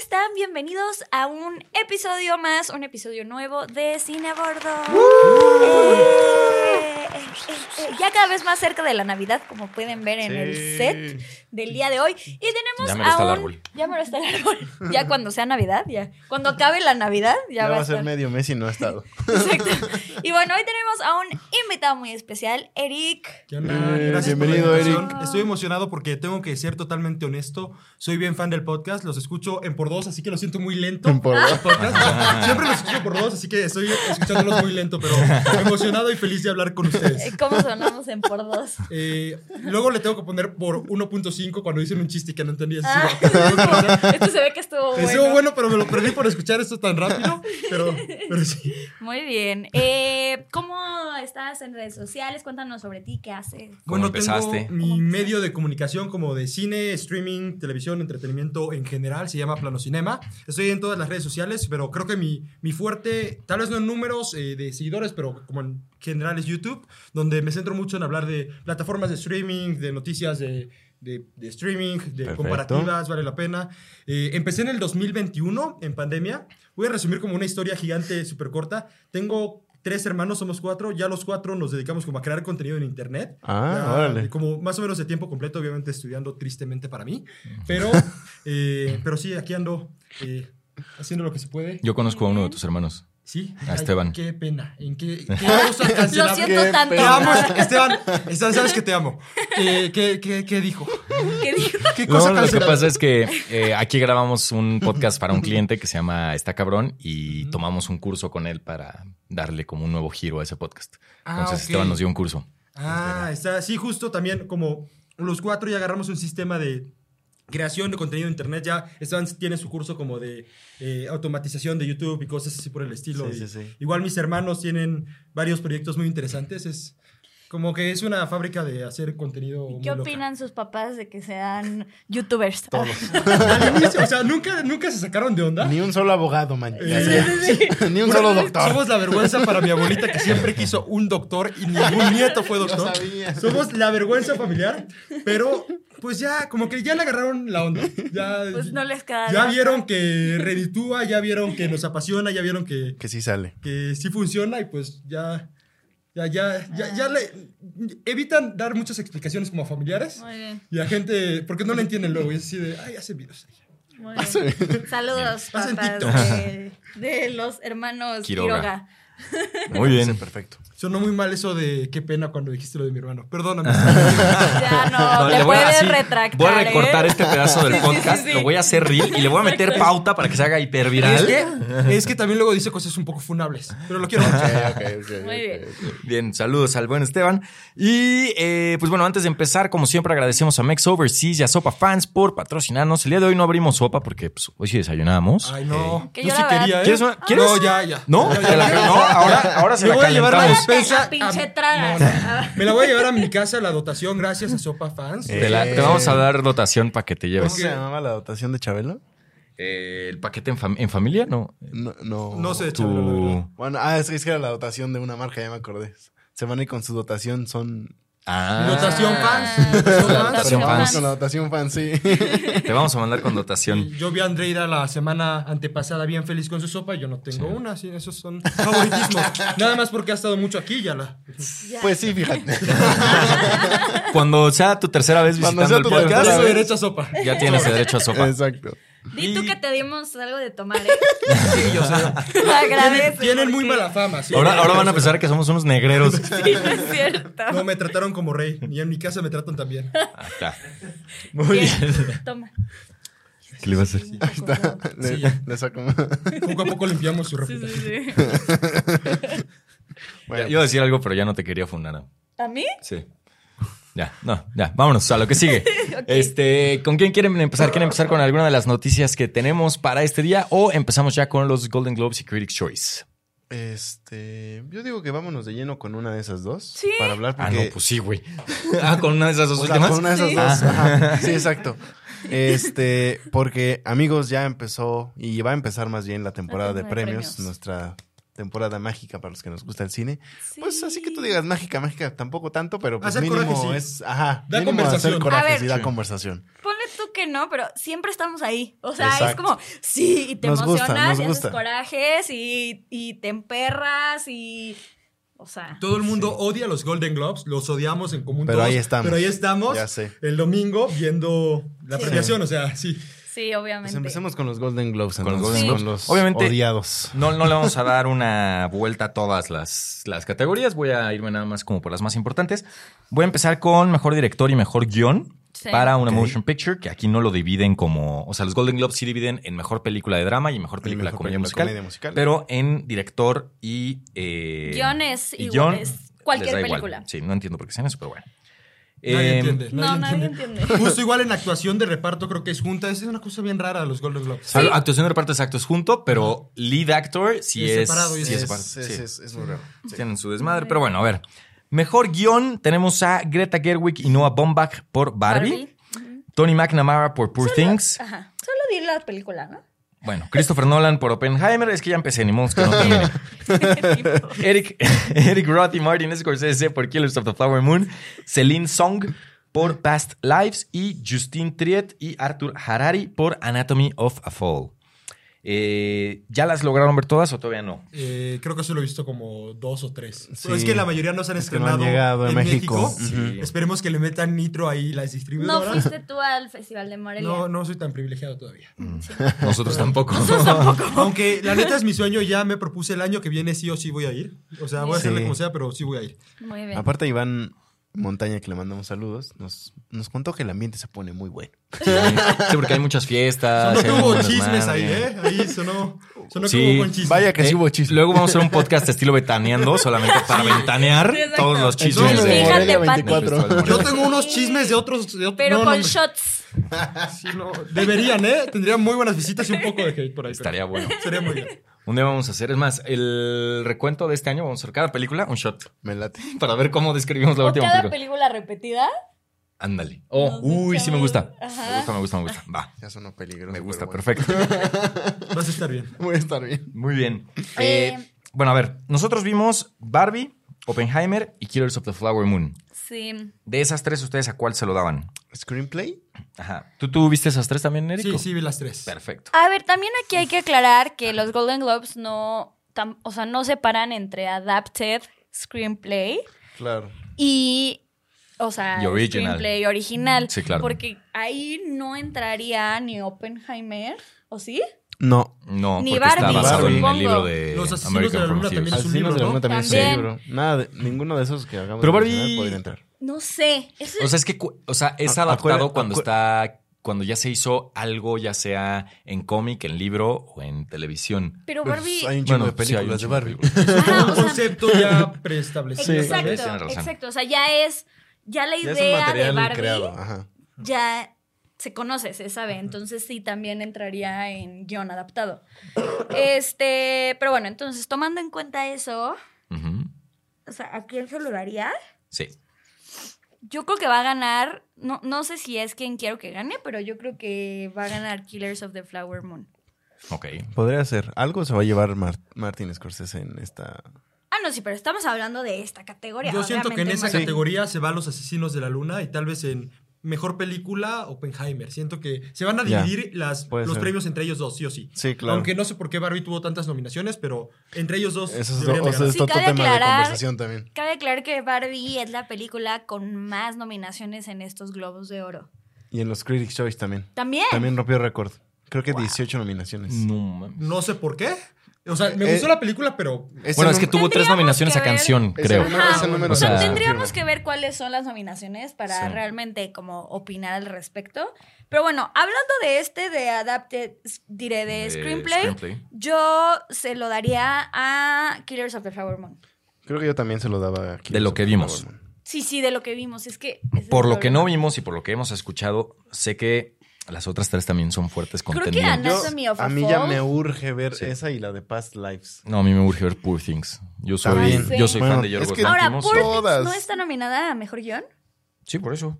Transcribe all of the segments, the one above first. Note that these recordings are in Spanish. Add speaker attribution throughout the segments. Speaker 1: están? Bienvenidos a un episodio más, un episodio nuevo de Cine a Bordo. Eh, eh, eh, eh, ya cada vez más cerca de la Navidad, como pueden ver en el set del día de hoy. Y tenemos
Speaker 2: Ya mero está
Speaker 1: a
Speaker 2: el
Speaker 1: un-
Speaker 2: árbol.
Speaker 1: Ya mero está el árbol. Ya cuando sea Navidad, ya. Cuando acabe la Navidad, ya,
Speaker 3: Ya va a
Speaker 1: estar.
Speaker 3: ser medio mes y no ha estado.
Speaker 1: Exacto. Y bueno, hoy tenemos a un invitado muy especial, Eric.
Speaker 4: ¿Qué onda?
Speaker 3: Eh,
Speaker 4: Gracias por la
Speaker 3: bienvenido,
Speaker 4: invitación.
Speaker 1: Eric.
Speaker 4: Estoy emocionado porque tengo que ser totalmente honesto. Soy bien fan del podcast. Los escucho en por dos, así que lo siento muy lento.
Speaker 3: En por dos.
Speaker 4: El podcast. Siempre los escucho por dos, así que estoy escuchándolos muy lento, pero emocionado y feliz de hablar con ustedes.
Speaker 1: Eh, ¿Cómo sonamos en por dos?
Speaker 4: Eh, luego le tengo que poner por 1.5 cuando dicen un chiste que no entendí. así
Speaker 1: Ah,
Speaker 4: que-
Speaker 1: esto se ve que estuvo bueno.
Speaker 4: Estuvo bueno, pero me lo perdí por escuchar esto tan rápido. Pero, pero sí.
Speaker 1: Muy bien. Eh, ¿Cómo estás en redes sociales? Cuéntanos sobre ti, qué haces.
Speaker 2: ¿Cómo
Speaker 4: Bueno,
Speaker 2: empezaste?
Speaker 4: tengo mi medio de comunicación como de cine, streaming, televisión, entretenimiento en general, se llama Plano Cinema. Estoy en todas las redes sociales, pero creo que mi, mi fuerte, tal vez no en números eh, de seguidores, pero como en general es YouTube, donde me centro mucho en hablar de plataformas de streaming, de noticias de, de- de streaming, de
Speaker 2: Perfecto.
Speaker 4: comparativas, vale la pena. Eh, empecé en el 2021, en pandemia. Voy a resumir como una historia gigante, súper corta. Tengo... Tres hermanos, somos cuatro. Ya los cuatro nos dedicamos como a crear contenido en internet.
Speaker 3: Ah,
Speaker 4: Ya,
Speaker 3: órale.
Speaker 4: Como más o menos de tiempo completo, obviamente estudiando tristemente para mí. Pero, eh, pero sí, aquí ando eh, haciendo lo que se puede.
Speaker 2: Yo conozco a uno de tus hermanos.
Speaker 4: Sí.
Speaker 2: A Esteban.
Speaker 4: Ay, qué pena. ¿En qué, qué cosa
Speaker 1: Lo
Speaker 4: cancelable?
Speaker 1: siento
Speaker 3: qué
Speaker 1: tanto.
Speaker 4: Te amo, Esteban. Esteban, sabes que te amo. Eh, ¿qué, qué, qué dijo?
Speaker 1: ¿Qué dijo?
Speaker 4: ¿Qué
Speaker 3: No,
Speaker 4: cosa
Speaker 3: no,
Speaker 2: Lo que
Speaker 4: cancelable?
Speaker 2: pasa es que eh, aquí grabamos un podcast para un cliente que se llama Está Cabrón y tomamos un curso con él para darle como un nuevo giro a ese podcast.
Speaker 4: Ah,
Speaker 2: Entonces
Speaker 4: ok.
Speaker 2: Esteban nos dio un curso.
Speaker 4: Ah, está. Sí, justo también como los cuatro ya agarramos un sistema de creación de contenido en internet. Ya Esteban tiene su curso como de eh, automatización de YouTube y cosas así por el estilo.
Speaker 3: Sí,
Speaker 4: Y
Speaker 3: sí, sí.
Speaker 4: Igual mis hermanos tienen varios proyectos muy interesantes. Es como que es una fábrica de hacer contenido. muy
Speaker 1: ¿Qué
Speaker 4: loca.
Speaker 1: opinan sus papás de que sean youtubers?
Speaker 4: Al inicio, o sea, nunca, nunca se sacaron de onda.
Speaker 3: Ni un solo abogado, man.
Speaker 4: Eh, sí,
Speaker 3: Ni un solo doctor.
Speaker 4: Somos la vergüenza para mi abuelita que siempre quiso un doctor y ningún nieto fue doctor.
Speaker 3: Yo sabía.
Speaker 4: Somos la vergüenza familiar, pero pues ya, como que ya le agarraron la onda. Ya,
Speaker 1: Pues no les queda.
Speaker 4: ya
Speaker 1: nada.
Speaker 4: vieron que reditúa, ya vieron que nos apasiona, ya vieron que,
Speaker 3: Que sí sale.
Speaker 4: que sí funciona y pues ya. Ya, ya, ya, ya le evitan dar muchas explicaciones como a familiares
Speaker 1: Muy bien,
Speaker 4: y a gente, porque no le entienden luego. Y es así de, ay, hacen videos.
Speaker 1: muy bien. Saludos,
Speaker 4: Hacen
Speaker 1: papás de, de los hermanos Quiroga.
Speaker 2: Quiroga. Muy bien.
Speaker 3: Perfecto.
Speaker 4: Sonó muy mal eso de qué pena cuando dijiste lo de mi hermano. Perdóname.
Speaker 1: Ya no,
Speaker 2: No,
Speaker 1: te
Speaker 2: le voy a-
Speaker 1: puedes
Speaker 2: así,
Speaker 1: retractar.
Speaker 2: Voy a recortar
Speaker 1: ¿eh?
Speaker 2: este pedazo del
Speaker 1: Sí, sí,
Speaker 2: podcast,
Speaker 1: sí, sí.
Speaker 2: lo voy a hacer reel y le voy a meter pauta para que se haga hiperviral.
Speaker 4: Es que, es que también luego dice cosas un poco funables, pero lo quiero mucho.
Speaker 1: Muy bien.
Speaker 2: Bien, saludos al buen Esteban. Y eh, pues bueno, antes de empezar, como siempre, agradecemos a Mex Overseas y a Sopa Fans por patrocinarnos. El día de hoy no abrimos sopa porque pues, hoy sí desayunamos.
Speaker 4: Ay, no.
Speaker 1: Que
Speaker 4: yo
Speaker 1: yo
Speaker 4: sí
Speaker 1: la verdad- Ah,
Speaker 4: quería, ¿eh?
Speaker 2: ¿Quieres una- quieres?
Speaker 4: No, ya, ya.
Speaker 2: ¿No?
Speaker 4: Ya, ya,
Speaker 2: Te la-
Speaker 4: ya.
Speaker 2: no, ahora, ahora se
Speaker 4: Me
Speaker 2: la
Speaker 4: voy a llevar
Speaker 2: calentamos.
Speaker 4: varios. Pensa-
Speaker 1: a pinche Ah.
Speaker 4: a-
Speaker 1: tragas.
Speaker 4: Me la voy a llevar a mi casa la dotación gracias a Sopa Fans.
Speaker 2: Eh, Te, la- te vamos a dar dotación para que te
Speaker 3: ¿Cómo
Speaker 2: lleves.
Speaker 3: se llamaba la dotación de Chabelo?
Speaker 2: Eh, ¿El paquete en, fam- en familia? No.
Speaker 3: No, no.
Speaker 4: No sé,
Speaker 2: Tu-
Speaker 4: Chabelo, la verdad.
Speaker 3: Bueno, ah, es que es que era la dotación de una marca, ya me acordé. Se van a ir con su dotación, son.
Speaker 2: Ah.
Speaker 4: Dotación fans.
Speaker 2: Dotación
Speaker 3: Pero
Speaker 2: fans.
Speaker 3: Con la dotación fans, sí.
Speaker 2: Te vamos a mandar con dotación.
Speaker 4: Yo vi a Andreira la semana antepasada bien feliz con su sopa. Yo no tengo una, sí, esos son favoritismos. Nada más porque ha estado mucho aquí, ya la.
Speaker 1: Ya.
Speaker 3: Pues sí, fíjate.
Speaker 2: Cuando sea tu tercera vez
Speaker 3: Cuando
Speaker 2: visitando
Speaker 3: sea
Speaker 2: el
Speaker 3: tu
Speaker 2: podcast,
Speaker 3: tercera
Speaker 4: Dale su
Speaker 3: vez.
Speaker 4: derecha sopa.
Speaker 2: ya tienes el derecho a sopa.
Speaker 3: Exacto.
Speaker 1: Di tú
Speaker 4: Y-
Speaker 1: que te dimos algo de tomar, ¿eh?
Speaker 4: Sí, o sea,
Speaker 1: Agradezco.
Speaker 4: tienen, tienen muy
Speaker 1: porque-
Speaker 4: mala fama. sí.
Speaker 2: Ahora, ahora van a pensar que somos unos negreros.
Speaker 1: Sí, no es cierto.
Speaker 4: No, me trataron como rey. Y en mi casa me tratan también.
Speaker 2: Ah, está.
Speaker 1: Muy bien. Toma.
Speaker 2: ¿Qué le vas a
Speaker 1: Sí,
Speaker 2: hacer?
Speaker 1: poco, poco.
Speaker 3: Le,
Speaker 4: Sí.
Speaker 3: le saco.
Speaker 4: Poco a poco limpiamos su
Speaker 1: Sí,
Speaker 4: reputación.
Speaker 1: sí, sí.
Speaker 3: Bueno,
Speaker 2: Iba a decir algo, pero ya no te quería funar.
Speaker 1: ¿A mí?
Speaker 2: Sí. Ya, no, ya, vámonos a lo que sigue. Este, ¿con quién quieren empezar? ¿Quieren empezar con alguna de las noticias que tenemos para este día o empezamos ya con los Golden Globes y Critics Choice?
Speaker 3: este. Yo digo que vámonos de lleno con una de esas dos.
Speaker 1: Sí.
Speaker 3: Para hablar
Speaker 2: Ah,
Speaker 3: porque.
Speaker 2: no, pues sí, güey. Ah, con una de esas dos
Speaker 3: O sea,
Speaker 2: últimas.
Speaker 3: con una de esas
Speaker 1: Sí.
Speaker 3: dos.
Speaker 2: Ah.
Speaker 3: Ajá. Sí, exacto. Este, porque amigos, ya empezó y va a empezar más bien la temporada de
Speaker 1: temporada de
Speaker 3: premios,
Speaker 1: premios.
Speaker 3: nuestra temporada mágica para los que nos gusta el cine.
Speaker 1: Sí.
Speaker 3: Pues así que tú digas mágica, mágica, tampoco tanto, pero pues
Speaker 4: Hacer
Speaker 3: mínimo
Speaker 4: coraje, sí.
Speaker 3: es, ajá,
Speaker 4: Da
Speaker 3: mínimo hacer
Speaker 4: conversación.
Speaker 3: corajes
Speaker 1: A ver.
Speaker 3: y da
Speaker 2: Sí.
Speaker 3: conversación.
Speaker 1: Ponle tú que no, pero siempre estamos ahí. O sea, es
Speaker 3: Exacto.
Speaker 1: como, sí, y te
Speaker 3: Nos gusta,
Speaker 1: emocionas
Speaker 3: nos
Speaker 1: y haces
Speaker 3: gusta.
Speaker 1: corajes y, y te emperras y. O sea.
Speaker 4: Todo el mundo odia los Golden Globes, los odiamos en común
Speaker 3: Pero
Speaker 4: todos,
Speaker 3: ahí estamos.
Speaker 4: Pero ahí estamos
Speaker 3: Ya sé.
Speaker 4: el domingo viendo la
Speaker 1: Sí.
Speaker 4: premiación, o sea, sí.
Speaker 1: Sí, obviamente.
Speaker 3: Pues empecemos con los Golden Globes.
Speaker 2: Con los
Speaker 3: entonces,
Speaker 2: Golden Globes.
Speaker 3: con los
Speaker 2: Obviamente-
Speaker 3: odiados.
Speaker 2: No, no le vamos a dar una vuelta a todas las, las categorías. Voy a irme nada más como por las más importantes. Voy a empezar con mejor director y mejor guión
Speaker 1: Sí.
Speaker 2: para una
Speaker 3: Ok.
Speaker 2: motion picture, que aquí no lo dividen como. O sea, los Golden Globes sí dividen en mejor película de drama y mejor película,
Speaker 3: mejor
Speaker 2: comedia,
Speaker 3: película,
Speaker 2: musical,
Speaker 3: comedia musical.
Speaker 2: Pero en director y. eh,
Speaker 1: Guiones
Speaker 2: y
Speaker 1: igual,
Speaker 2: guión,
Speaker 1: es
Speaker 2: les
Speaker 1: cualquier
Speaker 2: da igual.
Speaker 1: película.
Speaker 2: Sí, no entiendo por qué sean eso, pero bueno.
Speaker 4: Nadie
Speaker 2: Eh,
Speaker 4: entiende.
Speaker 1: No, nadie entiende.
Speaker 4: Justo igual en actuación de reparto creo que es junta. Es una cosa bien rara los Golden Globes.
Speaker 2: Hablo- Actuación de reparto exacto es junto, pero lead actor sí
Speaker 4: Es
Speaker 2: es.
Speaker 4: separado y
Speaker 2: sí es
Speaker 4: es-
Speaker 2: separado, sí.
Speaker 3: es muy raro.
Speaker 2: Tienen su desmadre, pero bueno, a ver. Mejor guión tenemos a Greta Gerwig y Noah Baumbach por Barbie, Tony McNamara por Poor Things,
Speaker 1: Ajá. Solo di la película, ¿no?
Speaker 2: bueno, Christopher Nolan por Oppenheimer, es que ya empecé, ni modo que no termine. Eric, Eric Roth y Martin Scorsese por Killers of the Flower Moon, Celine Song por Past Lives y Justine Triet y Arthur Harari por Anatomy of a Fall. Eh, ¿Ya las lograron ver todas o todavía no?
Speaker 4: Eh, creo que eso lo he visto como dos o tres.
Speaker 3: Sí.
Speaker 4: Pero Es que la mayoría no se han
Speaker 3: Es que no
Speaker 4: estrenado
Speaker 3: han llegado a
Speaker 4: en México.
Speaker 3: México.
Speaker 2: Sí.
Speaker 4: Esperemos que le metan nitro ahí las
Speaker 1: No
Speaker 4: distribuidoras.
Speaker 1: fuiste tú al Festival de Morelia.
Speaker 4: No, no soy tan privilegiado todavía.
Speaker 2: Nosotros tampoco.
Speaker 4: Aunque la neta es mi sueño, ya me propuse el año que viene sí o sí voy a ir. O sea, voy a
Speaker 3: Sí.
Speaker 4: hacerle como sea, pero sí voy a ir.
Speaker 1: Muy bien.
Speaker 3: Aparte, Iván Montaña, que le mandamos saludos, nos, nos contó que el ambiente se pone muy bueno.
Speaker 2: Sí, porque hay muchas
Speaker 3: Ah,
Speaker 2: fiestas.
Speaker 4: Sonó que
Speaker 2: hay
Speaker 4: hubo
Speaker 2: muchas
Speaker 4: chismes ahí,
Speaker 2: madres.
Speaker 4: ¿eh? Ahí sonó, sonó
Speaker 2: Sí.
Speaker 4: que hubo buen chisme.
Speaker 3: Vaya que
Speaker 2: Eh,
Speaker 3: sí hubo chisme.
Speaker 2: Luego vamos a hacer un podcast estilo ventaneando, solamente para ventanear
Speaker 1: Sí, exacto.
Speaker 2: todos los chismes.
Speaker 3: Entonces,
Speaker 1: de
Speaker 2: del
Speaker 1: Morelia
Speaker 2: Festival
Speaker 3: 24.
Speaker 2: Morelia.
Speaker 4: Yo tengo unos chismes de otros... de ot-
Speaker 1: Pero
Speaker 4: no, no,
Speaker 1: con
Speaker 4: no.
Speaker 1: shots.
Speaker 4: Sí, no, Deberían, ¿eh? Tendrían muy buenas visitas y un poco de hate por ahí. pero
Speaker 2: Estaría bueno.
Speaker 4: Sería muy bien.
Speaker 2: Un día vamos a hacer, es más, el recuento de este año, vamos a hacer cada película un shot
Speaker 3: Me late.
Speaker 2: para ver cómo describimos la
Speaker 1: O
Speaker 2: última
Speaker 1: cada
Speaker 2: película.
Speaker 1: película repetida.
Speaker 2: Ándale. Oh,
Speaker 1: Nos
Speaker 2: uy, sí me gusta.
Speaker 1: echamos-
Speaker 2: Me gusta, me gusta, me gusta. Va,
Speaker 3: Ya sonó peligroso.
Speaker 2: me gusta,
Speaker 3: pero bueno.
Speaker 2: perfecto.
Speaker 4: Vas a estar bien.
Speaker 3: Voy a estar bien.
Speaker 2: Muy bien.
Speaker 1: Eh,
Speaker 2: Eh, bueno, a ver, nosotros vimos Barbie, Oppenheimer y Killers of the Flower Moon.
Speaker 1: Sí.
Speaker 2: De esas tres, ¿ustedes a cuál se lo daban?
Speaker 3: ¿Screenplay?
Speaker 2: Ajá. ¿Tú, tú viste esas tres también, Eric?
Speaker 4: Sí, sí, vi las tres.
Speaker 2: Perfecto.
Speaker 1: A ver, también aquí hay que aclarar que los Golden Globes no, tam- o sea, no separan entre adapted screenplay
Speaker 3: Claro.
Speaker 1: y, o sea,
Speaker 2: Y original.
Speaker 1: screenplay original.
Speaker 2: Sí, claro.
Speaker 1: Porque ahí no entraría ni Oppenheimer, ¿o sí?
Speaker 3: No.
Speaker 2: No,
Speaker 1: Ni
Speaker 2: porque está
Speaker 1: Barbie,
Speaker 2: basado en el
Speaker 1: supongo.
Speaker 2: libro de
Speaker 4: Los asesinos
Speaker 2: American
Speaker 4: de la luna
Speaker 2: Horror
Speaker 4: también
Speaker 2: Stories.
Speaker 4: es un libro,
Speaker 3: Asesinos de la
Speaker 4: ¿no?
Speaker 3: Luna también es un
Speaker 1: También.
Speaker 3: libro. Nada, de- ninguno de esos que hagamos
Speaker 2: Pero Barbie-
Speaker 3: podría entrar.
Speaker 1: No sé. Eso
Speaker 2: O sea, es que cu- o sea, es
Speaker 3: A-
Speaker 2: adaptado
Speaker 3: acuera-
Speaker 2: cuando
Speaker 3: acu-
Speaker 2: está cuando ya se hizo algo, ya sea en cómic, en libro o en televisión.
Speaker 1: pero Barbie.
Speaker 3: Pues Hay un chingo
Speaker 2: Bueno, pues,
Speaker 3: de
Speaker 2: sí, hay un
Speaker 3: películas de
Speaker 2: chingo de
Speaker 3: Barbie.
Speaker 2: películas.
Speaker 4: Es
Speaker 1: Ajá,
Speaker 4: todo
Speaker 1: o
Speaker 4: un
Speaker 1: sea,
Speaker 4: Este concepto ya preestablecido. tal vez.
Speaker 2: Tienes
Speaker 1: exacto,
Speaker 2: razón.
Speaker 1: exacto. O sea, ya es, ya la
Speaker 3: Ya
Speaker 1: idea
Speaker 3: es un
Speaker 1: de
Speaker 3: material
Speaker 1: Barbie
Speaker 3: creado. Ajá.
Speaker 1: ya se conoce, se sabe. Entonces sí también entraría en guión adaptado. Este, pero bueno, entonces tomando en cuenta eso,
Speaker 2: Ujú.
Speaker 1: o sea, ¿a quién se lo daría?
Speaker 2: Sí.
Speaker 1: Yo creo que va a ganar, no, no sé si es quien quiero que gane, pero yo creo que va a ganar Killers of the Flower Moon.
Speaker 2: Ok.
Speaker 3: Podría ser. Algo se va a llevar Mar- Martin Scorsese en esta.
Speaker 1: Ah, no, sí, pero estamos hablando de esta categoría.
Speaker 4: Yo siento que en
Speaker 1: obviamente,
Speaker 4: esa
Speaker 1: Mar-
Speaker 4: categoría se van los asesinos de la luna y tal vez en mejor película Oppenheimer. Siento que se van a
Speaker 3: Ya.
Speaker 4: dividir las,
Speaker 3: Puede
Speaker 4: los
Speaker 3: ser.
Speaker 4: premios entre ellos dos, sí o sí.
Speaker 3: Sí, claro.
Speaker 4: Aunque no sé por qué Barbie tuvo tantas nominaciones, pero entre ellos dos.
Speaker 3: Eso es,
Speaker 4: deberían de
Speaker 3: o sea,
Speaker 4: ganar.
Speaker 3: es
Speaker 1: Sí,
Speaker 3: otro
Speaker 1: cabe
Speaker 3: tema Pues, de
Speaker 1: aclarar-
Speaker 3: conversación también.
Speaker 1: Cabe aclarar que Barbie es la película con más nominaciones en estos Globos de Oro.
Speaker 3: Y en los Critics Choice también.
Speaker 1: También.
Speaker 3: También rompió récord. Creo que 18 nominaciones.
Speaker 2: No mames.
Speaker 4: No sé por qué. O sea, me
Speaker 3: Eh,
Speaker 4: gustó la película, pero.
Speaker 3: Ese
Speaker 2: Bueno, es que
Speaker 3: no-
Speaker 2: tuvo tres
Speaker 1: Tendríamos
Speaker 2: nominaciones
Speaker 1: que
Speaker 2: a
Speaker 1: ver-
Speaker 2: canción,
Speaker 3: Ese
Speaker 2: creo.
Speaker 3: no-
Speaker 1: Ajá.
Speaker 3: ese número
Speaker 2: O
Speaker 1: O sea,
Speaker 2: sea,
Speaker 1: tendríamos que ver cuáles son las nominaciones para
Speaker 2: Sí.
Speaker 1: realmente como opinar al respecto. Pero bueno, hablando de este, de Adapted, s- diré de,
Speaker 2: De
Speaker 1: screenplay,
Speaker 2: screenplay.
Speaker 1: yo se lo daría a Killers of the Flower Moon.
Speaker 3: Creo que yo también se lo daba aquí.
Speaker 2: De lo que vimos.
Speaker 1: Sí, sí, de lo que vimos. Es que... ese es
Speaker 2: Por
Speaker 1: el
Speaker 2: lo que
Speaker 1: problema.
Speaker 2: no vimos y por lo que hemos escuchado, sé que las otras tres también son fuertes
Speaker 1: Creo que
Speaker 2: contenidos.
Speaker 1: Ana- Anatomy of a
Speaker 3: a mí ya
Speaker 1: Fall.
Speaker 3: me urge ver
Speaker 2: Sí.
Speaker 3: esa y la de Past Lives.
Speaker 2: No, a mí me urge ver Poor Things. Yo
Speaker 3: Está
Speaker 2: soy,
Speaker 1: bien.
Speaker 2: yo soy
Speaker 3: Bueno,
Speaker 2: fan de
Speaker 3: es
Speaker 2: Yorgos
Speaker 3: que-
Speaker 1: Ah, Ahora,
Speaker 2: Lanthimos.
Speaker 1: Poor
Speaker 3: todas.
Speaker 1: Things no está nominada a Mejor Guión.
Speaker 2: Sí, por eso.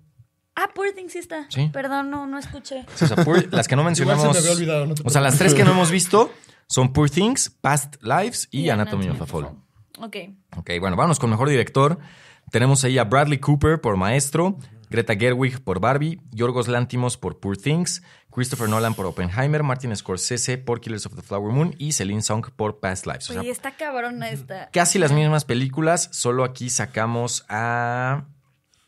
Speaker 1: Ah, Poor Things sí está.
Speaker 2: Sí.
Speaker 1: Perdón, no, no escuché.
Speaker 2: O sea, Poor- las que no
Speaker 4: Igual se
Speaker 2: mencionamos.
Speaker 4: me había olvidado, no te
Speaker 2: o sea, las tres que no hemos visto son Poor Things, Past Lives y,
Speaker 1: Y
Speaker 2: Anatomy, of a Fall.
Speaker 1: Ok.
Speaker 2: Ok, bueno, vámonos con mejor director. Tenemos ahí a Bradley Cooper por Maestro, Greta Gerwig por Barbie, Yorgos Lantimos por Poor Things, Christopher Nolan por Oppenheimer, Martin Scorsese por Killers of the Flower Moon y Celine Song por Past Lives. O sea,
Speaker 1: Oye, está cabrona esta.
Speaker 2: casi las mismas películas, solo aquí sacamos a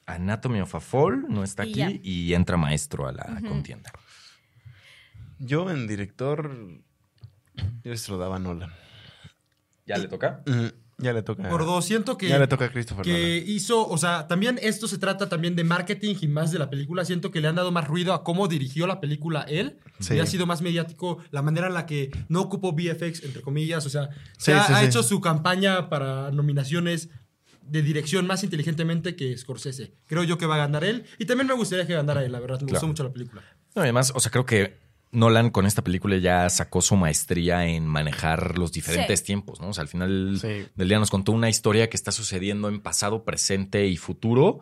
Speaker 2: Anatomy of a Fall, no está
Speaker 1: Y ya.
Speaker 2: aquí, y entra maestro a la contienda.
Speaker 3: Yo en director. Yo se lo daba a Nolan.
Speaker 2: ¿Ya le toca?
Speaker 3: Mm, Ya le toca.
Speaker 4: Por dos, siento que...
Speaker 3: Ya le toca a Christopher
Speaker 4: que hizo, o sea, también esto se trata también de marketing y más de la película. Siento que le han dado más ruido a cómo dirigió la película él.
Speaker 3: Sí.
Speaker 4: Y ha sido más mediático la manera en la que no ocupó VFX, entre comillas. O sea,
Speaker 3: Sí,
Speaker 4: se ha,
Speaker 3: sí,
Speaker 4: ha
Speaker 3: sí.
Speaker 4: hecho su campaña para nominaciones de dirección más inteligentemente que Scorsese. Creo yo que va a ganar él. Y también me gustaría que ganara él, la verdad. Me
Speaker 2: Claro.
Speaker 4: gustó mucho la película.
Speaker 2: No, además, o sea, creo que Nolan con esta película ya sacó su maestría en manejar los diferentes
Speaker 1: Sí.
Speaker 2: tiempos, ¿no? O sea, al final
Speaker 3: Sí.
Speaker 2: del día nos contó una historia que está sucediendo en pasado, presente y futuro,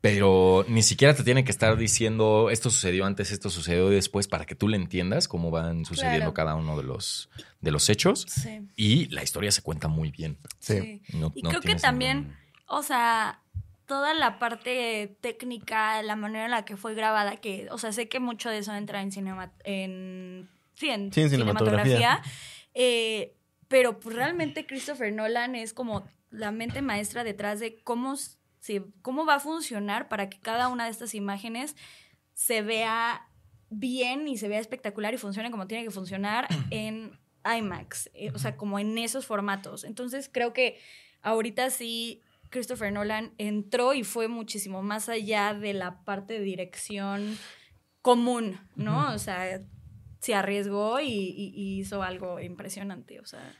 Speaker 2: pero ni siquiera te tiene que estar diciendo esto sucedió antes, esto sucedió después, para que tú le entiendas cómo van sucediendo
Speaker 1: Claro.
Speaker 2: cada uno de los, de los hechos.
Speaker 1: Sí.
Speaker 2: Y la historia se cuenta muy bien.
Speaker 3: Sí.
Speaker 2: No-
Speaker 1: Y
Speaker 2: no
Speaker 1: creo que
Speaker 2: tienes
Speaker 1: también,
Speaker 2: ningún-
Speaker 1: o sea, toda la parte técnica, la manera en la que fue grabada, que, o sea, sé que mucho de eso entra en cinema, en, sí, en
Speaker 3: Sí, en cinematografía.
Speaker 1: cinematografía, eh, pero pues, realmente Christopher Nolan es como la mente maestra detrás de cómo, s- se- cómo va a funcionar para que cada una de estas imágenes se vea bien y se vea espectacular y funcione como tiene que funcionar en IMAX, eh, o sea, como en esos formatos. Entonces creo que ahorita sí Christopher Nolan entró y fue muchísimo más allá de la parte de dirección común, ¿no? O sea, se arriesgó y, y- y hizo algo impresionante, o sea.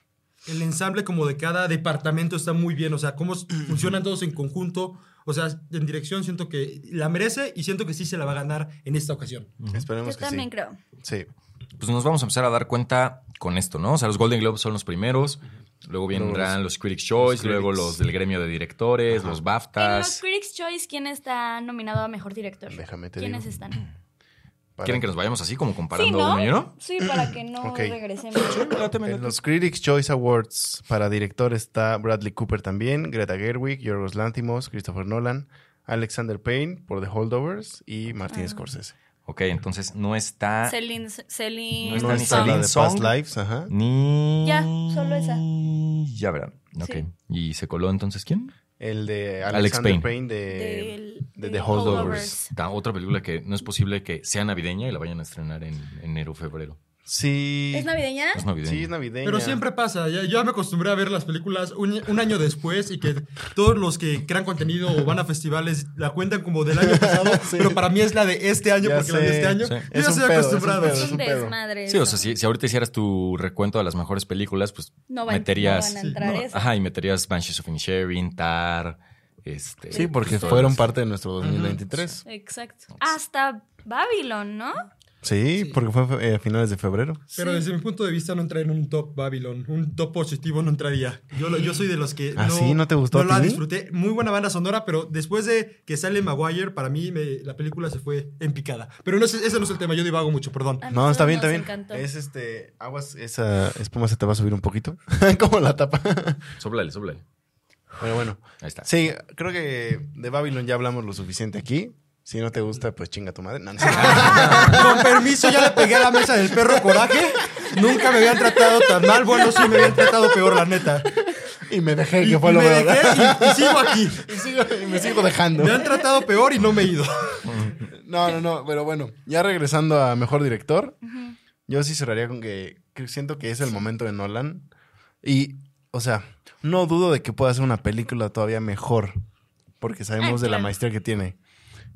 Speaker 4: el ensamble como de cada departamento está muy bien, o sea, cómo s- funcionan todos en conjunto. O sea, en dirección siento que la merece y siento que sí se la va a ganar en esta ocasión.
Speaker 3: Nolan. Esperemos
Speaker 1: Yo
Speaker 3: que
Speaker 1: también
Speaker 3: sí.
Speaker 1: creo.
Speaker 3: Sí.
Speaker 2: pues nos vamos a empezar a dar cuenta con esto, ¿no? O sea, los Golden Globes son los primeros, luego vendrán los, Critics' Choice,
Speaker 3: los
Speaker 2: luego
Speaker 3: Critics.
Speaker 2: los del gremio de
Speaker 3: Ajá.
Speaker 2: directores, los
Speaker 1: En los
Speaker 2: BAFTAs.
Speaker 1: Critics' Choice, ¿quién está nominado a Mejor Director?
Speaker 3: Déjame te
Speaker 1: ¿Quiénes
Speaker 3: digo.
Speaker 1: están?
Speaker 3: Para-
Speaker 2: ¿Quieren que nos vayamos así como comparando
Speaker 1: sí, ¿no?
Speaker 2: uno y uno?
Speaker 1: Sí, para que no
Speaker 3: Ok.
Speaker 1: regresemos.
Speaker 3: En los Critics' Choice Awards para director está Bradley Cooper también, Greta Gerwig, Yorgos Lanthimos, Christopher Nolan, Alexander Payne por The Holdovers y Martin
Speaker 1: Ah.
Speaker 3: Scorsese.
Speaker 2: Ok, entonces no está
Speaker 1: Celine,
Speaker 2: No
Speaker 1: Celine
Speaker 3: Ah.
Speaker 2: está
Speaker 3: No
Speaker 2: ni
Speaker 1: Song.
Speaker 3: está la
Speaker 2: Celine
Speaker 3: de
Speaker 2: Song.
Speaker 3: Past Lives, ajá.
Speaker 2: ni...
Speaker 1: Ya, solo esa.
Speaker 2: Ya verán. Ok.
Speaker 1: Sí.
Speaker 2: ¿Y se coló entonces quién?
Speaker 3: El de
Speaker 2: Alex
Speaker 3: Alexander
Speaker 2: Payne.
Speaker 3: Payne, de...
Speaker 1: del-
Speaker 3: de
Speaker 1: del
Speaker 3: The Holdovers.
Speaker 2: Ta- Otra película que no es posible que sea navideña y la vayan a estrenar en enero o febrero.
Speaker 3: Sí.
Speaker 1: ¿Es navideña?
Speaker 2: Es navideña.
Speaker 3: Sí, es navideña.
Speaker 4: Pero siempre pasa, ya, ya me acostumbré a ver las películas un, un año después y que todos los que crean contenido o van a festivales la cuentan como del año pasado, pero para mí es la de este año
Speaker 3: Ya
Speaker 4: porque la de
Speaker 3: sé.
Speaker 4: este año.
Speaker 2: Sí.
Speaker 4: Yo
Speaker 3: Es un
Speaker 4: ya estoy
Speaker 3: pedo, es un
Speaker 4: acostumbrado.
Speaker 3: pedo.
Speaker 1: Es un
Speaker 3: un pedo.
Speaker 1: desmadre.
Speaker 2: Sí, o
Speaker 1: eso.
Speaker 2: sea, si, si ahorita hicieras tu recuento de las mejores películas, pues
Speaker 1: No va-
Speaker 2: meterías.
Speaker 1: no van a entrar esas.
Speaker 2: Ah, Ajá, y meterías Banshees of Inisherin, Tar. Este,
Speaker 3: Sí, porque
Speaker 2: todas
Speaker 3: fueron
Speaker 2: las-
Speaker 3: parte de nuestro 2023.
Speaker 1: Exacto. Hasta Babylon, ¿no?
Speaker 3: Sí, porque fue eh, a finales de febrero.
Speaker 4: Pero desde mi punto de vista no entraría en un top Babylon. Un top positivo no entraría. Yo, lo- yo soy de los que
Speaker 3: ¿Ah, sí? ¿No te gustó
Speaker 4: No
Speaker 3: a
Speaker 4: la
Speaker 3: ti?
Speaker 4: disfruté. Muy buena banda sonora, pero después de que sale Maguire, para mí me- la película se fue en picada. Pero no, es- ese no es el tema, yo divago mucho, perdón.
Speaker 1: A
Speaker 3: No, está
Speaker 1: nosotros
Speaker 3: bien, está
Speaker 1: nos
Speaker 3: bien.
Speaker 1: encantó.
Speaker 3: Es este. Aguas, esa espuma se te va a subir un poquito. Como la tapa.
Speaker 2: Sóblale, sóblale.
Speaker 3: Pero bueno.
Speaker 2: Ahí está.
Speaker 3: Sí, creo que de Babylon ya hablamos lo suficiente aquí. Si no te gusta, pues chinga tu madre. No, no sé.
Speaker 4: Ah. Con permiso, ya le pegué a la mesa del perro coraje. Nunca me habían tratado tan mal. Bueno, sí, me habían tratado peor, la neta.
Speaker 3: y me dejé,
Speaker 4: Y
Speaker 3: que fue lo
Speaker 4: me
Speaker 3: peor.
Speaker 4: dejé y- y sigo aquí.
Speaker 3: Y sigo- y me sigo dejando.
Speaker 4: Me han tratado peor y no me he ido.
Speaker 3: No, no, no, pero bueno, ya regresando a mejor director, yo sí cerraría con que, que siento que es el momento de Nolan. Y, o sea, no dudo de que pueda hacer una película todavía mejor, porque sabemos
Speaker 1: Ah,
Speaker 3: de la
Speaker 1: claro.
Speaker 3: maestría que tiene.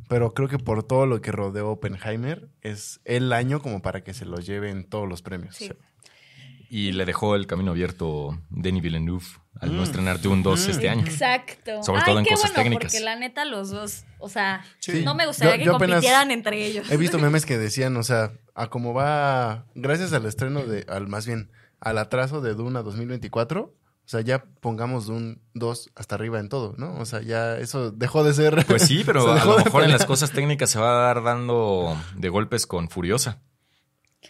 Speaker 3: Pero creo que por todo lo que rodeó Oppenheimer, es el año como para que se lo lleven todos los premios.
Speaker 1: Sí.
Speaker 2: Y le dejó el camino abierto Denis Villeneuve al no estrenar Dune 2 este año.
Speaker 1: Exacto.
Speaker 2: Sobre
Speaker 1: Ay,
Speaker 2: todo en
Speaker 1: qué
Speaker 2: cosas
Speaker 1: bueno,
Speaker 2: técnicas.
Speaker 1: porque la neta los dos, o sea,
Speaker 3: Sí.
Speaker 1: no me gustaría
Speaker 3: Yo-
Speaker 1: que
Speaker 3: yo apenas- Eh,
Speaker 1: compitieran entre ellos.
Speaker 3: He visto memes que decían, o sea, a como va, gracias al estreno de, al más bien, al atraso de Duna 2024, o sea, ya pongamos Dune 2 hasta arriba en todo, ¿no? O sea, ya eso dejó de ser...
Speaker 2: Pues sí,
Speaker 3: se
Speaker 2: pero a
Speaker 3: dejó
Speaker 2: lo
Speaker 3: de
Speaker 2: mejor en
Speaker 3: pelear.
Speaker 2: las cosas técnicas se va a dar dando de golpes con Furiosa.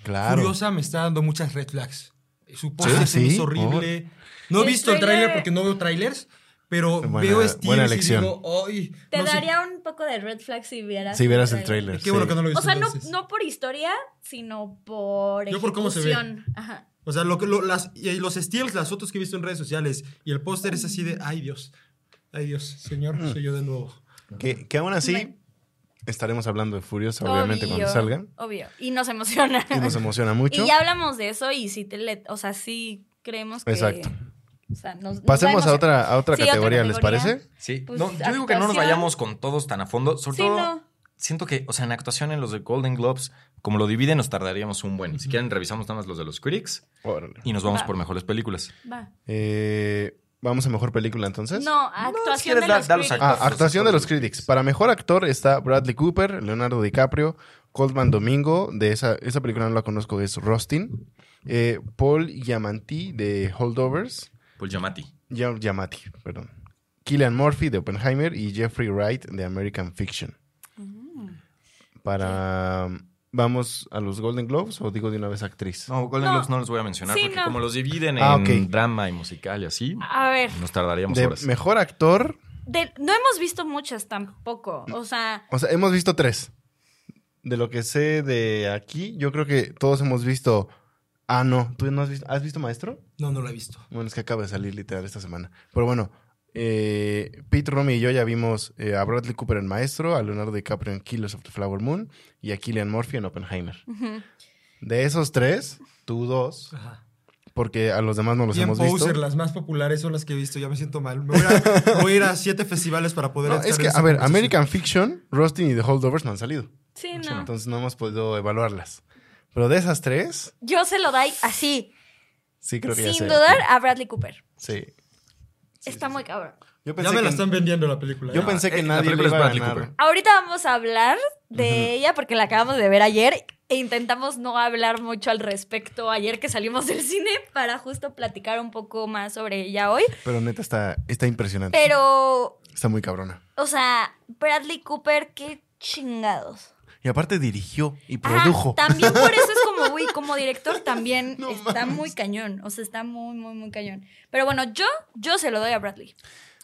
Speaker 3: Claro.
Speaker 4: Curiosa me está dando muchas red flags. Su
Speaker 3: Sí,
Speaker 4: post
Speaker 3: sí,
Speaker 4: es horrible. No he
Speaker 1: El
Speaker 4: visto el tráiler
Speaker 1: tráiler-
Speaker 4: porque no veo trailers. Pero
Speaker 3: Buena-
Speaker 4: veo Steve
Speaker 3: buena
Speaker 4: y
Speaker 3: elección.
Speaker 4: digo, ay.
Speaker 1: Te
Speaker 4: no sé-
Speaker 1: daría un poco de red flag si vieras.
Speaker 3: Si vieras el trailer.
Speaker 4: Qué bueno
Speaker 3: sí.
Speaker 4: que no lo viste.
Speaker 1: O sea, no,
Speaker 4: entonces.
Speaker 1: no por historia, sino por
Speaker 4: Yo por cómo se ve.
Speaker 1: ejecución. Ajá.
Speaker 4: O sea, lo que, lo- las, y los steals, las fotos que he visto en redes sociales y el póster es así de, ay Dios, ay Dios, señor, soy yo de nuevo.
Speaker 3: Que, que aún así
Speaker 1: Bueno.
Speaker 3: estaremos hablando de Furiosa, obviamente,
Speaker 1: Obvio,
Speaker 3: cuando salga.
Speaker 1: Obvio. Y nos emociona.
Speaker 3: Y nos emociona mucho.
Speaker 1: Y ya hablamos de eso y sí, te le- o sea, sí creemos que...
Speaker 3: Exacto.
Speaker 1: o sea, nos- nos
Speaker 3: Pasemos
Speaker 1: va
Speaker 3: a otra, a otra
Speaker 1: Sí, otra
Speaker 3: categoría, ¿les
Speaker 1: categoría.
Speaker 3: parece?
Speaker 2: Sí.
Speaker 1: Pues,
Speaker 2: no, yo digo que no nos
Speaker 1: actuación.
Speaker 2: vayamos con todos tan a fondo. Sobre
Speaker 1: Sí,
Speaker 2: todo,
Speaker 1: no.
Speaker 2: siento que, o sea, en actuación en los de Golden Globes, como lo dividen, nos tardaríamos un buen. Si quieren, revisamos nada más los de los critics
Speaker 3: Órale.
Speaker 2: y nos vamos
Speaker 1: Va.
Speaker 2: por mejores películas.
Speaker 1: Va.
Speaker 3: Eh, ¿Vamos a mejor película entonces?
Speaker 1: No,
Speaker 2: si
Speaker 1: actuación
Speaker 2: quieres,
Speaker 1: de
Speaker 2: da-
Speaker 1: los
Speaker 2: da los
Speaker 1: Critics.
Speaker 2: actores.
Speaker 3: Ah, actuación de los critics. Para mejor actor está Bradley Cooper, Leonardo DiCaprio, Coldman Domingo, de esa, esa película no la conozco, es Rustin. eh, Paul Giamatti de Holdovers.
Speaker 2: Paul Giamatti.
Speaker 3: Gia- Giamatti, perdón. Killian Murphy de Oppenheimer y Jeffrey Wright de American Fiction.
Speaker 1: Ah.
Speaker 3: Para. ¿Vamos a los Golden Globes o digo de una vez actriz?
Speaker 2: No, Golden
Speaker 1: No.
Speaker 2: Globes no los voy a mencionar
Speaker 1: Sí,
Speaker 2: porque
Speaker 1: no.
Speaker 2: como los dividen
Speaker 3: Ah,
Speaker 2: en
Speaker 3: ok.
Speaker 2: drama y musical y así,
Speaker 1: A ver,
Speaker 2: nos tardaríamos
Speaker 3: De
Speaker 2: horas.
Speaker 3: mejor actor.
Speaker 1: de- no hemos visto muchas tampoco. O sea,
Speaker 3: O sea, hemos visto tres. De lo que sé de aquí, yo creo que todos hemos visto. Ah, no. ¿Tú no has visto? ¿Has visto Maestro?
Speaker 4: No, no la he visto.
Speaker 3: Bueno, es que acaba de salir literal esta semana. Pero bueno, eh, Pete Romy y yo ya vimos eh, a Bradley Cooper en Maestro, a Leonardo DiCaprio en Killers of the Flower Moon y a Killian Murphy en Oppenheimer.
Speaker 1: ujú.
Speaker 3: De esos tres, tú dos,
Speaker 4: Ajá.
Speaker 3: porque a los demás no los
Speaker 4: Bien
Speaker 3: hemos
Speaker 4: poser,
Speaker 3: visto.
Speaker 4: las más populares son las que he visto, ya me siento mal. Me voy a, voy a ir a siete festivales para poder...
Speaker 3: No,
Speaker 4: estar
Speaker 3: es
Speaker 4: en
Speaker 3: que,
Speaker 4: esa
Speaker 3: a ver,
Speaker 4: conversación.
Speaker 3: American Fiction, Rustin y The Holdovers no han salido.
Speaker 1: sí,
Speaker 2: Sí,
Speaker 1: no.
Speaker 3: Entonces no hemos podido evaluarlas. Pero de esas tres,
Speaker 1: Yo se lo doy así,
Speaker 3: sí creo que ya sé.
Speaker 1: sin dudar, a Bradley Cooper.
Speaker 3: Sí. Sí,
Speaker 1: Está
Speaker 3: sí,
Speaker 1: muy cabrón.
Speaker 3: Yo
Speaker 4: Ya
Speaker 3: pensé
Speaker 4: me la
Speaker 3: que-
Speaker 4: están vendiendo la película.
Speaker 3: Yo
Speaker 4: ¿eh?
Speaker 3: pensé que
Speaker 2: eh, la
Speaker 3: nadie le
Speaker 2: película es
Speaker 3: iba a
Speaker 2: Bradley
Speaker 3: ganar.
Speaker 2: Cooper.
Speaker 1: Ahorita vamos a hablar de
Speaker 3: Ujú.
Speaker 1: ella porque la acabamos de ver ayer e intentamos no hablar mucho al respecto ayer que salimos del cine para justo platicar un poco más sobre ella hoy.
Speaker 3: Pero neta está, está impresionante.
Speaker 1: Pero,
Speaker 3: Está muy cabrona.
Speaker 1: o sea, Bradley Cooper, qué chingados.
Speaker 3: Y aparte dirigió y
Speaker 1: Ajá,
Speaker 3: produjo.
Speaker 1: también por eso es como, uy, como director también está muy cañón. O sea, está muy, muy, muy cañón. Pero bueno, yo, yo se lo doy a Bradley.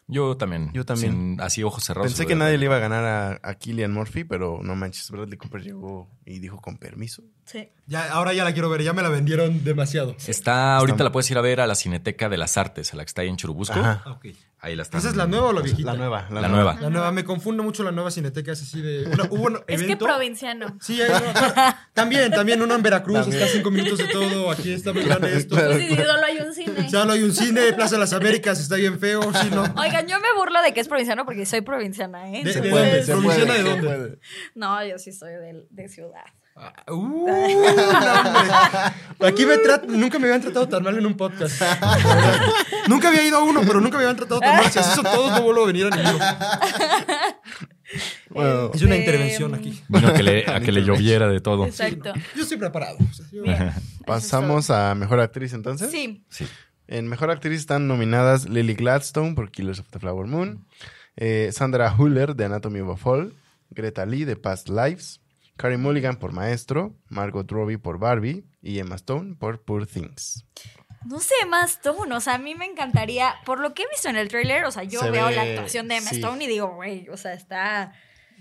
Speaker 2: Yo también.
Speaker 3: Yo también.
Speaker 2: Sin- así ojos cerrados.
Speaker 3: Pensé que nadie le iba a ganar a, a Killian Murphy, pero no manches, Bradley Cooper llegó y dijo con permiso.
Speaker 1: Sí.
Speaker 4: Ya, ahora ya la quiero ver, ya me la vendieron demasiado.
Speaker 2: Está, ahorita
Speaker 3: Está-
Speaker 2: la puedes ir a ver a la Cineteca de las Artes, a la que está ahí en Churubusco.
Speaker 3: Ajá.
Speaker 4: Ah, ok.
Speaker 2: Ahí la está.
Speaker 4: ¿Esa es la nueva o la viejita?
Speaker 3: Pues La nueva,
Speaker 2: La nueva.
Speaker 4: La nueva, me confundo mucho la nueva Cineteca, es así de... Una, hubo un
Speaker 1: Es que
Speaker 4: evento-
Speaker 1: provinciano.
Speaker 4: Sí, hay una- también, también uno en Veracruz,
Speaker 3: También.
Speaker 4: está a cinco minutos de todo, aquí está muy grande esto.
Speaker 1: Pues sí, sí, solo hay un cine.
Speaker 4: Ya no hay un cine, Plaza de las Américas, está bien feo, sí, no.
Speaker 1: Oigan, yo me burlo de que es provinciano porque soy provinciana, ¿eh?
Speaker 4: De-
Speaker 3: Se
Speaker 4: de-
Speaker 1: Entonces-
Speaker 3: puede,
Speaker 4: dónde?
Speaker 3: se
Speaker 4: ¿Provinciana
Speaker 3: puede,
Speaker 4: de
Speaker 3: se
Speaker 4: dónde?
Speaker 3: puede.
Speaker 1: No, yo sí soy de, de ciudad.
Speaker 4: Ah, uh, no, hombre. Aquí me trat- nunca me habían tratado tan mal en un podcast. nunca había ido a uno, pero nunca me habían tratado tan mal. Si así son todos, no vuelvo a venir a ninguno.
Speaker 3: Bueno,
Speaker 4: Es
Speaker 1: Este,
Speaker 4: una intervención aquí.
Speaker 2: Vino a que le, a que le lloviera de todo.
Speaker 1: Exacto.
Speaker 4: Yo estoy preparado. o sea, yo-
Speaker 1: Bien.
Speaker 3: pasamos a Mejor Actriz
Speaker 1: Eso
Speaker 3: entonces.
Speaker 1: es todo. Sí.
Speaker 3: En Mejor Actriz están nominadas Lily Gladstone por Killers of the Flower Moon, eh, Sandra Huller de Anatomy of a Fall, Greta Lee de Past Lives, Carey Mulligan por Maestro, Margot Robbie por Barbie y Emma Stone por Poor Things.
Speaker 1: No sé más Stone, o sea, a mí me encantaría, por lo que he visto en el tráiler, o sea, yo
Speaker 3: Se
Speaker 1: veo
Speaker 3: ve-
Speaker 1: la actuación de Emma
Speaker 3: sí.
Speaker 1: Stone y digo, güey, o sea, está,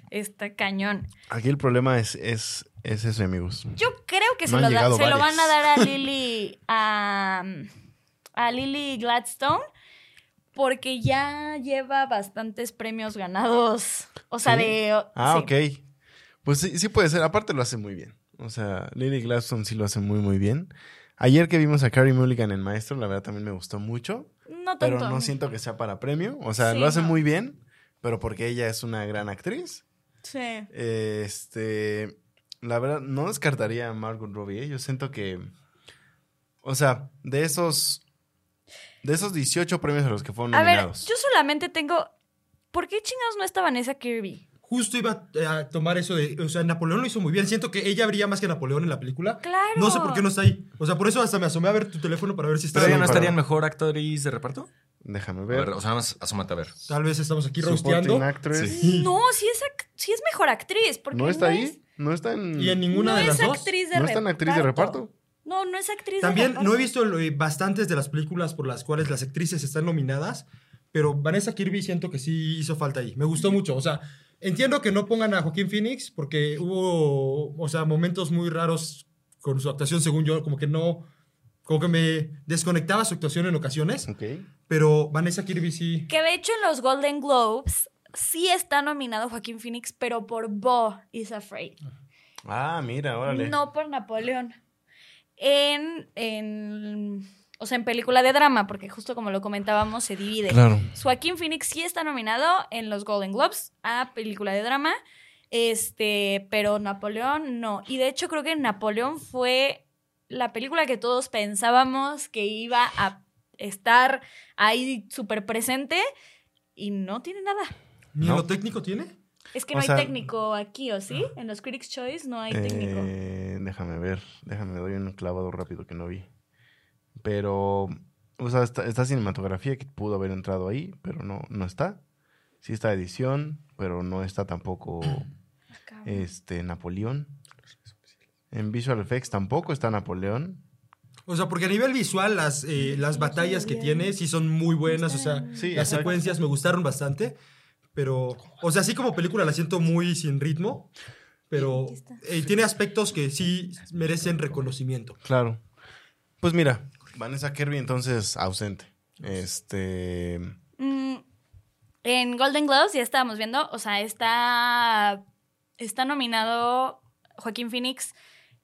Speaker 1: está cañón.
Speaker 3: Aquí el problema es, es, es eso, amigos.
Speaker 1: Yo creo que
Speaker 3: No
Speaker 1: se,
Speaker 3: han
Speaker 1: lo, da-
Speaker 3: llegado
Speaker 1: se lo
Speaker 3: varias.
Speaker 1: van a dar a Lily a, a Lily Gladstone porque ya lleva bastantes premios ganados. O sea,
Speaker 3: ¿Sí?
Speaker 1: de
Speaker 3: Ah,
Speaker 1: sí.
Speaker 3: ok. Pues sí, sí puede ser. Aparte lo hace muy bien. O sea, Lily Gladstone sí lo hace muy, muy bien. Ayer que vimos a Carrie Mulligan en Maestro, la verdad también me gustó mucho.
Speaker 1: No tanto.
Speaker 3: Pero no siento que sea para premio. O sea,
Speaker 1: Sí,
Speaker 3: lo hace
Speaker 1: no.
Speaker 3: muy bien, pero porque ella es una gran actriz.
Speaker 1: Sí.
Speaker 3: Este, la verdad, no descartaría a Margot Robbie. ¿eh? Yo siento que, o sea, de esos, de esos 18 premios a los que fueron
Speaker 1: A ver,
Speaker 3: nominados.
Speaker 1: yo solamente tengo. ¿Por qué chingados no está Vanessa Kirby?
Speaker 4: Justo iba eh, a tomar eso de. O sea, Napoleón lo hizo muy bien. Siento que ella brilla más que Napoleón en la película.
Speaker 1: Claro.
Speaker 4: No sé por qué no está ahí. O sea, por eso hasta me asomé a ver tu teléfono para ver si está
Speaker 2: ¿Pero
Speaker 3: Sí,
Speaker 2: ella
Speaker 4: ahí.
Speaker 2: no
Speaker 3: pero-
Speaker 2: estaría en mejor actriz de reparto?
Speaker 3: Déjame
Speaker 2: A
Speaker 3: ver.
Speaker 2: ver, o sea, nada más asómate a ver.
Speaker 4: Tal vez estamos aquí rosteando.
Speaker 3: Supporting actress.
Speaker 2: Sí.
Speaker 1: No, sí es, ac- sí es mejor actriz. Porque
Speaker 3: ¿No está
Speaker 1: es-
Speaker 3: ahí? ¿No está en,
Speaker 4: Y en ninguna
Speaker 1: no
Speaker 4: de las
Speaker 1: es
Speaker 4: dos.
Speaker 1: actriz de
Speaker 3: no está en actriz de reparto?
Speaker 1: No, no es actriz
Speaker 4: También
Speaker 1: de reparto.
Speaker 4: no he visto eh, bastantes de las películas por las cuales las actrices están nominadas. pero Vanessa Kirby siento que sí hizo falta ahí. Me gustó mucho. O sea, entiendo que no pongan a Joaquín Phoenix porque hubo, o sea, momentos muy raros con su actuación, según yo, como que no, como que me desconectaba su actuación en ocasiones,
Speaker 3: Ok.
Speaker 4: pero Vanessa Kirby sí.
Speaker 1: Que de hecho en los Golden Globes sí está nominado Joaquín Phoenix, pero por Bo is Afraid.
Speaker 3: Ah, mira, órale.
Speaker 1: No por Napoleón. En, en- O sea, en película de drama, porque justo como lo comentábamos, se divide.
Speaker 3: Claro.
Speaker 1: Joaquín Phoenix sí está nominado en los Golden Globes a película de drama. Este, pero Napoleón no. Y de hecho, creo que Napoleón fue la película que todos pensábamos que iba a estar ahí súper presente. Y no tiene nada.
Speaker 4: ¿Ni en
Speaker 3: No.
Speaker 4: lo técnico tiene?
Speaker 1: Es que
Speaker 3: O
Speaker 1: no
Speaker 3: sea-
Speaker 1: hay técnico aquí, ¿o sí? En los Critics' Choice no hay técnico.
Speaker 3: Eh, déjame ver, déjame, doy un clavado rápido que no vi. Pero, o sea, esta, esta cinematografía que pudo haber entrado ahí, pero no, no está. Sí está edición, pero no está tampoco
Speaker 1: Ah, cabrón.
Speaker 3: este Napoleón. En Visual Effects tampoco está Napoleón.
Speaker 4: O sea, porque a nivel visual las, eh, las batallas que tiene sí son muy buenas, o sea,
Speaker 3: Sí,
Speaker 4: las
Speaker 3: exacto.
Speaker 4: secuencias me gustaron bastante, pero, o sea, sí como película la siento muy sin ritmo, pero
Speaker 1: Aquí está.
Speaker 4: eh, tiene aspectos que sí merecen reconocimiento.
Speaker 3: Claro. Pues mira, Vanessa Kirby entonces ausente. Este,
Speaker 1: Mm, en Golden Globes ya estábamos viendo, o sea, está, está nominado Joaquín Phoenix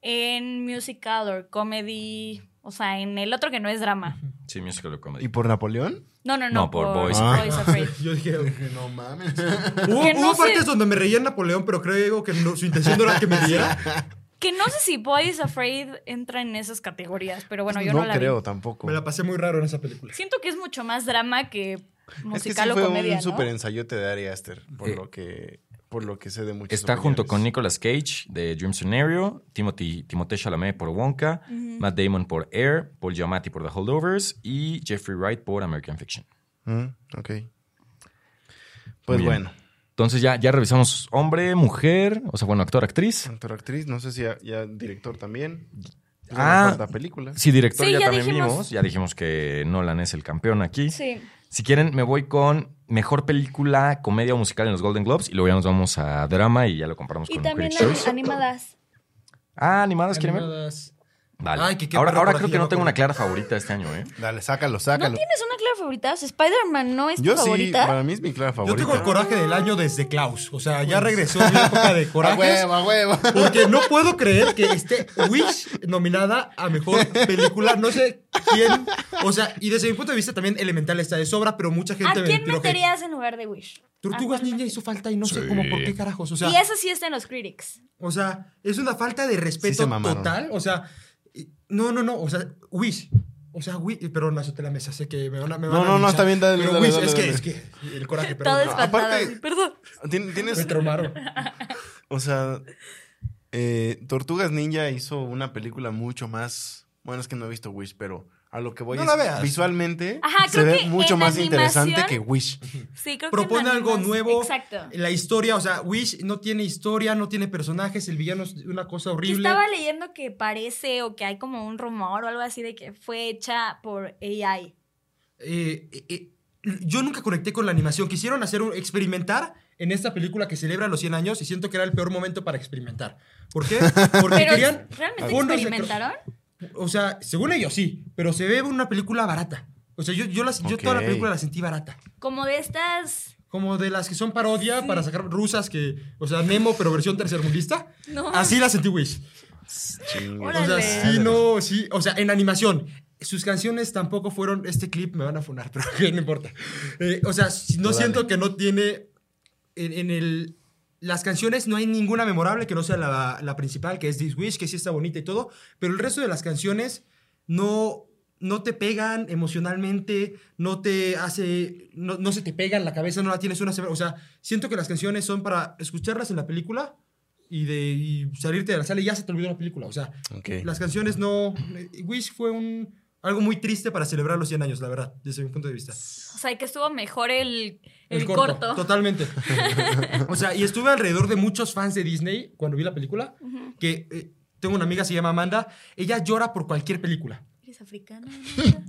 Speaker 1: en musical o comedy, o sea, en el otro que no es drama.
Speaker 2: Sí, musical o comedy.
Speaker 3: ¿y por Napoleón?
Speaker 1: No, no, no.
Speaker 2: No, por Boys
Speaker 3: Afraid.
Speaker 1: Boys Afraid.
Speaker 4: Yo dije,
Speaker 3: No mames.
Speaker 4: Hubo,
Speaker 1: Que no
Speaker 4: hubo
Speaker 1: sé.
Speaker 4: partes donde me reía en Napoleón, pero creo que no- su intención no era que me diera.
Speaker 1: Que no sé si Boys Afraid entra en esas categorías, pero bueno, yo no,
Speaker 3: Pues no
Speaker 1: la vi.
Speaker 3: creo tampoco.
Speaker 4: Me la pasé muy raro en esa película.
Speaker 1: Siento que es mucho más drama que
Speaker 3: Es que sí
Speaker 1: musical
Speaker 3: fue
Speaker 1: o comedia,
Speaker 3: un
Speaker 1: ¿no?
Speaker 3: súper ensayote de Ari Aster, por
Speaker 2: Eh,
Speaker 3: lo que por lo que sé de muchos.
Speaker 2: Está junto con Nicolas Cage de Dream Scenario, Timothy, Timothée Chalamet por Wonka, Matt Damon por Air, Paul Giamatti por The Holdovers y Jeffrey Wright por American Fiction.
Speaker 3: Mm, ok. Pues
Speaker 2: Muy bien.
Speaker 3: bueno,
Speaker 2: Entonces ya, ya revisamos hombre, mujer, o sea, bueno, actor, actriz.
Speaker 3: actor, actriz, no sé si ya, ya director también. Es
Speaker 2: Ah.
Speaker 3: la cuarta película.
Speaker 2: Sí, director
Speaker 1: Sí,
Speaker 2: ya,
Speaker 1: ya
Speaker 2: también
Speaker 1: dijimos.
Speaker 2: vimos. Ya dijimos que Nolan es el campeón aquí.
Speaker 1: Sí.
Speaker 2: Si quieren, me voy con mejor película, comedia o musical en los Golden Globes y luego ya nos vamos a drama y ya lo comparamos
Speaker 1: Y
Speaker 2: con
Speaker 1: también
Speaker 2: Critics'
Speaker 1: las
Speaker 2: Choice.
Speaker 1: animadas.
Speaker 2: Ah, animadas, ¿quieren ver?
Speaker 4: Animadas.
Speaker 2: Vale.
Speaker 4: Ay, que qué
Speaker 2: ahora
Speaker 4: perro
Speaker 2: ahora
Speaker 4: coraje,
Speaker 2: creo que
Speaker 4: ya
Speaker 2: no
Speaker 4: me
Speaker 2: tengo
Speaker 4: acordé.
Speaker 2: una clara favorita este año, ¿eh?
Speaker 3: Dale, sácalo,
Speaker 1: ¿No
Speaker 3: sácalo.
Speaker 1: tienes una clara favorita? O sea, Spider-Man no es tu
Speaker 3: Yo sí,
Speaker 1: favorita.
Speaker 3: para mí es mi clara
Speaker 4: Yo
Speaker 3: favorita.
Speaker 4: tengo el coraje del año desde Klaus. O sea, ya regresó mi época de
Speaker 3: A
Speaker 4: corajes.
Speaker 3: huevo, a huevo.
Speaker 4: Porque no puedo creer que esté Wish nominada a mejor película. No sé quién. O sea, y desde mi punto de vista también Elemental está de sobra, pero mucha
Speaker 1: ¿A
Speaker 4: gente
Speaker 1: quién
Speaker 4: tiró hate.
Speaker 1: meterías en lugar de Wish?
Speaker 4: Tortugas
Speaker 1: ¿A cuál?
Speaker 4: Ninja hizo falta y no sé cómo por qué carajos. O sea,
Speaker 1: y eso sí está en los critics.
Speaker 4: O sea, es una falta de
Speaker 3: Sí
Speaker 4: respeto
Speaker 3: se mamaron.
Speaker 4: total. O sea, y- no, no, no. O sea, Wish. O sea, Wish. Perdón, la azoté la mesa. Sé que me van a. me
Speaker 3: No,
Speaker 4: van a
Speaker 3: no, no,
Speaker 4: linchar,
Speaker 3: está bien, dale,
Speaker 4: pero
Speaker 3: dale,
Speaker 4: Wish,
Speaker 3: dale,
Speaker 4: es,
Speaker 3: dale.
Speaker 4: Que, es que. El coraje, pero.
Speaker 1: Todo
Speaker 4: no,
Speaker 1: espantada.
Speaker 3: aparte-
Speaker 1: así, Perdón.
Speaker 3: Tien-
Speaker 4: me
Speaker 3: Tienes,
Speaker 4: traumaron.
Speaker 3: o sea, eh, Tortugas Ninja hizo una película mucho más. Bueno, es que no he visto Wish, pero a lo que voy
Speaker 4: No
Speaker 3: es
Speaker 4: la veas.
Speaker 3: visualmente
Speaker 1: Ajá,
Speaker 3: se
Speaker 1: creo
Speaker 3: ve
Speaker 1: que
Speaker 3: mucho
Speaker 1: en
Speaker 3: más interesante
Speaker 1: animación-
Speaker 3: que Wish.
Speaker 1: Sí, creo que
Speaker 4: Propone
Speaker 1: en
Speaker 4: algo
Speaker 1: animas-
Speaker 4: nuevo.
Speaker 1: Exacto.
Speaker 4: La historia, o sea, Wish no tiene historia, no tiene personajes, el villano es una cosa
Speaker 1: Que
Speaker 4: horrible.
Speaker 1: estaba leyendo que parece o que hay como un rumor o algo así de que fue hecha por AI.
Speaker 4: Eh, eh, eh, yo nunca conecté con la animación. Quisieron hacer un experimentar en esta película que celebra los 100 años y siento que era el peor momento para experimentar. ¿Por qué? Porque
Speaker 1: Pero
Speaker 4: querían
Speaker 1: ¿realmente
Speaker 4: fondos de cro-
Speaker 1: experimentaron?
Speaker 4: O sea, según ellos sí, pero se ve una película barata. O sea, yo, yo, las- yo toda la
Speaker 3: Ok.
Speaker 4: película la sentí barata.
Speaker 1: Como de estas.
Speaker 4: Como de las que son parodia para sacar rusas que, o sea, Nemo, pero versión tercermundista.
Speaker 1: No.
Speaker 4: Así la sentí, Wish.
Speaker 3: Chingue.
Speaker 1: Órale.
Speaker 4: O sea, sí, no, sí. O sea, en animación. Sus canciones tampoco fueron. Este clip me van a funar, pero que no importa. Eh, o sea, si- no
Speaker 3: Tú dale.
Speaker 4: siento que no tiene. En, en el. Las canciones no hay ninguna memorable que no sea la, la principal, que es This Wish, que sí está bonita y todo. Pero el resto de las canciones no. No te pegan emocionalmente, no te hace. No, no se te pega en la cabeza, no la tienes una semana. O sea, siento que las canciones son para escucharlas en la película y de y salirte de la sala y ya se te olvidó la película. O sea,
Speaker 3: Ok.
Speaker 4: las canciones no. eh, Wish fue un. Algo muy triste para celebrar los 100 años, la verdad, desde mi punto de vista.
Speaker 1: O sea, que estuvo mejor el, el, corto.
Speaker 4: Totalmente. o sea, y estuve alrededor de muchos fans de Disney cuando vi la película, que eh, tengo una amiga, se llama Amanda, ella llora por cualquier película.
Speaker 1: ¿Eres africana?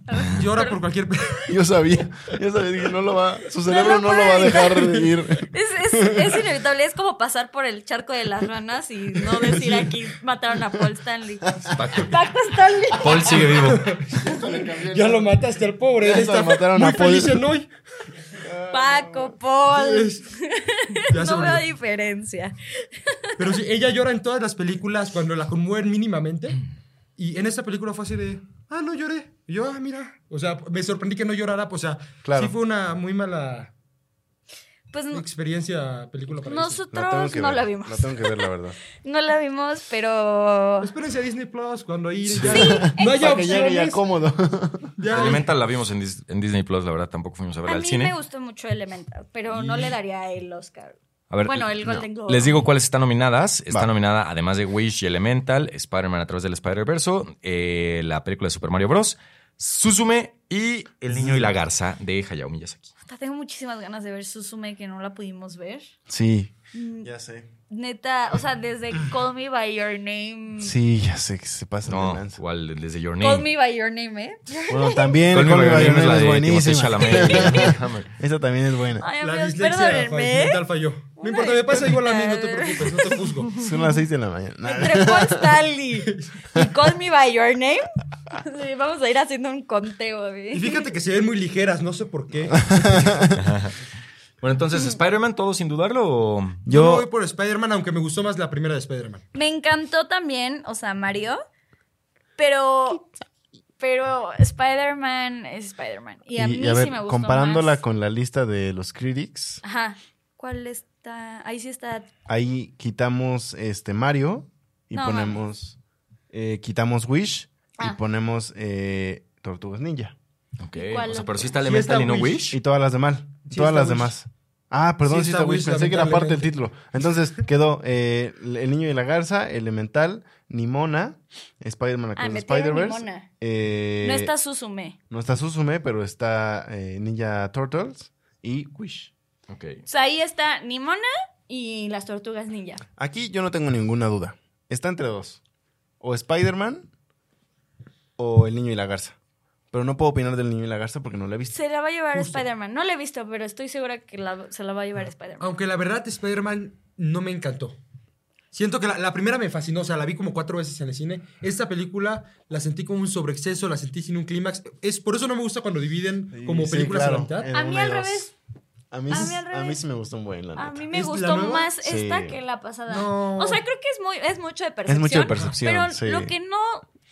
Speaker 1: Nata?
Speaker 4: Llora por cualquier.
Speaker 3: Yo sabía, yo sabía, dije, no lo va, su cerebro
Speaker 1: lo
Speaker 3: no, lo
Speaker 1: puede
Speaker 3: va a dejar
Speaker 1: evitar.
Speaker 3: de ir.
Speaker 1: Es, es, es inevitable, es como pasar por el charco de las ranas y no decir aquí mataron a Paul Stanley. Pacto Stanley.
Speaker 2: Paul sigue vivo.
Speaker 4: ya lo mataste al pobre.
Speaker 3: Ya
Speaker 4: Él
Speaker 3: hasta
Speaker 4: está
Speaker 3: mataron
Speaker 4: muy
Speaker 3: a Paul.
Speaker 4: feliz en hoy.
Speaker 1: Paco, Paul.
Speaker 4: Es- Ya se
Speaker 1: No
Speaker 4: olvidó.
Speaker 1: veo diferencia.
Speaker 4: Pero sí, ella llora en todas las películas cuando la conmueven mínimamente. Y en esta película fue así de, ah, no lloré. Y yo, ah, mira. O sea, me sorprendí que no llorara. pues, O sea,
Speaker 3: Claro.
Speaker 4: sí fue una muy mala
Speaker 1: Pues no-
Speaker 4: experiencia película para Disney.
Speaker 3: La tengo
Speaker 1: nosotros
Speaker 3: que
Speaker 1: no
Speaker 3: ver,
Speaker 1: la vimos.
Speaker 3: La tengo que ver, la verdad.
Speaker 1: No la vimos, pero.
Speaker 4: Espérense a Disney Plus cuando ahí ya- no haya
Speaker 3: Para que llegue ya
Speaker 4: opciones.
Speaker 3: cómodo.
Speaker 4: Ya,
Speaker 2: Elemental la vimos en, Dis- en Disney Plus, la verdad, tampoco fuimos a verla
Speaker 1: A
Speaker 2: al
Speaker 1: mí
Speaker 2: cine.
Speaker 1: me gustó mucho Elemental, pero no le daría el Oscar.
Speaker 2: A ver,
Speaker 1: Bueno, el
Speaker 2: no.
Speaker 1: Golden Globe.
Speaker 2: Les digo cuáles están nominadas. Está
Speaker 3: Va.
Speaker 2: nominada, además de Wish y Elemental, Spider-Man a través del Spider-Verso, eh, la película de Super Mario Bros., Suzume y El Niño y la Garza de Hayao Miyazaki.
Speaker 1: Puta, Tengo muchísimas ganas de ver Suzume que no la pudimos ver.
Speaker 3: Sí,
Speaker 1: Mm,
Speaker 3: ya sé.
Speaker 1: Neta, o sea, desde Call Me By Your Name.
Speaker 3: Sí, ya sé que se pasa
Speaker 2: No, igual desde Your Name.
Speaker 1: Call Me By Your Name, ¿eh?
Speaker 3: Bueno, también
Speaker 2: Call Me
Speaker 3: Call Me
Speaker 2: By
Speaker 3: By Your
Speaker 2: Your Name es la
Speaker 3: Name es
Speaker 2: de Timothée
Speaker 3: buenísima.
Speaker 2: Chalamet.
Speaker 3: Esa también es buena.
Speaker 1: Ay,
Speaker 4: la
Speaker 1: amigos,
Speaker 4: dislexia
Speaker 1: perdónenme. ¿eh?
Speaker 4: mental falló. No
Speaker 1: Una
Speaker 4: importa, me pasa igual a mí, no te
Speaker 1: disculpa.
Speaker 4: preocupes, no te juzgo.
Speaker 3: Son las 6 de la mañana. Nah.
Speaker 1: Entre Paul Stanley y Call Me By Your Name, sí, vamos a ir haciendo un conteo. ¿eh?
Speaker 4: Y fíjate que se ven muy ligeras, no sé por qué.
Speaker 2: Bueno, entonces, ¿Spider-Man todo sin dudarlo o...?
Speaker 4: Yo no
Speaker 3: Yo,
Speaker 4: voy por Spider-Man, aunque me gustó más la primera de Spider-Man.
Speaker 1: Me encantó también, o sea, Mario, pero... Pero Spider-Man es Spider-Man. Y a mí
Speaker 3: a
Speaker 1: sí me gustó
Speaker 3: comparándola
Speaker 1: más.
Speaker 3: con la lista de los critics,
Speaker 1: Ajá. ¿Cuál está? Ahí sí está.
Speaker 3: ahí quitamos este Mario y
Speaker 1: No,
Speaker 3: ponemos, eh, quitamos Wish
Speaker 1: Ah.
Speaker 3: y ponemos eh, Tortugas Ninja.
Speaker 2: Ok,
Speaker 1: ¿Y cuál
Speaker 2: o sea,
Speaker 1: otro?
Speaker 2: pero sí está Elemental
Speaker 4: está
Speaker 2: y no
Speaker 4: Wish.
Speaker 2: Wish.
Speaker 3: Y todas las demás.
Speaker 4: Sí
Speaker 3: todas
Speaker 4: está
Speaker 3: las
Speaker 4: Wish.
Speaker 3: demás. Ah, perdón,
Speaker 4: Sí
Speaker 3: sí,
Speaker 4: está
Speaker 3: está Wish.
Speaker 4: Wish,
Speaker 3: Pensé que era parte del
Speaker 4: lamentablemente.
Speaker 3: título. Entonces quedó eh, El Niño y la Garza, Elemental, Nimona, Spider-Man
Speaker 1: Ah,
Speaker 3: Across the
Speaker 1: metieron
Speaker 3: Spider-Verse.
Speaker 1: Nimona.
Speaker 3: eh,
Speaker 1: No está Susume.
Speaker 3: no está Suzume, pero está eh, Ninja Turtles y Wish.
Speaker 2: Ok.
Speaker 1: O sea, ahí está Nimona y las tortugas ninja.
Speaker 3: Aquí yo no tengo ninguna duda. Está entre dos. O Spider-Man o El Niño y la Garza. Pero no puedo opinar del Niño y la Garza porque no la he visto.
Speaker 1: Se la va a llevar
Speaker 4: Justo.
Speaker 1: Spider-Man. No la he visto, pero estoy segura que la- se la va a llevar Spider-Man.
Speaker 4: Aunque la verdad, Spider-Man no me encantó. Siento que la, la primera me fascinó, o sea, la vi como cuatro veces en el cine. Esta película la sentí como un sobreexceso, la sentí sin un clímax. Es, por eso no me gusta cuando dividen como
Speaker 3: Sí,
Speaker 4: películas
Speaker 3: claro, Eh,
Speaker 4: a la mitad.
Speaker 3: en
Speaker 1: A mí
Speaker 3: una y
Speaker 1: al
Speaker 3: dos.
Speaker 1: revés.
Speaker 3: A mí,
Speaker 1: A
Speaker 3: sí-
Speaker 1: mí al
Speaker 3: a mí
Speaker 1: revés.
Speaker 3: sí me gustó un buen, la
Speaker 1: A
Speaker 3: neta.
Speaker 1: mí me
Speaker 4: ¿Es la
Speaker 1: gustó
Speaker 4: nueva?
Speaker 1: más
Speaker 3: Sí.
Speaker 1: esta que la pasada.
Speaker 4: No.
Speaker 1: O sea, creo que es muy es mucho de percepción.
Speaker 3: Es mucho de percepción,
Speaker 1: Pero
Speaker 3: sí.
Speaker 1: lo que no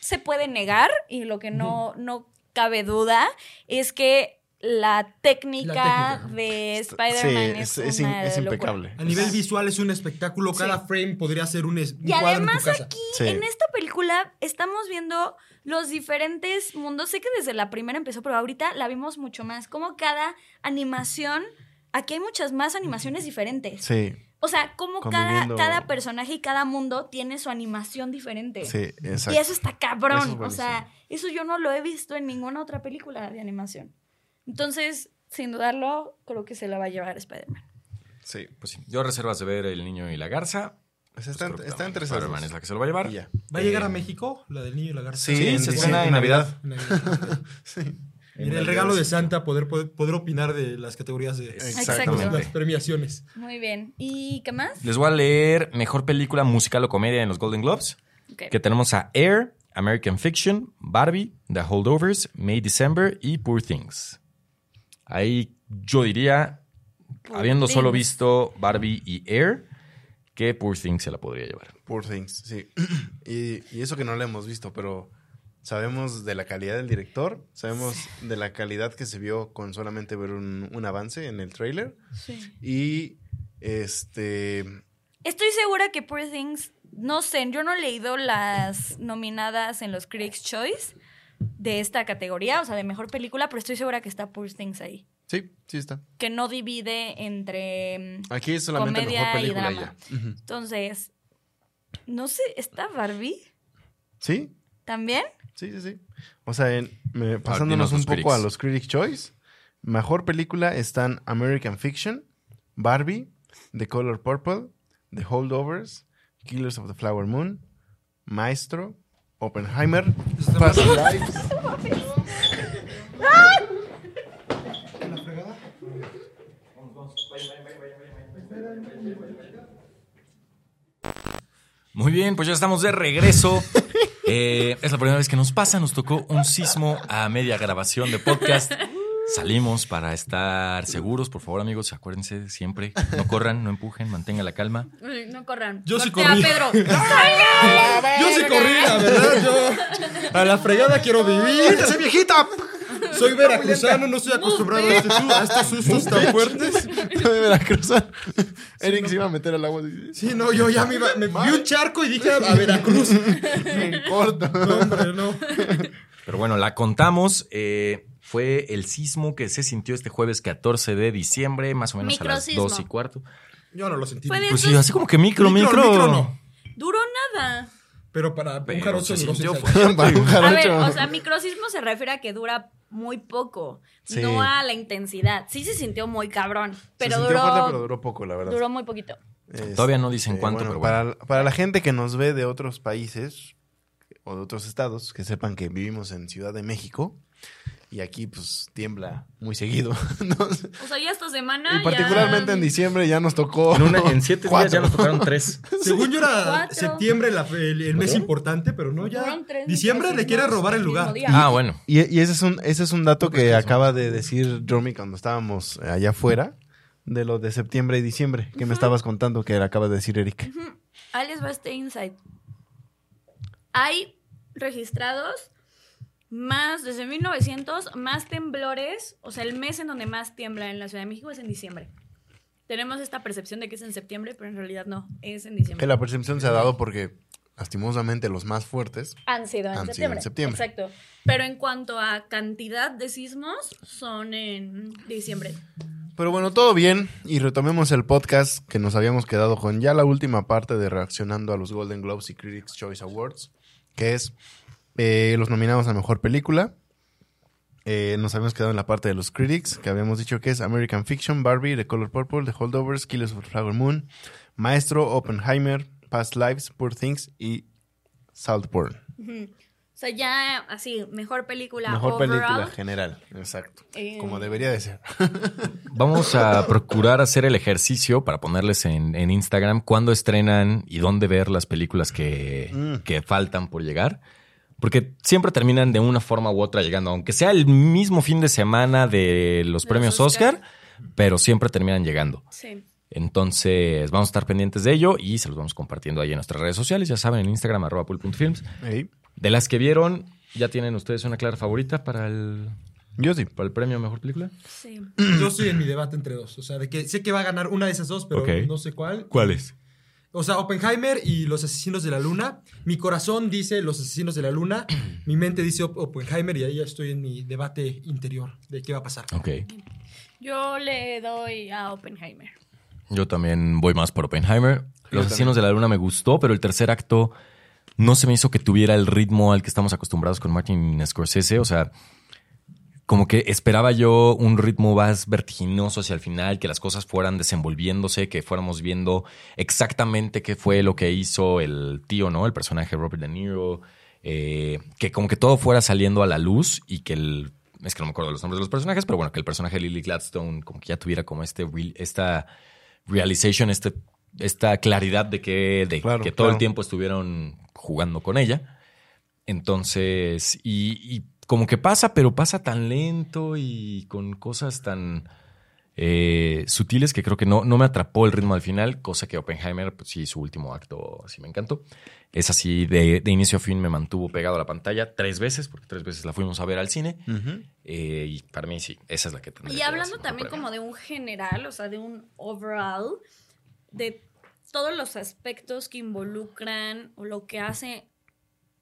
Speaker 1: se puede negar y lo que no, no cabe duda es que la técnica,
Speaker 4: La técnica.
Speaker 1: de Spider-Man
Speaker 3: Sí,
Speaker 1: es,
Speaker 3: es, es in-
Speaker 1: una
Speaker 3: es
Speaker 1: locura.
Speaker 3: impecable.
Speaker 4: A nivel visual es un espectáculo, cada
Speaker 1: Sí.
Speaker 4: frame podría ser un, es- un
Speaker 1: Y
Speaker 4: cuadro en tu
Speaker 1: además
Speaker 4: casa.
Speaker 1: aquí,
Speaker 3: Sí.
Speaker 1: en esta película, estamos viendo los diferentes mundos. Sé que desde la primera empezó, pero ahorita la vimos mucho más. Como cada animación, aquí hay muchas más animaciones diferentes.
Speaker 3: Sí,
Speaker 1: O sea, como cada,
Speaker 3: Conviviendo.
Speaker 1: cada personaje y cada mundo tiene su animación diferente.
Speaker 3: sí, exacto.
Speaker 1: Y eso está
Speaker 3: Eso
Speaker 1: cabrón.
Speaker 3: es
Speaker 1: o
Speaker 3: buenísimo.
Speaker 1: sea, eso yo no lo he visto en ninguna otra película de animación. Entonces, sin dudarlo, creo que se la va a llevar Spider-Man.
Speaker 3: Sí.
Speaker 2: Pues sí, yo reservas de ver El Niño y la Garza.
Speaker 3: Pues está,
Speaker 2: Pues creo que
Speaker 3: está
Speaker 2: también
Speaker 3: entre esas
Speaker 2: Spider-Man
Speaker 3: dos.
Speaker 2: es la que se lo va a llevar.
Speaker 3: Y ya.
Speaker 4: ¿Va a llegar a México la del niño y la garza?
Speaker 3: Sí,
Speaker 2: Sí,
Speaker 3: en
Speaker 2: se
Speaker 3: diciembre,
Speaker 2: estrena en
Speaker 3: en
Speaker 2: Navidad.
Speaker 3: Sí.
Speaker 4: Mira, el regalo de Santa, poder, poder, poder opinar de las categorías de
Speaker 1: Exactamente.
Speaker 4: las premiaciones.
Speaker 1: Muy bien. ¿Y qué más?
Speaker 2: Les voy a leer mejor película musical o comedia en los Golden Globes.
Speaker 1: Ok.
Speaker 2: Que tenemos a Air, American Fiction, Barbie, The Holdovers, May December y Poor Things. Ahí yo diría,
Speaker 1: Poor
Speaker 2: habiendo solo
Speaker 1: Things.
Speaker 2: visto Barbie y Air, que Poor Things se la podría llevar.
Speaker 3: Poor Things, sí. Y, y eso que no lo hemos visto, pero sabemos de la calidad del director, sabemos de la calidad que se vio con solamente ver un, un avance en el tráiler.
Speaker 1: Sí.
Speaker 3: Y este...
Speaker 1: Estoy segura que Poor Things, no sé, yo no he leído las nominadas en los Critics Choice de esta categoría, o sea, de mejor película, pero estoy segura que está Poor Things ahí.
Speaker 3: Sí, sí está.
Speaker 1: Que no divide entre. mm,
Speaker 3: Aquí es solamente
Speaker 1: Comedia
Speaker 3: mejor
Speaker 1: y
Speaker 3: película y
Speaker 1: drama.
Speaker 3: ya. Ujú.
Speaker 1: Entonces, no sé, ¿está Barbie
Speaker 3: Sí,
Speaker 1: también?
Speaker 3: Sí, sí, sí. O sea, en- me- pasándonos
Speaker 2: Ah, dinos
Speaker 3: un
Speaker 2: los
Speaker 3: poco
Speaker 2: critics.
Speaker 3: a los Critic Choice, mejor película están American Fiction, Barbie, The Color Purple, The Holdovers, Killers of the Flower Moon, Maestro, Oppenheimer,
Speaker 4: Esto está
Speaker 3: Past
Speaker 4: mal.
Speaker 3: Lives.
Speaker 2: Muy bien, pues ya estamos de regreso. Eh, es la primera vez que nos pasa, nos tocó un sismo a media grabación de podcast. Salimos para estar seguros, por favor amigos, acuérdense siempre, no corran, no empujen, mantengan la calma.
Speaker 1: Ay, No corran.
Speaker 4: Yo sí
Speaker 1: Cortea,
Speaker 4: corrí.
Speaker 1: Pedro.
Speaker 4: Yo sí corrí, la verdad, yo a la fregada quiero vivir.
Speaker 3: ¡Esa viejita!
Speaker 4: Soy veracruzano, no estoy acostumbrado a, este su- a estos sustos tan fuertes.
Speaker 3: Soy veracruzano. Eric se iba a meter al agua. así,
Speaker 4: Sí, no, yo ya me, iba- me vi un charco y dije a Veracruz.
Speaker 3: En corto.
Speaker 4: No, hombre, no.
Speaker 2: Pero bueno, la contamos. eh, fue el sismo que se sintió este jueves 14 de diciembre, más o menos a las
Speaker 1: Microsismo.
Speaker 2: 2 y cuarto.
Speaker 4: Yo no lo sentí.
Speaker 1: Fue de-
Speaker 2: Pues sí, así como que micro, micro.
Speaker 4: no.
Speaker 1: Duró nada.
Speaker 4: Pero para un
Speaker 2: Pero
Speaker 4: jarocho
Speaker 2: se
Speaker 4: duró seis
Speaker 2: sintió
Speaker 4: años.
Speaker 2: fuerte.
Speaker 3: Para un
Speaker 1: A ver,
Speaker 3: jarocho.
Speaker 1: o sea, microsismo se refiere a que dura muy poco,
Speaker 3: Sí.
Speaker 1: no a la intensidad. Sí se sintió muy cabrón, pero,
Speaker 3: Se sintió
Speaker 1: duró,
Speaker 3: fuerte, pero duró poco, la verdad.
Speaker 1: duró muy poquito.
Speaker 3: Este,
Speaker 2: Todavía no dicen cuánto, pero bueno.
Speaker 3: Para, para la gente que nos ve de otros países o de otros estados, que sepan que vivimos en Ciudad de México y aquí pues tiembla muy seguido. Entonces,
Speaker 1: O sea, ya esta semana.
Speaker 3: y particularmente
Speaker 1: ya-
Speaker 3: en diciembre ya nos tocó.
Speaker 2: En, una- en siete días
Speaker 3: cuatro.
Speaker 2: ya nos tocaron tres.
Speaker 4: Según yo era
Speaker 1: Cuatro.
Speaker 4: septiembre la- el, el mes importante, pero no ya.
Speaker 1: Fueron tres
Speaker 4: Diciembre le quiere robar el lugar.
Speaker 1: microsismos
Speaker 2: Ah, bueno.
Speaker 3: Y, y ese es un, ese es un dato que acaba de decir Jormi cuando estábamos allá afuera, de lo de septiembre y diciembre, que me estabas contando que acaba de decir Eric.
Speaker 1: Ahí les va este insight. Hay registrados más, desde 1900, más temblores. O sea, el mes en donde más tiembla en la Ciudad de México es en diciembre. Tenemos esta percepción de que es en septiembre, pero en realidad no, es en diciembre.
Speaker 3: Que la percepción se ha dado porque lastimosamente los más fuertes
Speaker 1: Han sido en,
Speaker 3: Han sido
Speaker 1: septiembre.
Speaker 3: en septiembre.
Speaker 1: Exacto. Pero en cuanto a cantidad de sismos, son en diciembre.
Speaker 3: Pero bueno, todo bien. Y retomemos el podcast que nos habíamos quedado con ya la última parte de reaccionando a los Golden Globes y Critics Choice Awards, que es eh, los nominados a mejor película. Eh, nos habíamos quedado en la parte de los critics, que habíamos dicho que es American Fiction, Barbie, The Color Purple, The Holdovers, Killers of the Flower Moon, Maestro, Oppenheimer, Past Lives, Poor Things y Saltburn.
Speaker 1: O sea, ya así, mejor película
Speaker 3: Mejor película
Speaker 1: overall.
Speaker 3: general. Exacto.
Speaker 1: Eh.
Speaker 3: Como debería de ser.
Speaker 2: Vamos a procurar hacer el ejercicio para ponerles en, en Instagram cuándo estrenan y dónde ver las películas que,
Speaker 3: Mm.
Speaker 2: que faltan por llegar. Porque siempre terminan de una forma u otra llegando, aunque sea el mismo fin de semana de los
Speaker 1: De los
Speaker 2: premios
Speaker 1: Oscar.
Speaker 2: Oscar, pero siempre terminan llegando.
Speaker 1: Sí.
Speaker 2: Entonces, vamos a estar pendientes de ello y se los vamos compartiendo ahí en nuestras redes sociales. Ya saben, en Instagram, arroba pool.films.
Speaker 3: Ey,
Speaker 2: De las que vieron, ¿ya tienen ustedes una clara favorita para el,
Speaker 3: Yo sí.
Speaker 2: para el premio Mejor Película?
Speaker 1: Sí.
Speaker 4: Yo estoy en mi debate entre dos. O sea, de que sé que va a ganar una de esas dos, pero
Speaker 2: Ok.
Speaker 4: no sé cuál.
Speaker 2: ¿Cuál es?
Speaker 4: O sea, Oppenheimer y Los Asesinos de la Luna. Mi corazón dice Los Asesinos de la Luna. Mi mente dice Op- Oppenheimer y ahí ya estoy en mi debate interior de qué va a pasar.
Speaker 2: Ok.
Speaker 1: Yo le doy a Oppenheimer.
Speaker 2: Yo también voy más por Oppenheimer. Los Asesinos de la Luna me gustó, pero el tercer acto no se me hizo que tuviera el ritmo al que estamos acostumbrados con Martin Scorsese. O sea, como que esperaba yo un ritmo más vertiginoso hacia el final, que las cosas fueran desenvolviéndose, que fuéramos viendo exactamente qué fue lo que hizo el tío, ¿no? El personaje Robert De Niro. eh, que como que todo fuera saliendo a la luz y que el. Es que no me acuerdo los nombres de los personajes, pero bueno, que el personaje de Lily Gladstone como que ya tuviera como este real- esta realization, este, esta claridad de que, de
Speaker 3: Claro,
Speaker 2: que todo el
Speaker 3: claro.
Speaker 2: tiempo estuvieron jugando con ella. Entonces, y, y como que pasa, pero pasa tan lento y con cosas tan eh, sutiles que creo que no, no me atrapó el ritmo al final, cosa que Oppenheimer, pues sí, su último acto sí me encantó. Es así, de, de inicio a fin me mantuvo pegado a la pantalla tres veces, porque tres veces la fuimos a ver al cine. eh, y para mí sí, esa es la que tendría
Speaker 1: Y
Speaker 2: que
Speaker 1: hablando
Speaker 2: darse mejor
Speaker 1: también
Speaker 2: premio.
Speaker 1: como de un general, o sea, de un overall, de todos los aspectos que involucran o lo que hace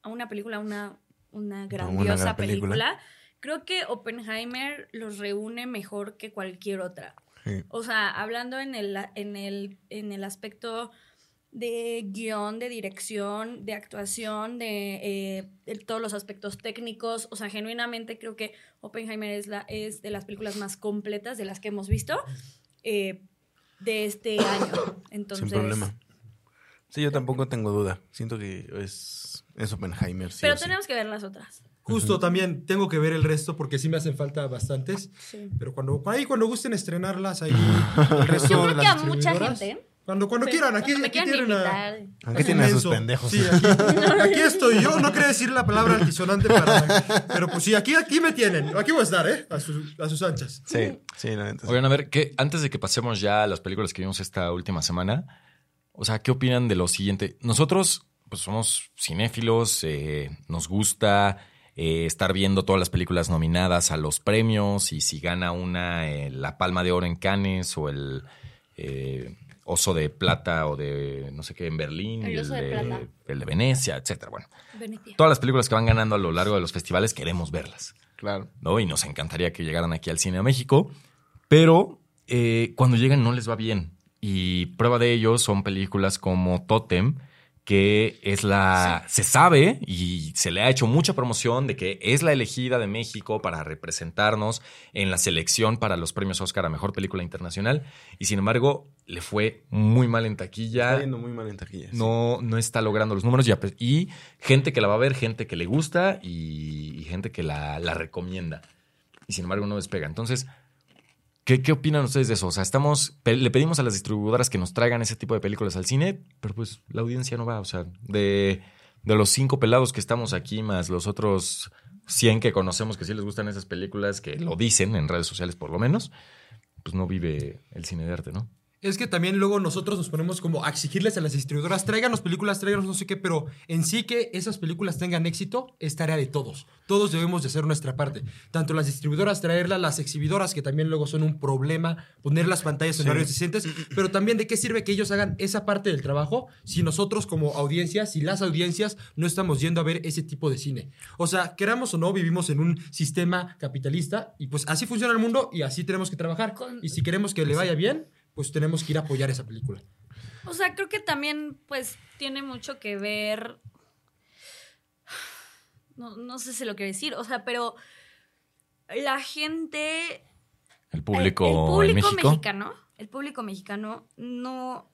Speaker 1: a una película una, una grandiosa
Speaker 3: gran película.
Speaker 1: película. creo que Oppenheimer los reúne mejor que cualquier otra.
Speaker 3: Sí.
Speaker 1: O sea, hablando en el, en el, en el aspecto de guión, de dirección, de actuación, de, eh, de todos los aspectos técnicos. O sea, genuinamente creo que Oppenheimer es, la, es de las películas más completas de las que hemos visto eh, de este año. Entonces,
Speaker 3: Sin problema. Sí, yo tampoco tengo duda. Siento que es, es Oppenheimer. sí
Speaker 1: Pero
Speaker 3: o sí.
Speaker 1: tenemos que ver las otras.
Speaker 4: Justo también tengo que ver el resto porque sí me hacen falta bastantes.
Speaker 1: Sí.
Speaker 4: Pero cuando, ahí cuando gusten estrenarlas, ahí el resto
Speaker 1: Yo
Speaker 4: de
Speaker 1: creo que
Speaker 4: las
Speaker 1: a mucha
Speaker 4: distribuidoras.
Speaker 1: gente.
Speaker 4: Cuando, cuando
Speaker 1: Sí,
Speaker 4: quieran, aquí,
Speaker 1: cuando me
Speaker 4: aquí
Speaker 1: quieran
Speaker 4: tienen a...
Speaker 1: invitar.
Speaker 3: Aquí tienen a sus
Speaker 4: Inmenso.
Speaker 3: pendejos.
Speaker 4: Sí, aquí, aquí estoy yo. No quería decir la palabra altisonante para. Pero pues sí, aquí, aquí me tienen. Aquí voy a estar, ¿eh? A sus, a sus anchas.
Speaker 3: Sí, sí, la neta. sí.
Speaker 2: Oigan, a ver, ¿qué- antes de que pasemos ya a las películas que vimos esta última semana, o sea, ¿qué opinan de lo siguiente? Nosotros, pues somos cinéfilos, eh, nos gusta eh, estar viendo todas las películas nominadas a los premios y si gana una eh, la Palma de Oro en Cannes o el eh, Oso de Plata o de no sé qué en Berlín,
Speaker 1: El
Speaker 2: y
Speaker 1: Oso de Plata.
Speaker 2: el de Venecia, etcétera. Bueno,
Speaker 1: Venecia.
Speaker 2: todas las películas que van ganando a lo largo de los festivales queremos verlas.
Speaker 3: Claro.
Speaker 2: ¿no? Y nos encantaría que llegaran aquí al cine a México, pero eh, cuando llegan no les va bien. Y prueba de ello son películas como Totem, que es la. Se sabe y se le ha hecho mucha promoción de que es la elegida de México para representarnos en la selección para los premios Oscar a mejor película internacional. Y sin embargo, le fue muy mal en taquilla.
Speaker 3: Está yendo muy mal en taquilla. sí.
Speaker 2: Ah, No, no está logrando los números. Y, ape- y gente que la va a ver, gente que le gusta y, y gente que la, la recomienda. Y sin embargo no despega. Entonces, ¿qué, qué opinan ustedes de eso? O sea, estamos, pe- le pedimos a las distribuidoras que nos traigan ese tipo de películas al cine, pero pues la audiencia no va. O sea, de, de los cinco pelados que estamos aquí, más los otros 100 que conocemos que sí les gustan esas películas, que lo dicen en redes sociales por lo menos, pues no vive el cine de arte, ¿no?
Speaker 4: Es que también luego nosotros nos ponemos como a exigirles a las distribuidoras, tráiganos películas, tráiganos no sé qué, pero en sí que esas películas tengan éxito es tarea de todos. Todos debemos de hacer nuestra parte. Tanto las distribuidoras traerlas, las exhibidoras, que también luego son un problema, poner las pantallas en horarios decentes, pero también de qué sirve que ellos hagan esa parte del trabajo si nosotros como audiencia, si las audiencias no estamos yendo a ver ese tipo de cine. O sea, queramos o no, vivimos en un sistema capitalista y pues así funciona el mundo y así tenemos que trabajar.
Speaker 1: Con-
Speaker 4: Y si queremos que le vaya bien, pues tenemos que ir a apoyar esa película.
Speaker 1: O sea, creo que también, pues, tiene mucho que ver. No, no sé si lo quiero decir. O sea, pero la gente
Speaker 2: El público,
Speaker 1: el, el público
Speaker 2: en México.
Speaker 1: mexicano, el público mexicano no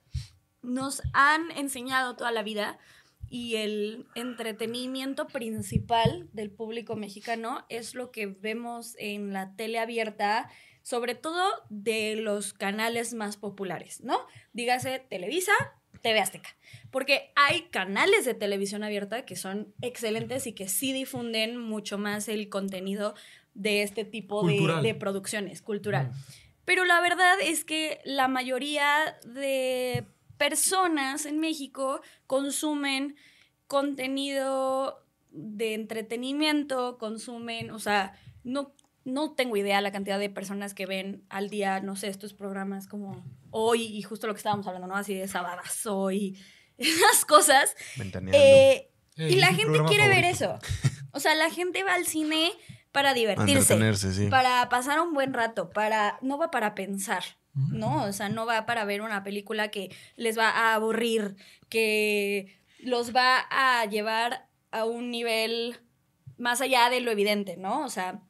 Speaker 1: nos han enseñado toda la vida y el entretenimiento principal del público mexicano es lo que vemos en la tele abierta, sobre todo de los canales más populares, ¿no? Dígase Televisa, TV Azteca, porque hay canales de televisión abierta que son excelentes y que sí difunden mucho más el contenido de este tipo de-
Speaker 4: Cultural.
Speaker 1: de producciones, cultural. Pero la verdad es que la mayoría de personas en México consumen contenido de entretenimiento, consumen, o sea, no, no tengo idea la cantidad de personas que ven al día, no sé, estos programas como hoy y justo lo que estábamos hablando, ¿no? Así de sabadazo y esas cosas.
Speaker 3: Ventaneando.
Speaker 1: Eh,
Speaker 4: Ey,
Speaker 1: y la
Speaker 4: es mi
Speaker 1: gente
Speaker 4: programa
Speaker 1: quiere ver
Speaker 4: favorito.
Speaker 1: eso. O sea, la gente va al cine para
Speaker 3: Para
Speaker 1: divertirse
Speaker 3: entretenerse, sí.
Speaker 1: para pasar un buen rato, para no va para pensar, ¿no? O sea, no va para ver una película que les va a aburrir, que los va a llevar a un nivel más allá de lo evidente, ¿no? O sea,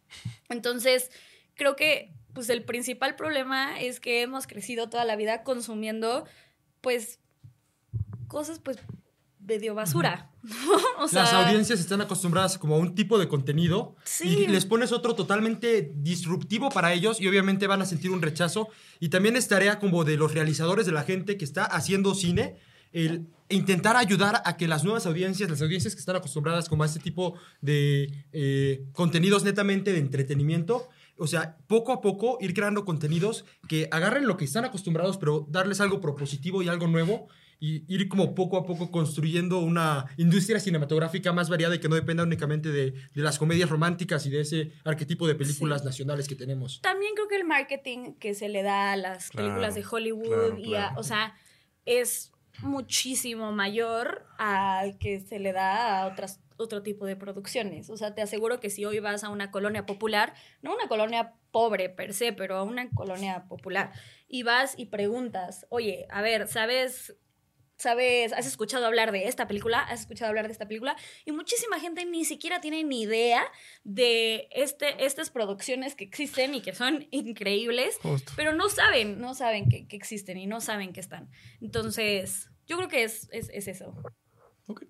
Speaker 1: entonces creo que pues el principal problema es que hemos crecido toda la vida consumiendo pues cosas pues medio basura, ¿no? O sea,
Speaker 4: Las audiencias están acostumbradas como a un tipo de contenido
Speaker 1: Sí.
Speaker 4: y les pones otro totalmente disruptivo para ellos y obviamente van a sentir un rechazo. Y también es tarea como de los realizadores, de la gente que está haciendo cine, el intentar ayudar a que las nuevas audiencias, las audiencias que están acostumbradas como a este tipo de eh, contenidos netamente de entretenimiento, o sea, poco a poco ir creando contenidos que agarren lo que están acostumbrados, pero darles algo propositivo y algo nuevo y ir como poco a poco construyendo una industria cinematográfica más variada y que no dependa únicamente de, de las comedias románticas y de ese arquetipo de películas nacionales que tenemos.
Speaker 1: también creo que el marketing que se le da a las
Speaker 3: Claro,
Speaker 1: películas de Hollywood
Speaker 3: claro,
Speaker 1: y a-
Speaker 3: claro.
Speaker 1: o sea, es muchísimo mayor al que se le da a otras otro tipo de producciones. O sea, te aseguro que si hoy vas a una colonia popular, no una colonia pobre per se, pero a una colonia popular y vas y preguntas, "Oye, a ver, ¿sabes ¿Sabes? ¿Has escuchado hablar de esta película? ¿Has escuchado hablar de esta película? Y muchísima gente ni siquiera tiene ni idea de este, estas producciones que existen y que son increíbles,
Speaker 3: Justo.
Speaker 1: pero no saben, no saben que, que existen y no saben que están. Entonces, Yo creo que es, es, es eso.
Speaker 3: Ok.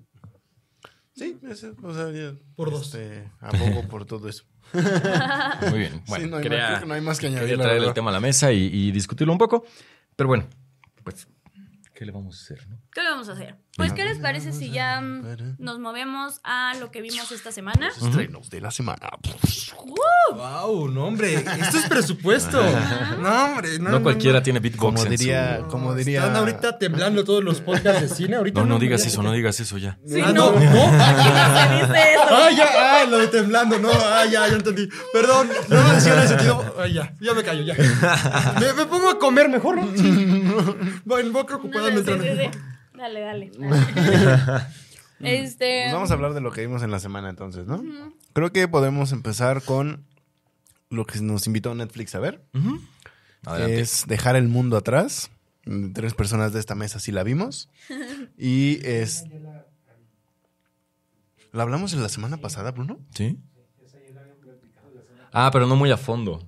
Speaker 3: Sí, ese, o sea, ya,
Speaker 4: Por dos.
Speaker 3: este, abogo por todo eso.
Speaker 2: Muy bien. Bueno,
Speaker 3: sí, no hay,
Speaker 2: quería-
Speaker 3: más, creo que no hay más que
Speaker 2: quería
Speaker 3: añadir. la
Speaker 2: traer el
Speaker 3: verdad.
Speaker 2: tema a la mesa y, y discutirlo un poco. Pero bueno, pues, ¿qué le vamos a hacer? no?
Speaker 1: ¿Qué le vamos a hacer? Pues, ¿qué les parece si ya mm, nos movemos a lo que vimos esta semana?
Speaker 3: Los estrenos de la semana.
Speaker 4: Wow, no, hombre. Esto es presupuesto. no, hombre. No,
Speaker 2: No, cualquiera tiene beatbox.
Speaker 3: Como
Speaker 2: en su-
Speaker 3: diría, como diría.
Speaker 4: Están ahorita temblando todos los podcasts de cine. Ahorita
Speaker 2: No, no digas
Speaker 4: ya-
Speaker 2: eso, no digas eso ya.
Speaker 1: Sí,
Speaker 4: Ah,
Speaker 1: no.
Speaker 4: no. ¿no?
Speaker 1: ¿Qué se dice eso?
Speaker 4: Ah, ya, ah, lo de temblando, no, ah, ya, ya entendí. Perdón, no menciona ese tío. Ah, ya, ya me callo, ya. Me, me pongo a comer mejor, ¿no? Bueno, voy
Speaker 1: No,
Speaker 4: preocupado
Speaker 1: no, sí,
Speaker 4: mientras-
Speaker 1: sí, sí. Dale, dale. este.
Speaker 3: Pues vamos a hablar de lo que vimos en la semana entonces, ¿no? Creo que podemos empezar con lo que nos invitó Netflix a ver.
Speaker 2: Ujú.
Speaker 3: que
Speaker 2: Adelante.
Speaker 3: es Dejar el Mundo Atrás. Mm, Tres personas de esta mesa sí la vimos. Y es... ¿La hablamos en la semana pasada, Bruno?
Speaker 2: ¿Sí? Ah, pero no muy a fondo.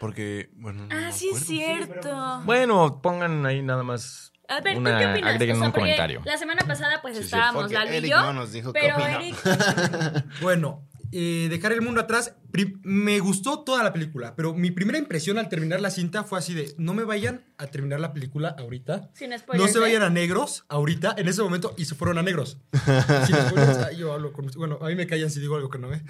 Speaker 3: Porque, bueno... no me
Speaker 1: Ah, sí, es
Speaker 3: acuerdo.
Speaker 1: cierto.
Speaker 2: Bueno, pongan ahí nada más.
Speaker 1: Ah. A ver, ¿tú
Speaker 2: una-
Speaker 1: qué opinas?
Speaker 2: agreguen
Speaker 1: O sea,
Speaker 2: un
Speaker 1: porque
Speaker 2: comentario.
Speaker 1: La semana pasada, pues
Speaker 3: Sí, sí,
Speaker 1: estábamos,
Speaker 3: porque
Speaker 1: Lalo y
Speaker 3: Eric
Speaker 1: yo.
Speaker 3: no nos dijo qué
Speaker 1: pero
Speaker 3: opinaba.
Speaker 1: Eric.
Speaker 4: Bueno, eh, dejar el mundo atrás. Pri- Me gustó toda la película, pero mi primera impresión al terminar la cinta fue así de: no me vayan a terminar la película ahorita.
Speaker 1: Sin
Speaker 4: No
Speaker 1: spoilers.
Speaker 4: se vayan
Speaker 1: ¿eh?
Speaker 4: a negros ahorita, en ese momento, y se fueron a negros. Sin spoilers, ah, yo hablo con- Bueno, a mí me callan si digo algo que no, ¿eh?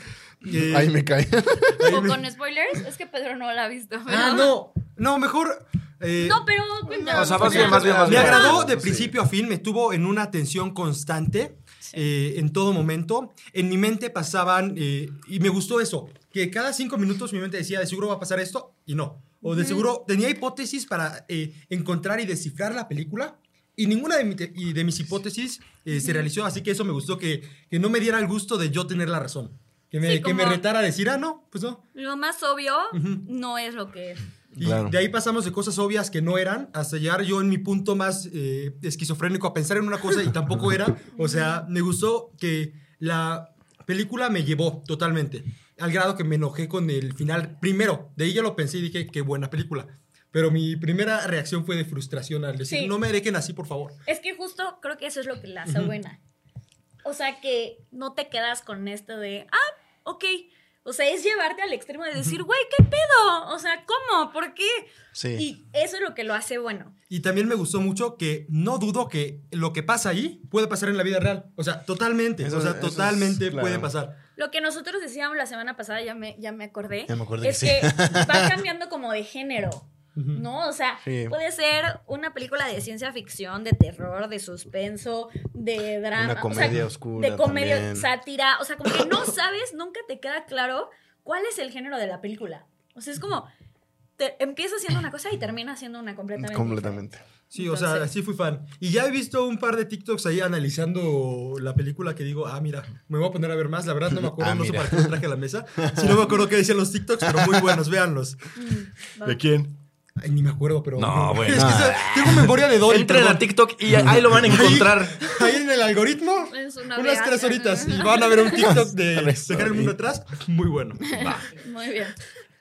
Speaker 4: Eh,
Speaker 3: Ahí me cae.
Speaker 4: ahí
Speaker 1: O
Speaker 4: me-
Speaker 1: con spoilers. Es que Pedro no la ha visto. pero-
Speaker 4: Ah, no. No, mejor. eh,
Speaker 1: No, pero. pues, cuéntanos,
Speaker 2: O sea, más bien,
Speaker 1: cuéntanos.
Speaker 2: más bien, más
Speaker 4: me
Speaker 2: bien.
Speaker 4: agradó de
Speaker 3: Sí.
Speaker 4: principio a fin, me tuvo en una tensión constante eh, en todo momento. En mi mente pasaban, eh, y me gustó eso, que cada cinco minutos mi mente decía, de seguro va a pasar esto, y no. O de seguro tenía hipótesis para eh, encontrar y descifrar la película, y ninguna de, mi te- y de mis hipótesis eh, se realizó, así que eso me gustó, que, que no me diera el gusto de yo tener la razón. Que me,
Speaker 1: Sí,
Speaker 4: que me
Speaker 1: como-
Speaker 4: retara a decir, ah, no, pues no.
Speaker 1: Lo más obvio
Speaker 4: Ujú.
Speaker 1: no es lo que es.
Speaker 4: Y
Speaker 3: Claro.
Speaker 4: de ahí pasamos de cosas obvias que no eran hasta llegar yo en mi punto más eh, esquizofrénico a pensar en una cosa y tampoco era. O sea, me gustó que la película me llevó totalmente. Al grado que me enojé con el final primero. De ahí ya lo pensé y dije, qué buena película. Pero mi primera reacción fue de frustración al decir,
Speaker 1: Sí.
Speaker 4: no me dejen así, por favor.
Speaker 1: Es que justo creo que eso es lo que la hace buena. O sea, que no te quedas con esto de, ah, ok. O sea, es llevarte al extremo de decir, güey, ¿qué pedo? O sea, ¿cómo? ¿Por qué?
Speaker 3: Sí.
Speaker 1: Y eso es lo que lo hace bueno.
Speaker 4: Y también me gustó mucho que no dudo que lo que pasa ahí puede pasar en la vida real. O sea, totalmente.
Speaker 3: Eso-
Speaker 4: o sea,
Speaker 3: eso es
Speaker 4: totalmente
Speaker 3: claro.
Speaker 4: puede pasar.
Speaker 1: Lo que nosotros decíamos la semana pasada, ya me, ya me acordé,
Speaker 3: Ya me acordé
Speaker 1: es
Speaker 3: que
Speaker 1: que,
Speaker 3: sí.
Speaker 1: va cambiando como de género, ¿no? O sea,
Speaker 3: Mm. Sí.
Speaker 1: puede ser una película de ciencia ficción, de terror, de suspenso, de drama.
Speaker 3: Una comedia
Speaker 1: o sea,
Speaker 3: oscura
Speaker 1: De comedia,
Speaker 3: también.
Speaker 1: sátira. O sea, como que no sabes, nunca te queda claro cuál es el género de la película. O sea, es como, te, empieza haciendo una cosa y termina haciendo una completamente.
Speaker 3: Completamente.
Speaker 4: Sí, o sea,
Speaker 1: Entonces-
Speaker 4: sí fui fan. Y ya he visto un par de TikToks ahí analizando la película que digo, ah, mira, me voy a poner a ver más. La verdad no me acuerdo,
Speaker 3: Ah,
Speaker 4: no sé
Speaker 3: mira.
Speaker 4: para qué lo traje a la mesa. Sí, no me acuerdo qué decían los TikToks, pero muy buenos, véanlos.
Speaker 1: diferente. Mm, va.
Speaker 2: quién?
Speaker 4: Ay, ni me acuerdo, pero...
Speaker 2: No, bueno.
Speaker 4: Es que esa- tengo memoria de Dory,
Speaker 2: Entren a
Speaker 4: perdón.
Speaker 2: TikTok y ahí lo van a encontrar.
Speaker 4: Ahí en el algoritmo,
Speaker 1: Es una
Speaker 4: unas
Speaker 1: real.
Speaker 4: tres horitas. Y van a ver un TikTok de
Speaker 3: Tres
Speaker 4: dejar el mundo atrás. Muy bueno.
Speaker 1: Muy bien.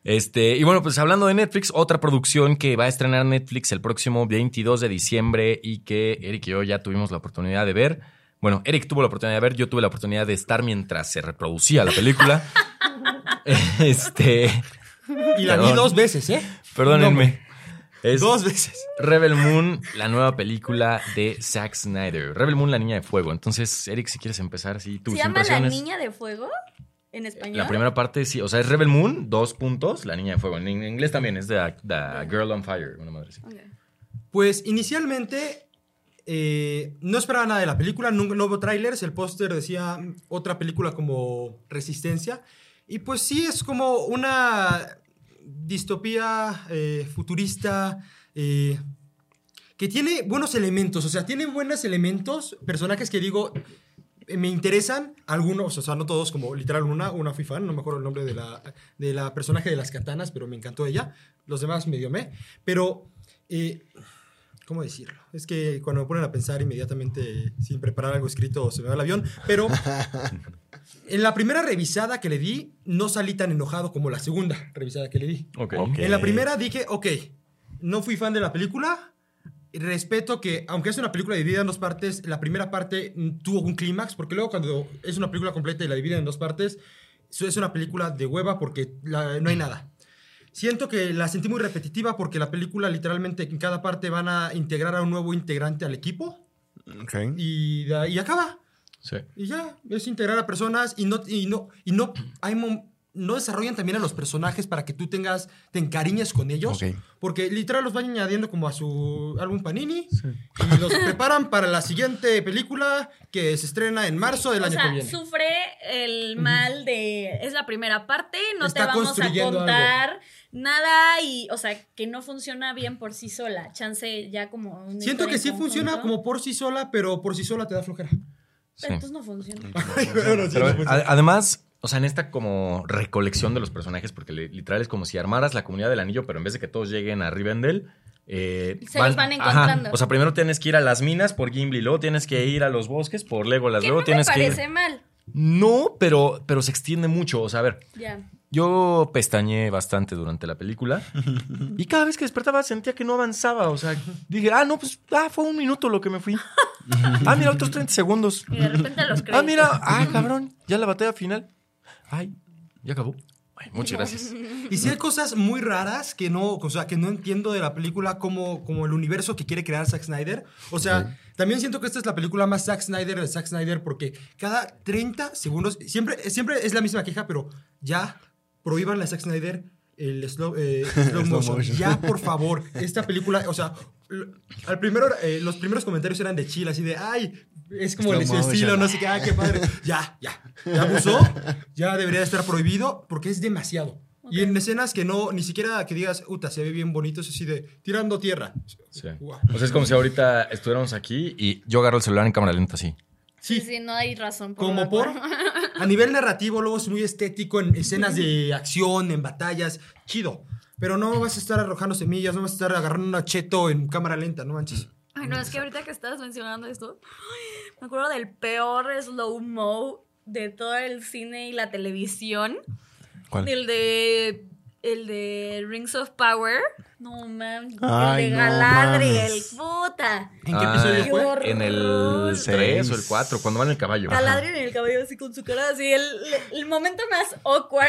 Speaker 2: Este, y bueno, pues hablando de Netflix, otra producción que va a estrenar Netflix el próximo 22 de diciembre y que Eric y yo ya tuvimos la oportunidad de ver. Bueno, Eric tuvo la oportunidad de ver, yo tuve la oportunidad de estar mientras se reproducía la película. este,
Speaker 4: Y la vi
Speaker 2: Perdón.
Speaker 4: dos veces, ¿eh?
Speaker 2: perdónenme. Es
Speaker 4: Dos veces.
Speaker 2: Rebel Moon, la nueva película de Zack Snyder. Rebel Moon, la niña de fuego. Entonces, Eric, si quieres empezar, sí, tus
Speaker 1: ¿Se llama La
Speaker 2: impresiones.
Speaker 1: Niña de Fuego en español?
Speaker 2: La primera parte, sí, o sea, es Rebel Moon, dos puntos, la niña de fuego. En en inglés también es The, The Girl on Fire, una madre así.
Speaker 1: Ok.
Speaker 4: Pues inicialmente eh, no esperaba nada de la película, no, no hubo trailers, el póster decía mm, otra película como Resistencia. Y pues sí, es como una distopía eh, futurista eh, que tiene buenos elementos, o sea, tiene buenos elementos, personajes que digo, eh, me interesan algunos, o sea, no todos, como literal una, una fui fan, no me acuerdo el nombre de la, de la personaje de las katanas, pero me encantó ella, los demás medio me, pero... eh, ¿Cómo decirlo? Es que cuando me ponen a pensar inmediatamente, sin preparar algo escrito, se me va el avión. Pero en la primera revisada que le di, no salí tan enojado como la segunda revisada que le di.
Speaker 2: Ok.
Speaker 3: Ok.
Speaker 4: En la primera dije, ok, no fui fan de la película, Respeto que, aunque es una película dividida en dos partes, la primera parte mm, tuvo un clímax, porque luego cuando es una película completa y la dividen en dos partes, eso es una película de hueva porque la- no hay nada. Siento que la sentí muy repetitiva porque la película literalmente en cada parte van a integrar a un nuevo integrante al equipo
Speaker 3: Ok.
Speaker 4: y, da- y acaba.
Speaker 2: Sí.
Speaker 4: Y ya, es integrar a personas y no, y no, y no, hay mom- no desarrollan también a los personajes para que tú tengas, te encariñes con ellos.
Speaker 3: Ok.
Speaker 4: Porque literal los van añadiendo como a su álbum Panini y los preparan para la siguiente película que se estrena en marzo del
Speaker 1: O
Speaker 4: año que
Speaker 1: sea,
Speaker 4: viene.
Speaker 1: sufre el mal de. Es la primera parte, no
Speaker 4: Está
Speaker 1: te vamos a
Speaker 4: construyendo
Speaker 1: contar nada y. O sea, que no funciona bien por sí sola. Chance ya como. un
Speaker 4: Siento
Speaker 1: historia
Speaker 4: que
Speaker 1: en
Speaker 4: sí funciona
Speaker 1: conjunto.
Speaker 4: como por sí sola, pero por sí sola te da flojera.
Speaker 2: Sí.
Speaker 1: Entonces no
Speaker 2: Pues
Speaker 1: funciona.
Speaker 4: Bueno, sí,
Speaker 2: Pero,
Speaker 4: no funciona.
Speaker 2: a- además, o sea, en esta como recolección de los personajes, porque li- literal es como si armaras la comunidad del anillo, pero en vez de que todos lleguen a Rivendell, eh,
Speaker 1: Se los van encontrando.
Speaker 2: o sea, primero tienes que ir a las minas por Gimli, luego tienes que ir a los bosques por Legolas,
Speaker 1: Que no
Speaker 2: luego
Speaker 1: me
Speaker 2: tienes que
Speaker 1: parece
Speaker 2: ir.
Speaker 1: mal.
Speaker 2: No, pero, pero se extiende mucho. O sea, a ver,
Speaker 1: Ya.
Speaker 2: yo pestañeé bastante durante la película y cada vez que despertaba sentía que no avanzaba. O sea, dije, ah, no, pues ah, fue un minuto lo que me fui. Ah, mira, otros 30 segundos.
Speaker 1: Y de repente los créditos.
Speaker 2: Ah, mira, ah, cabrón, ya la batalla final. Ay, ya acabó. Ay, muchas gracias.
Speaker 4: Y sí hay cosas muy raras que no, o sea, que no entiendo de la película como, como el universo que quiere crear Zack Snyder. O sea, también siento que esta es la película más Zack Snyder de Zack Snyder porque cada 30 segundos, siempre, siempre es la misma queja, pero ya prohíban a Zack Snyder el slow, eh, slow
Speaker 3: Slow
Speaker 4: motion.
Speaker 3: motion.
Speaker 4: Ya, por favor, esta película, o sea, l- al primero, eh, los primeros comentarios eran de Chile, así de, ay, es como
Speaker 3: Slow
Speaker 4: el su
Speaker 3: motion.
Speaker 4: estilo, no sé qué, ay, qué padre. Ya, ya, ya abusó, ya debería estar prohibido porque es demasiado. Y en escenas que no, ni siquiera que digas, uta, se ve bien bonito, es así de tirando tierra.
Speaker 2: Sí.
Speaker 4: Guau.
Speaker 2: O sea, es como si ahorita estuviéramos aquí y yo agarro el celular en cámara lenta así.
Speaker 1: Sí,
Speaker 4: Sí,
Speaker 1: sí, no hay razón. la
Speaker 4: como por.
Speaker 1: cual.
Speaker 4: A nivel narrativo, luego es muy estético en escenas de acción, en batallas, chido. Pero no vas a estar arrojando semillas, no vas a estar agarrando una cheto en cámara lenta, no manches.
Speaker 1: Ay, no, es que ahorita que estabas mencionando esto, ay, me acuerdo del peor slow-mo de todo el cine y la televisión.
Speaker 3: ¿Cuál?
Speaker 1: El de. El de Rings of Power. No mames.
Speaker 3: Ay,
Speaker 1: El de
Speaker 3: no
Speaker 1: Galadriel.
Speaker 3: mames.
Speaker 1: puta.
Speaker 4: ¿En qué
Speaker 2: Ah,
Speaker 4: episodio
Speaker 1: qué
Speaker 4: fue?
Speaker 1: horror.
Speaker 2: En el 3 o el 4, cuando van en el caballo.
Speaker 1: Galadriel en el cabello así con su cara así. El, el momento más awkward.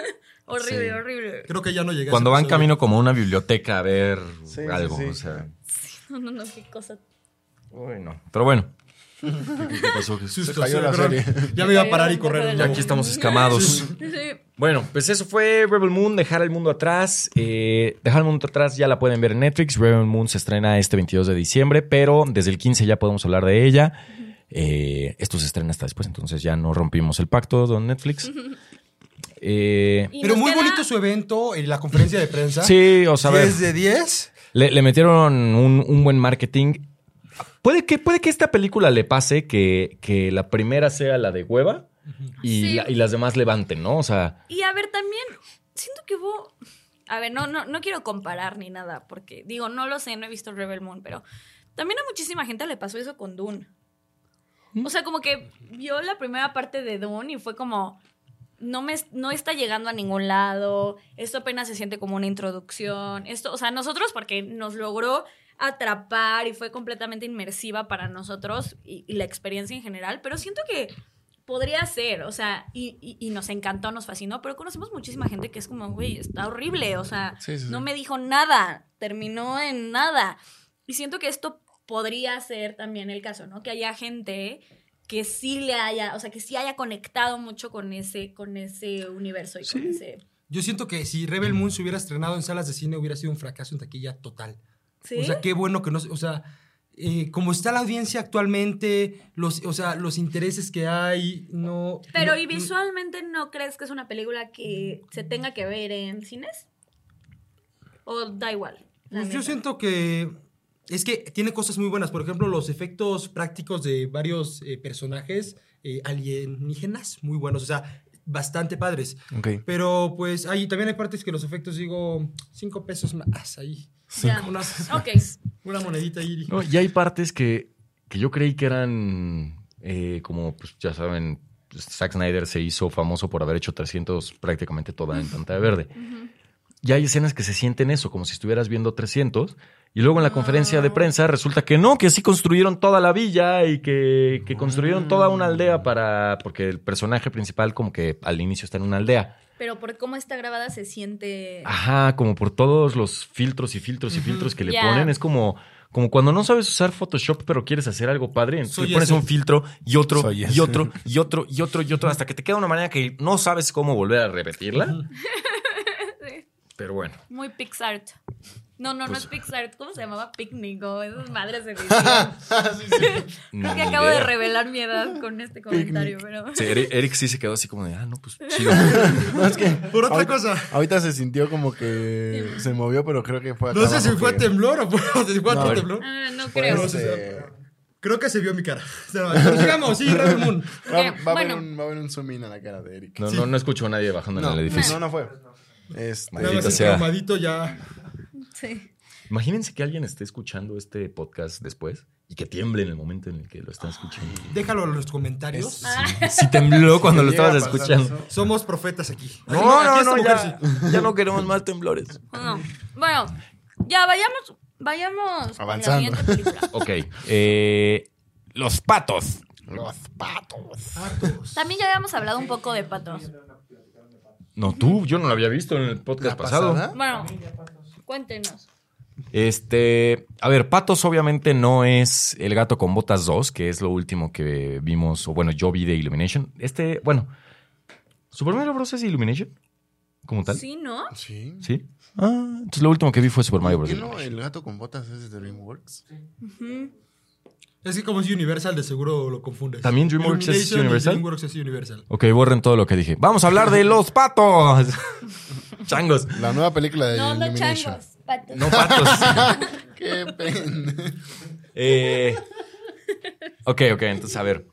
Speaker 1: horrible,
Speaker 2: Sí.
Speaker 1: horrible.
Speaker 4: Creo que ya no llegué. a
Speaker 2: Cuando
Speaker 4: ese
Speaker 2: van
Speaker 4: episodio.
Speaker 2: camino como a una biblioteca a ver
Speaker 3: Sí,
Speaker 2: algo.
Speaker 3: sí, sí.
Speaker 2: O sea,
Speaker 1: No, no, no, qué cosa.
Speaker 2: uy, no. Pero bueno. ¿Qué pasó?
Speaker 4: Susto,
Speaker 3: Se cayó
Speaker 4: sí,
Speaker 3: la
Speaker 4: perdón.
Speaker 3: serie.
Speaker 4: Ya me iba a parar y correr.
Speaker 2: Ya
Speaker 4: luego.
Speaker 2: aquí estamos escamados.
Speaker 1: Sí.
Speaker 2: Bueno, pues eso fue Rebel Moon, dejar el mundo atrás. Eh, dejar el mundo atrás ya la pueden ver en Netflix. Rebel Moon se estrena este 22 de diciembre, pero desde el 15 ya podemos hablar de ella. Eh, esto se estrena hasta después, entonces ya no rompimos el pacto, don Netflix. Eh,
Speaker 1: Y
Speaker 4: Pero
Speaker 1: nos
Speaker 4: muy
Speaker 1: queda-
Speaker 4: bonito su evento, en la conferencia de prensa.
Speaker 2: sí, o sea, a ver,
Speaker 4: 10 de 10.
Speaker 2: le, le metieron un, un buen marketing. Puede que, puede que esta película le pase que, que la primera sea la de hueva y,
Speaker 1: Sí.
Speaker 2: la- y las demás levanten, ¿no? O sea,
Speaker 1: Y a ver, también siento que hubo. A ver, no, no, no quiero comparar ni nada, porque digo, no lo sé, no he visto Rebel Moon, pero también a muchísima gente le pasó eso con Dune. O sea, como que vio la primera parte de Dune y fue como. No, me, no está llegando a ningún lado. Esto apenas se siente como una introducción. Esto, o sea, nosotros porque nos logró atrapar y fue completamente inmersiva para nosotros y- y la experiencia en general. Pero siento que Podría ser, o sea, y, y- y nos encantó, nos fascinó, pero conocemos muchísima gente que es como, güey, está horrible, o sea,
Speaker 3: Sí, sí, sí.
Speaker 1: no me dijo nada, terminó en nada. Y siento que esto podría ser también el caso, ¿no? Que haya gente que sí le haya, o sea, que sí haya conectado mucho con ese, con ese universo y con ese...
Speaker 4: Yo siento que si Rebel Moon se hubiera estrenado en salas de cine, hubiera sido un fracaso en taquilla total.
Speaker 1: ¿Sí?
Speaker 4: O sea, qué bueno que no. se- O sea, eh, como está la audiencia actualmente, los, o sea, los intereses que hay, no.
Speaker 1: pero
Speaker 4: no-
Speaker 1: ¿y visualmente no crees que es una película que se tenga que ver en cines? ¿O da igual? la
Speaker 4: Pues yo
Speaker 1: neta?
Speaker 4: siento que. Es que tiene cosas muy buenas. Por ejemplo, los efectos prácticos de varios eh, personajes eh, alienígenas, muy buenos. O sea, bastante padres.
Speaker 3: Ok.
Speaker 4: Pero pues ahí también hay partes que los efectos digo, cinco pesos más ahí.
Speaker 1: Ya.
Speaker 4: Unas-
Speaker 1: Ok.
Speaker 4: Una monedita ahí. dije,
Speaker 2: No, y hay partes que, que yo creí que eran eh, como, pues ya saben, pues, Zack Snyder se hizo famoso por haber hecho 300 prácticamente toda en pantalla verde. ya hay escenas que se sienten eso, como si estuvieras viendo 300. Y luego en la conferencia de prensa resulta que no, que sí construyeron toda la villa y que, que construyeron toda una aldea para. Porque el personaje principal, como que al inicio está en una aldea.
Speaker 1: Pero por cómo está grabada se siente.
Speaker 2: Ajá, como por todos los filtros y filtros y filtros que le
Speaker 1: Ya.
Speaker 2: ponen. Es como, como cuando no sabes usar Photoshop, pero quieres hacer algo padre. Entonces
Speaker 4: Soy
Speaker 2: le pones
Speaker 4: ese.
Speaker 2: un filtro y otro,
Speaker 3: Soy
Speaker 2: y
Speaker 3: ese.
Speaker 2: otro, y otro, y otro, y otro, hasta que te queda una manera que no sabes cómo volver a repetirla. Pero bueno.
Speaker 1: Muy Pixart. No, no, no es Pixart. ¿Cómo se llamaba? Picnic o esas madres de Creo que
Speaker 2: ni
Speaker 1: acabo de
Speaker 2: idea.
Speaker 1: revelar mi edad con este comentario, pero.
Speaker 2: Sí, Eric, Eric sí se quedó así como de, ah, no, pues chido.
Speaker 3: No, es que
Speaker 4: Por otra
Speaker 3: ahorita-
Speaker 4: cosa.
Speaker 3: Ahorita se sintió como que se movió, pero creo que fue acá
Speaker 4: No sé
Speaker 3: abajo
Speaker 4: si fue
Speaker 3: que-
Speaker 4: temblor o fue, si fue otro
Speaker 3: No.
Speaker 4: temblor.
Speaker 1: Ah, no
Speaker 3: Fue
Speaker 1: creo.
Speaker 4: No sé.
Speaker 3: este-
Speaker 4: Creo que se vio mi cara. Pero sigamos, sí, Rebel Moon.
Speaker 3: Va, va
Speaker 1: Ok,
Speaker 3: a
Speaker 1: bueno.
Speaker 3: haber un, va a haber un zoom in a la cara de Eric.
Speaker 2: No, no, no escucho a nadie bajando
Speaker 3: no,
Speaker 2: en el edificio.
Speaker 3: no, no fue. Este,
Speaker 4: Nada
Speaker 2: Maldita
Speaker 4: más el
Speaker 2: sea.
Speaker 4: traumadito ya.
Speaker 1: Sí.
Speaker 2: Imagínense que alguien esté escuchando este podcast después y que tiemble en el momento en el que lo está escuchando.
Speaker 4: Déjalo en los comentarios.
Speaker 2: Si tembló cuando lo
Speaker 3: llega
Speaker 2: estabas
Speaker 3: a pasar
Speaker 2: escuchando.
Speaker 3: eso.
Speaker 4: Somos profetas aquí.
Speaker 2: No,
Speaker 4: Aquí
Speaker 2: no,
Speaker 4: esta
Speaker 2: no,
Speaker 4: mujer
Speaker 2: ya,
Speaker 4: sí.
Speaker 2: ya no queremos más temblores.
Speaker 1: No. Bueno, ya vayamos. Vayamos. con la
Speaker 3: Avanzando.
Speaker 1: siguiente película.
Speaker 2: Ok. eh, los patos.
Speaker 3: Los patos.
Speaker 1: También ya habíamos hablado un poco de patos.
Speaker 2: No, tú, yo no lo había visto en el podcast
Speaker 3: ¿La
Speaker 2: pasado.
Speaker 3: pasada?
Speaker 1: Bueno, cuéntenos.
Speaker 2: Este, a ver, Patos obviamente no es El gato con botas 2, que es lo último que vimos, o bueno, yo vi de Illumination. Este, bueno, ¿Super Mario Bros. es Illumination? ¿Como tal?
Speaker 1: Sí, ¿no?
Speaker 3: Sí.
Speaker 2: ¿Sí? Ah, entonces lo último que vi fue Super Mario Bros.
Speaker 3: ¿Qué no? ¿El gato con botas es de DreamWorks?
Speaker 4: Es que como es Universal, de seguro lo confundes.
Speaker 2: ¿También DreamWorks es
Speaker 4: Illumination y
Speaker 2: Universal?
Speaker 4: DreamWorks es Universal.
Speaker 2: Ok, borren todo lo que dije. Vamos a hablar de los patos. Changos.
Speaker 3: La nueva película de
Speaker 1: No, no
Speaker 3: Illumination.
Speaker 1: changos. Patos.
Speaker 2: No patos.
Speaker 3: Qué pena.
Speaker 2: Eh, ok, ok, entonces a ver.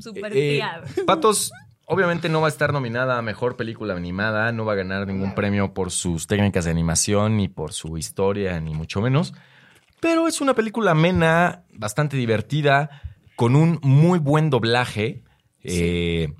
Speaker 1: Super
Speaker 2: Eh,
Speaker 1: tía.
Speaker 2: Patos obviamente no va a estar nominada a mejor película animada, no va a ganar ningún premio por sus técnicas de animación ni por su historia ni mucho menos, pero es una película amena, bastante divertida, con un muy buen doblaje. Eh,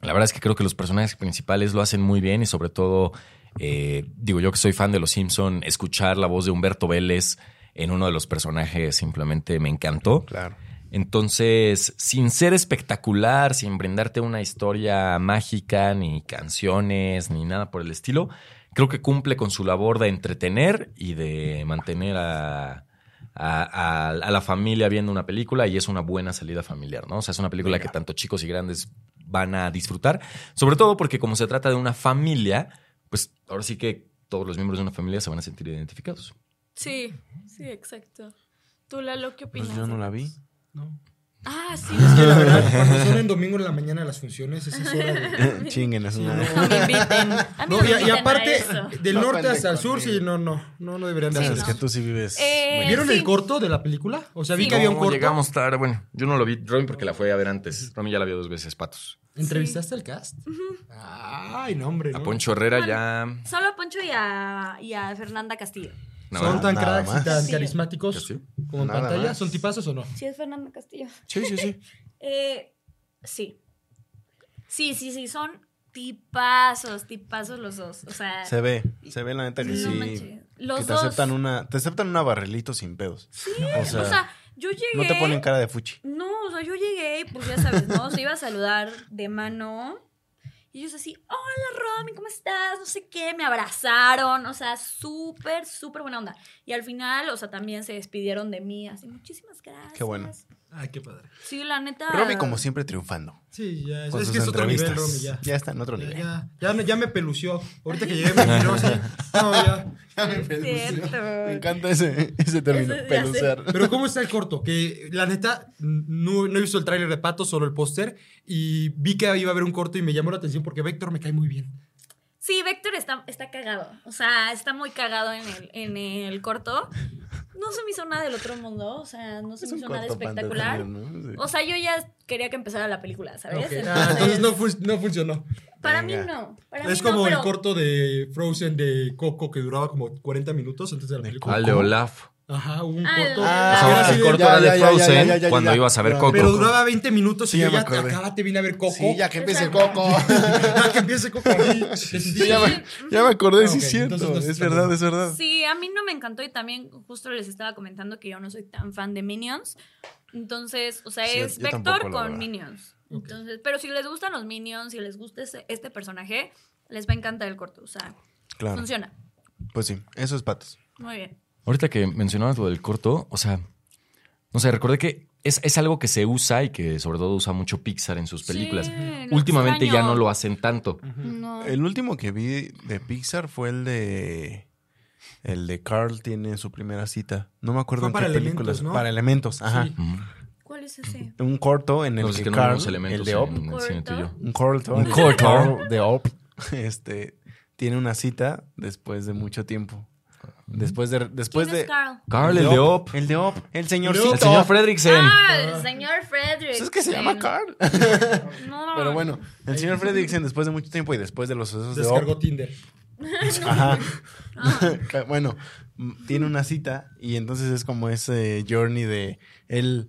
Speaker 2: la verdad es que creo que los personajes principales lo hacen muy bien y sobre todo, eh, digo yo que soy fan de Los Simpson, escuchar la voz de Humberto Vélez en uno de los personajes simplemente me encantó.
Speaker 3: Claro.
Speaker 2: Entonces, sin ser espectacular, sin brindarte una historia mágica, ni canciones, ni nada por el estilo, creo que cumple con su labor de entretener y de mantener a, a- a- a la familia viendo una película y es una buena salida familiar, ¿no? O sea, es una película que tanto chicos y grandes van a disfrutar, sobre todo porque como se trata de una familia, pues ahora sí que todos los miembros de una familia se van a sentir identificados.
Speaker 5: Sí, sí, exacto. ¿Tú, Lalo, qué
Speaker 6: Pues
Speaker 5: opinas?
Speaker 6: yo no la vi.
Speaker 5: Ah, sí.
Speaker 4: Es que la verdad, cuando son en domingo en la mañana las funciones, esa es hora de...
Speaker 3: Chinguen, es una.
Speaker 1: No me inviten. A mí no,
Speaker 4: No,
Speaker 1: me
Speaker 4: y, y
Speaker 1: inviten a
Speaker 4: aparte,
Speaker 1: eso.
Speaker 4: del
Speaker 3: No
Speaker 4: norte
Speaker 3: cuenten
Speaker 4: hasta el sur,
Speaker 3: conmigo.
Speaker 4: sí, no, no, no, no deberían de
Speaker 3: Sabes
Speaker 4: hacer
Speaker 3: que
Speaker 4: eso.
Speaker 3: tú sí vives.
Speaker 1: Eh,
Speaker 4: ¿Vieron
Speaker 1: sí.
Speaker 4: el corto de la película? O sea, vi
Speaker 1: Sí.
Speaker 4: que había un
Speaker 2: No,
Speaker 4: corto.
Speaker 2: Llegamos tarde. Bueno, yo no lo vi, Romy, porque la fue a ver antes. Romy ya la vio dos veces, patos.
Speaker 4: ¿Entrevistaste al cast? Ay, no, hombre.
Speaker 2: A
Speaker 4: no.
Speaker 2: Poncho Herrera ya.
Speaker 1: Solo a Poncho y a, y a Fernanda Castillo.
Speaker 2: no,
Speaker 4: ¿Son
Speaker 2: no.
Speaker 4: tan
Speaker 3: nada
Speaker 4: cracks
Speaker 3: más.
Speaker 4: y tan
Speaker 1: Sí.
Speaker 4: carismáticos
Speaker 2: ¿Sí?
Speaker 4: como en
Speaker 3: Nada
Speaker 4: pantalla?
Speaker 3: más.
Speaker 4: ¿Son tipazos o no?
Speaker 1: Sí, es Fernanda Castillo.
Speaker 2: Sí, sí, sí.
Speaker 1: Eh, sí. Sí, sí, sí, son tipazos, tipazos los dos. O sea,
Speaker 3: Se ve, se ve la neta que
Speaker 1: no
Speaker 3: sí.
Speaker 1: manches. Los
Speaker 3: que te
Speaker 1: dos. pues
Speaker 3: aceptan una, te aceptan una barrilito sin pedos. o sea,
Speaker 1: O sea, yo llegué.
Speaker 3: no te ponen cara de fuchi.
Speaker 1: No, o sea, yo llegué y pues ya sabes, ¿no? Se iba a saludar de mano. Y ellos así, hola Romy, ¿cómo estás? No sé qué, me abrazaron, o sea, súper, súper buena onda. Y al final, o sea, también se despidieron de mí, así, muchísimas gracias.
Speaker 3: Qué bueno.
Speaker 4: Ay, qué padre.
Speaker 1: Sí, la neta.
Speaker 3: Romy como siempre triunfando
Speaker 4: Sí, ya, es,
Speaker 3: con
Speaker 4: es
Speaker 3: sus
Speaker 4: que es otro
Speaker 3: entrevistas.
Speaker 4: nivel, Romy, ya.
Speaker 3: ya. está en otro
Speaker 4: Ya,
Speaker 3: nivel.
Speaker 4: ya, ya me, ya me pelució. Ahorita que llegué me miró así. No, ya.
Speaker 1: Es cierto.
Speaker 3: Me encanta ese, ese término,
Speaker 1: Eso ya sé.
Speaker 3: pelucear.
Speaker 4: Pero ¿cómo está el corto? Que la neta, no, no he visto el tráiler de Pato, solo el póster. Y vi que iba a haber un corto y me llamó la atención porque Vector me cae muy bien.
Speaker 1: Sí, Vector está, está cagado. O sea, está muy cagado en el, en el corto. No se me hizo nada del otro mundo. O sea, no se
Speaker 3: Es
Speaker 1: me
Speaker 3: un
Speaker 1: hizo nada
Speaker 3: corto para
Speaker 1: espectacular.
Speaker 3: entretener, ¿no? Sí.
Speaker 1: O sea, yo ya quería que empezara la película, ¿sabes?
Speaker 4: Ok. Ah, entonces no, fun- no funcionó.
Speaker 1: Para mí
Speaker 3: Ah, Venga.
Speaker 1: no. Para
Speaker 4: Es
Speaker 1: mí
Speaker 4: como
Speaker 1: no,
Speaker 4: el
Speaker 1: pero-
Speaker 4: corto de Frozen de Coco que duraba como 40 minutos antes de la película.
Speaker 2: Al de Olaf.
Speaker 4: Ajá, hubo un
Speaker 5: Ah,
Speaker 4: corto. que
Speaker 5: la-
Speaker 4: era
Speaker 2: Ah,
Speaker 4: así
Speaker 2: el
Speaker 4: de-
Speaker 2: corto
Speaker 3: ya,
Speaker 2: era de
Speaker 3: ya, ya,
Speaker 2: Frozen
Speaker 3: ya, ya, ya,
Speaker 2: cuando
Speaker 3: ya.
Speaker 2: ibas a ver
Speaker 3: Pero
Speaker 2: Coco.
Speaker 4: Pero duraba 20 minutos
Speaker 3: Sí,
Speaker 4: y
Speaker 3: ya
Speaker 4: yo
Speaker 3: me
Speaker 4: ya
Speaker 3: acordé.
Speaker 4: acá te vine a ver Coco.
Speaker 3: Sí, ya que empiece
Speaker 5: Exacto.
Speaker 3: Coco.
Speaker 4: Ya que empiece Coco. ahí. Te sentiste-
Speaker 3: ya, me, ya me acordé,
Speaker 4: Ah,
Speaker 3: sí
Speaker 4: ok,
Speaker 3: es cierto.
Speaker 4: entonces no
Speaker 3: es
Speaker 4: estás tan
Speaker 3: verdad,
Speaker 4: mal.
Speaker 3: es verdad.
Speaker 1: Sí, a mí no me encantó y también justo les estaba comentando que yo no soy tan fan de Minions. Entonces, o sea,
Speaker 3: Sí,
Speaker 1: es
Speaker 3: yo tampoco,
Speaker 1: Vector
Speaker 3: la
Speaker 1: con
Speaker 3: verdad.
Speaker 1: Minions.
Speaker 4: Ok.
Speaker 1: Entonces, pero si les gustan los Minions, si les gusta ese- este personaje, les va a encantar el corto. O sea,
Speaker 3: Claro.
Speaker 1: funciona.
Speaker 3: Pues sí, eso es patos.
Speaker 1: Muy bien.
Speaker 2: Ahorita que mencionabas lo del corto, o sea, no sé, recordé que es, es algo que se usa y que sobre todo usa mucho Pixar en sus
Speaker 1: Sí,
Speaker 2: películas.
Speaker 1: lo
Speaker 2: Últimamente ya
Speaker 1: extraño.
Speaker 2: no lo hacen tanto.
Speaker 1: No.
Speaker 3: El último que vi de Pixar fue el de. El de Carl tiene su primera cita. No me acuerdo
Speaker 4: Fue
Speaker 3: en
Speaker 4: para
Speaker 3: qué película.
Speaker 4: Elementos, ¿no?
Speaker 3: Para elementos, ajá.
Speaker 4: Sí.
Speaker 2: Ujú.
Speaker 1: ¿Cuál es ese?
Speaker 3: Un corto en el
Speaker 2: Entonces,
Speaker 3: que,
Speaker 2: que no
Speaker 3: Carl,
Speaker 2: vemos elementos
Speaker 3: el de Up,
Speaker 2: en el cine
Speaker 1: Corto.
Speaker 2: tuyo.
Speaker 3: un corto,
Speaker 2: Un
Speaker 3: el
Speaker 2: corto.
Speaker 3: Carl de Up, este, tiene una cita después de mucho tiempo. Después de, después
Speaker 1: ¿Quién
Speaker 3: de
Speaker 1: es Carl?
Speaker 2: Carl, el de Op.
Speaker 3: el de Up, el señorcito.
Speaker 2: El señor Fredricksen.
Speaker 1: Ah, el señor Frederick.
Speaker 3: Pues es que se llama Carl.
Speaker 1: No.
Speaker 3: Pero bueno, el señor Fredricksen después de mucho tiempo y después de los sucesos de
Speaker 4: Descargó
Speaker 3: Up,
Speaker 4: Tinder.
Speaker 3: Ajá.
Speaker 1: Ah.
Speaker 3: Ca- bueno, m- tiene una cita y entonces es como ese journey de él,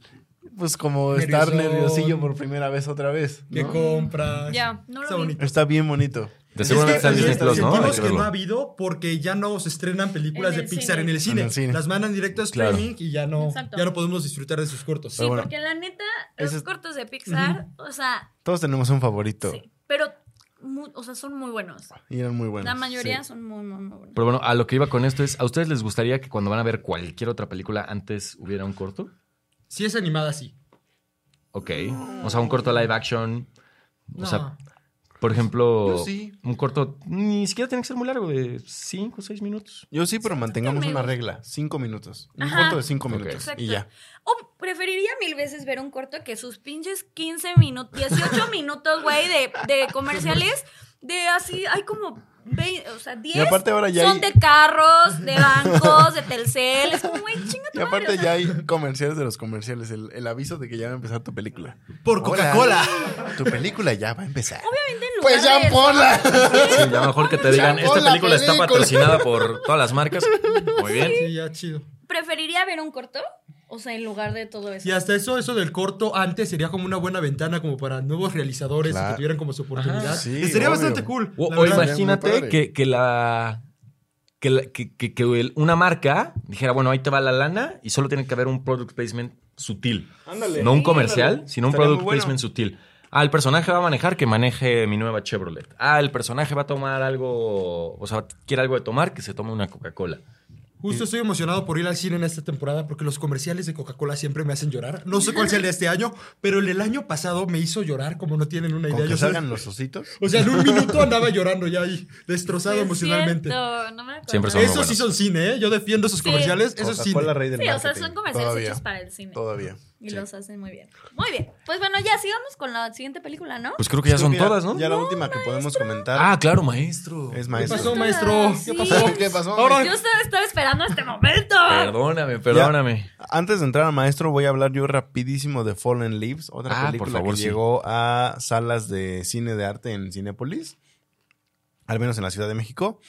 Speaker 3: pues como estar
Speaker 4: Nerviosón.
Speaker 3: nerviosillo por primera vez otra vez.
Speaker 4: ¿Qué
Speaker 3: ¿no?
Speaker 4: compras?
Speaker 1: Ya, no lo
Speaker 4: Está
Speaker 1: vi.
Speaker 4: bonito.
Speaker 3: Está bien bonito.
Speaker 2: De seguro
Speaker 4: Es que
Speaker 2: está en
Speaker 4: también
Speaker 2: Disney Plus, ¿no? Hay
Speaker 4: sentimos
Speaker 2: que
Speaker 4: que no ha
Speaker 2: verlo.
Speaker 4: habido porque ya no se estrenan películas
Speaker 5: En
Speaker 4: de
Speaker 5: el
Speaker 4: Pixar
Speaker 5: cine.
Speaker 4: en el cine.
Speaker 3: En el cine.
Speaker 4: Las mandan directo a
Speaker 3: Claro.
Speaker 4: streaming y ya no,
Speaker 5: Exacto.
Speaker 4: ya no podemos disfrutar de sus cortos.
Speaker 1: Sí,
Speaker 3: Pero bueno.
Speaker 1: porque la neta, los
Speaker 3: Ese es-
Speaker 1: cortos de Pixar, o sea,
Speaker 3: Todos tenemos un favorito
Speaker 1: sí. Pero, mu- o sea, son muy buenos.
Speaker 3: y eran muy buenos.
Speaker 1: la mayoría
Speaker 3: sí.
Speaker 1: son muy, muy, muy buenos.
Speaker 2: Pero bueno, a lo que iba con esto es, ¿a ustedes les gustaría que cuando van a ver cualquier otra película antes hubiera un corto?
Speaker 4: Si es animada, sí.
Speaker 2: Ok. O sea, un corto live action. O
Speaker 4: No.
Speaker 2: sea, por ejemplo,
Speaker 3: Yo sí.
Speaker 2: un corto ni siquiera tiene que ser muy largo, de 5 o 6 minutos.
Speaker 3: Yo sí, pero mantengamos
Speaker 1: me
Speaker 3: una
Speaker 1: gusta.
Speaker 3: regla. Cinco minutos. Un
Speaker 1: Ajá.
Speaker 3: corto de cinco
Speaker 2: Ok.
Speaker 3: minutos.
Speaker 1: Exacto.
Speaker 3: Y ya.
Speaker 1: O preferiría mil veces ver un corto que sus pinches 15 minutos, 18 minutos, güey, de, de comerciales, de así, hay como... vei- o sea, 10
Speaker 3: Y aparte ahora ya
Speaker 1: son
Speaker 3: hay-
Speaker 1: de carros, de bancos, de telcel. Es como, güey, chinga
Speaker 3: Y
Speaker 1: tu madre, o
Speaker 3: aparte
Speaker 1: sea,
Speaker 3: ya hay comerciales de los comerciales. El, el aviso de que ya va a empezar tu película.
Speaker 4: Por
Speaker 3: Hola,
Speaker 4: Coca-Cola.
Speaker 3: Tu película ya va a empezar.
Speaker 1: en lugar
Speaker 3: Pues ya
Speaker 1: de-
Speaker 3: ponla.
Speaker 2: Sí, ya mejor que te digan,
Speaker 3: Chapó
Speaker 2: esta
Speaker 3: la
Speaker 2: película está
Speaker 3: película".
Speaker 2: patrocinada por todas las marcas. Muy bien.
Speaker 4: Sí, ya chido.
Speaker 1: Preferiría ver un corto, o sea, en lugar de todo eso.
Speaker 4: Y hasta eso, eso del corto antes sería como una buena ventana como para nuevos realizadores
Speaker 3: Claro.
Speaker 4: que tuvieran como su oportunidad.
Speaker 3: Ajá, sí, obvio.
Speaker 4: Sería bastante cool.
Speaker 2: O,
Speaker 4: la
Speaker 2: o
Speaker 4: verdad.
Speaker 3: Muy
Speaker 2: imagínate
Speaker 3: padre.
Speaker 2: que, que la... Que, la- que- que- que el- una marca dijera, bueno, ahí te va la lana y solo tiene que haber un product placement sutil.
Speaker 3: Ándale.
Speaker 2: No un
Speaker 3: Sí,
Speaker 2: comercial,
Speaker 3: ándale.
Speaker 2: sino un
Speaker 3: Estaría muy
Speaker 2: product
Speaker 3: bueno.
Speaker 2: placement sutil. Ah, el personaje va a manejar que maneje mi nueva Chevrolet. Ah, el personaje va a tomar algo, o sea, quiere algo de tomar, que se tome una Coca-Cola.
Speaker 4: Justo estoy emocionado por ir al cine en esta temporada porque los comerciales de Coca-Cola siempre me hacen llorar. No sé cuál sea el de este año, pero el del año pasado me hizo llorar como no tienen una
Speaker 3: Con
Speaker 4: idea.
Speaker 3: que
Speaker 4: Yo soy-
Speaker 3: salgan los ositos.
Speaker 4: O sea, en un minuto andaba llorando ya ahí,
Speaker 1: Sí,
Speaker 4: destrozado
Speaker 1: es
Speaker 4: emocionalmente.
Speaker 1: cierto, no me acuerdo.
Speaker 2: Siempre son- muy
Speaker 4: Esos sí
Speaker 2: buenos.
Speaker 4: son cine, ¿eh? Yo defiendo esos
Speaker 1: Sí.
Speaker 4: comerciales. Esos sí.
Speaker 3: Coca-Cola, rey del
Speaker 1: Sí, o sea,
Speaker 3: marketing.
Speaker 1: son comerciales
Speaker 3: Todavía.
Speaker 1: hechos para el cine.
Speaker 3: Todavía.
Speaker 1: Y
Speaker 3: Sí.
Speaker 1: los hacen muy bien. Muy bien. Pues bueno, ya sigamos con la siguiente película, ¿no?
Speaker 2: Pues creo que ya
Speaker 3: Creo
Speaker 2: son
Speaker 3: que
Speaker 2: todas, ¿no?
Speaker 3: Ya la última que podemos comentar
Speaker 2: Ah, claro, maestro.
Speaker 3: es
Speaker 4: ¿Qué
Speaker 3: maestro.
Speaker 4: pasó,
Speaker 1: Ah, Sí.
Speaker 4: maestro? ¿Qué pasó?
Speaker 3: ¿Qué pasó?
Speaker 4: Ahora-
Speaker 1: Yo estaba, estaba esperando este momento.
Speaker 2: Perdóname, perdóname.
Speaker 3: Antes de entrar a maestro, voy a hablar yo rapidísimo de Fallen Leaves, otra
Speaker 2: Ah, por
Speaker 3: película
Speaker 2: favor,
Speaker 3: que
Speaker 2: sí.
Speaker 3: llegó a salas de cine de arte en Cinépolis, al menos en la Ciudad de México.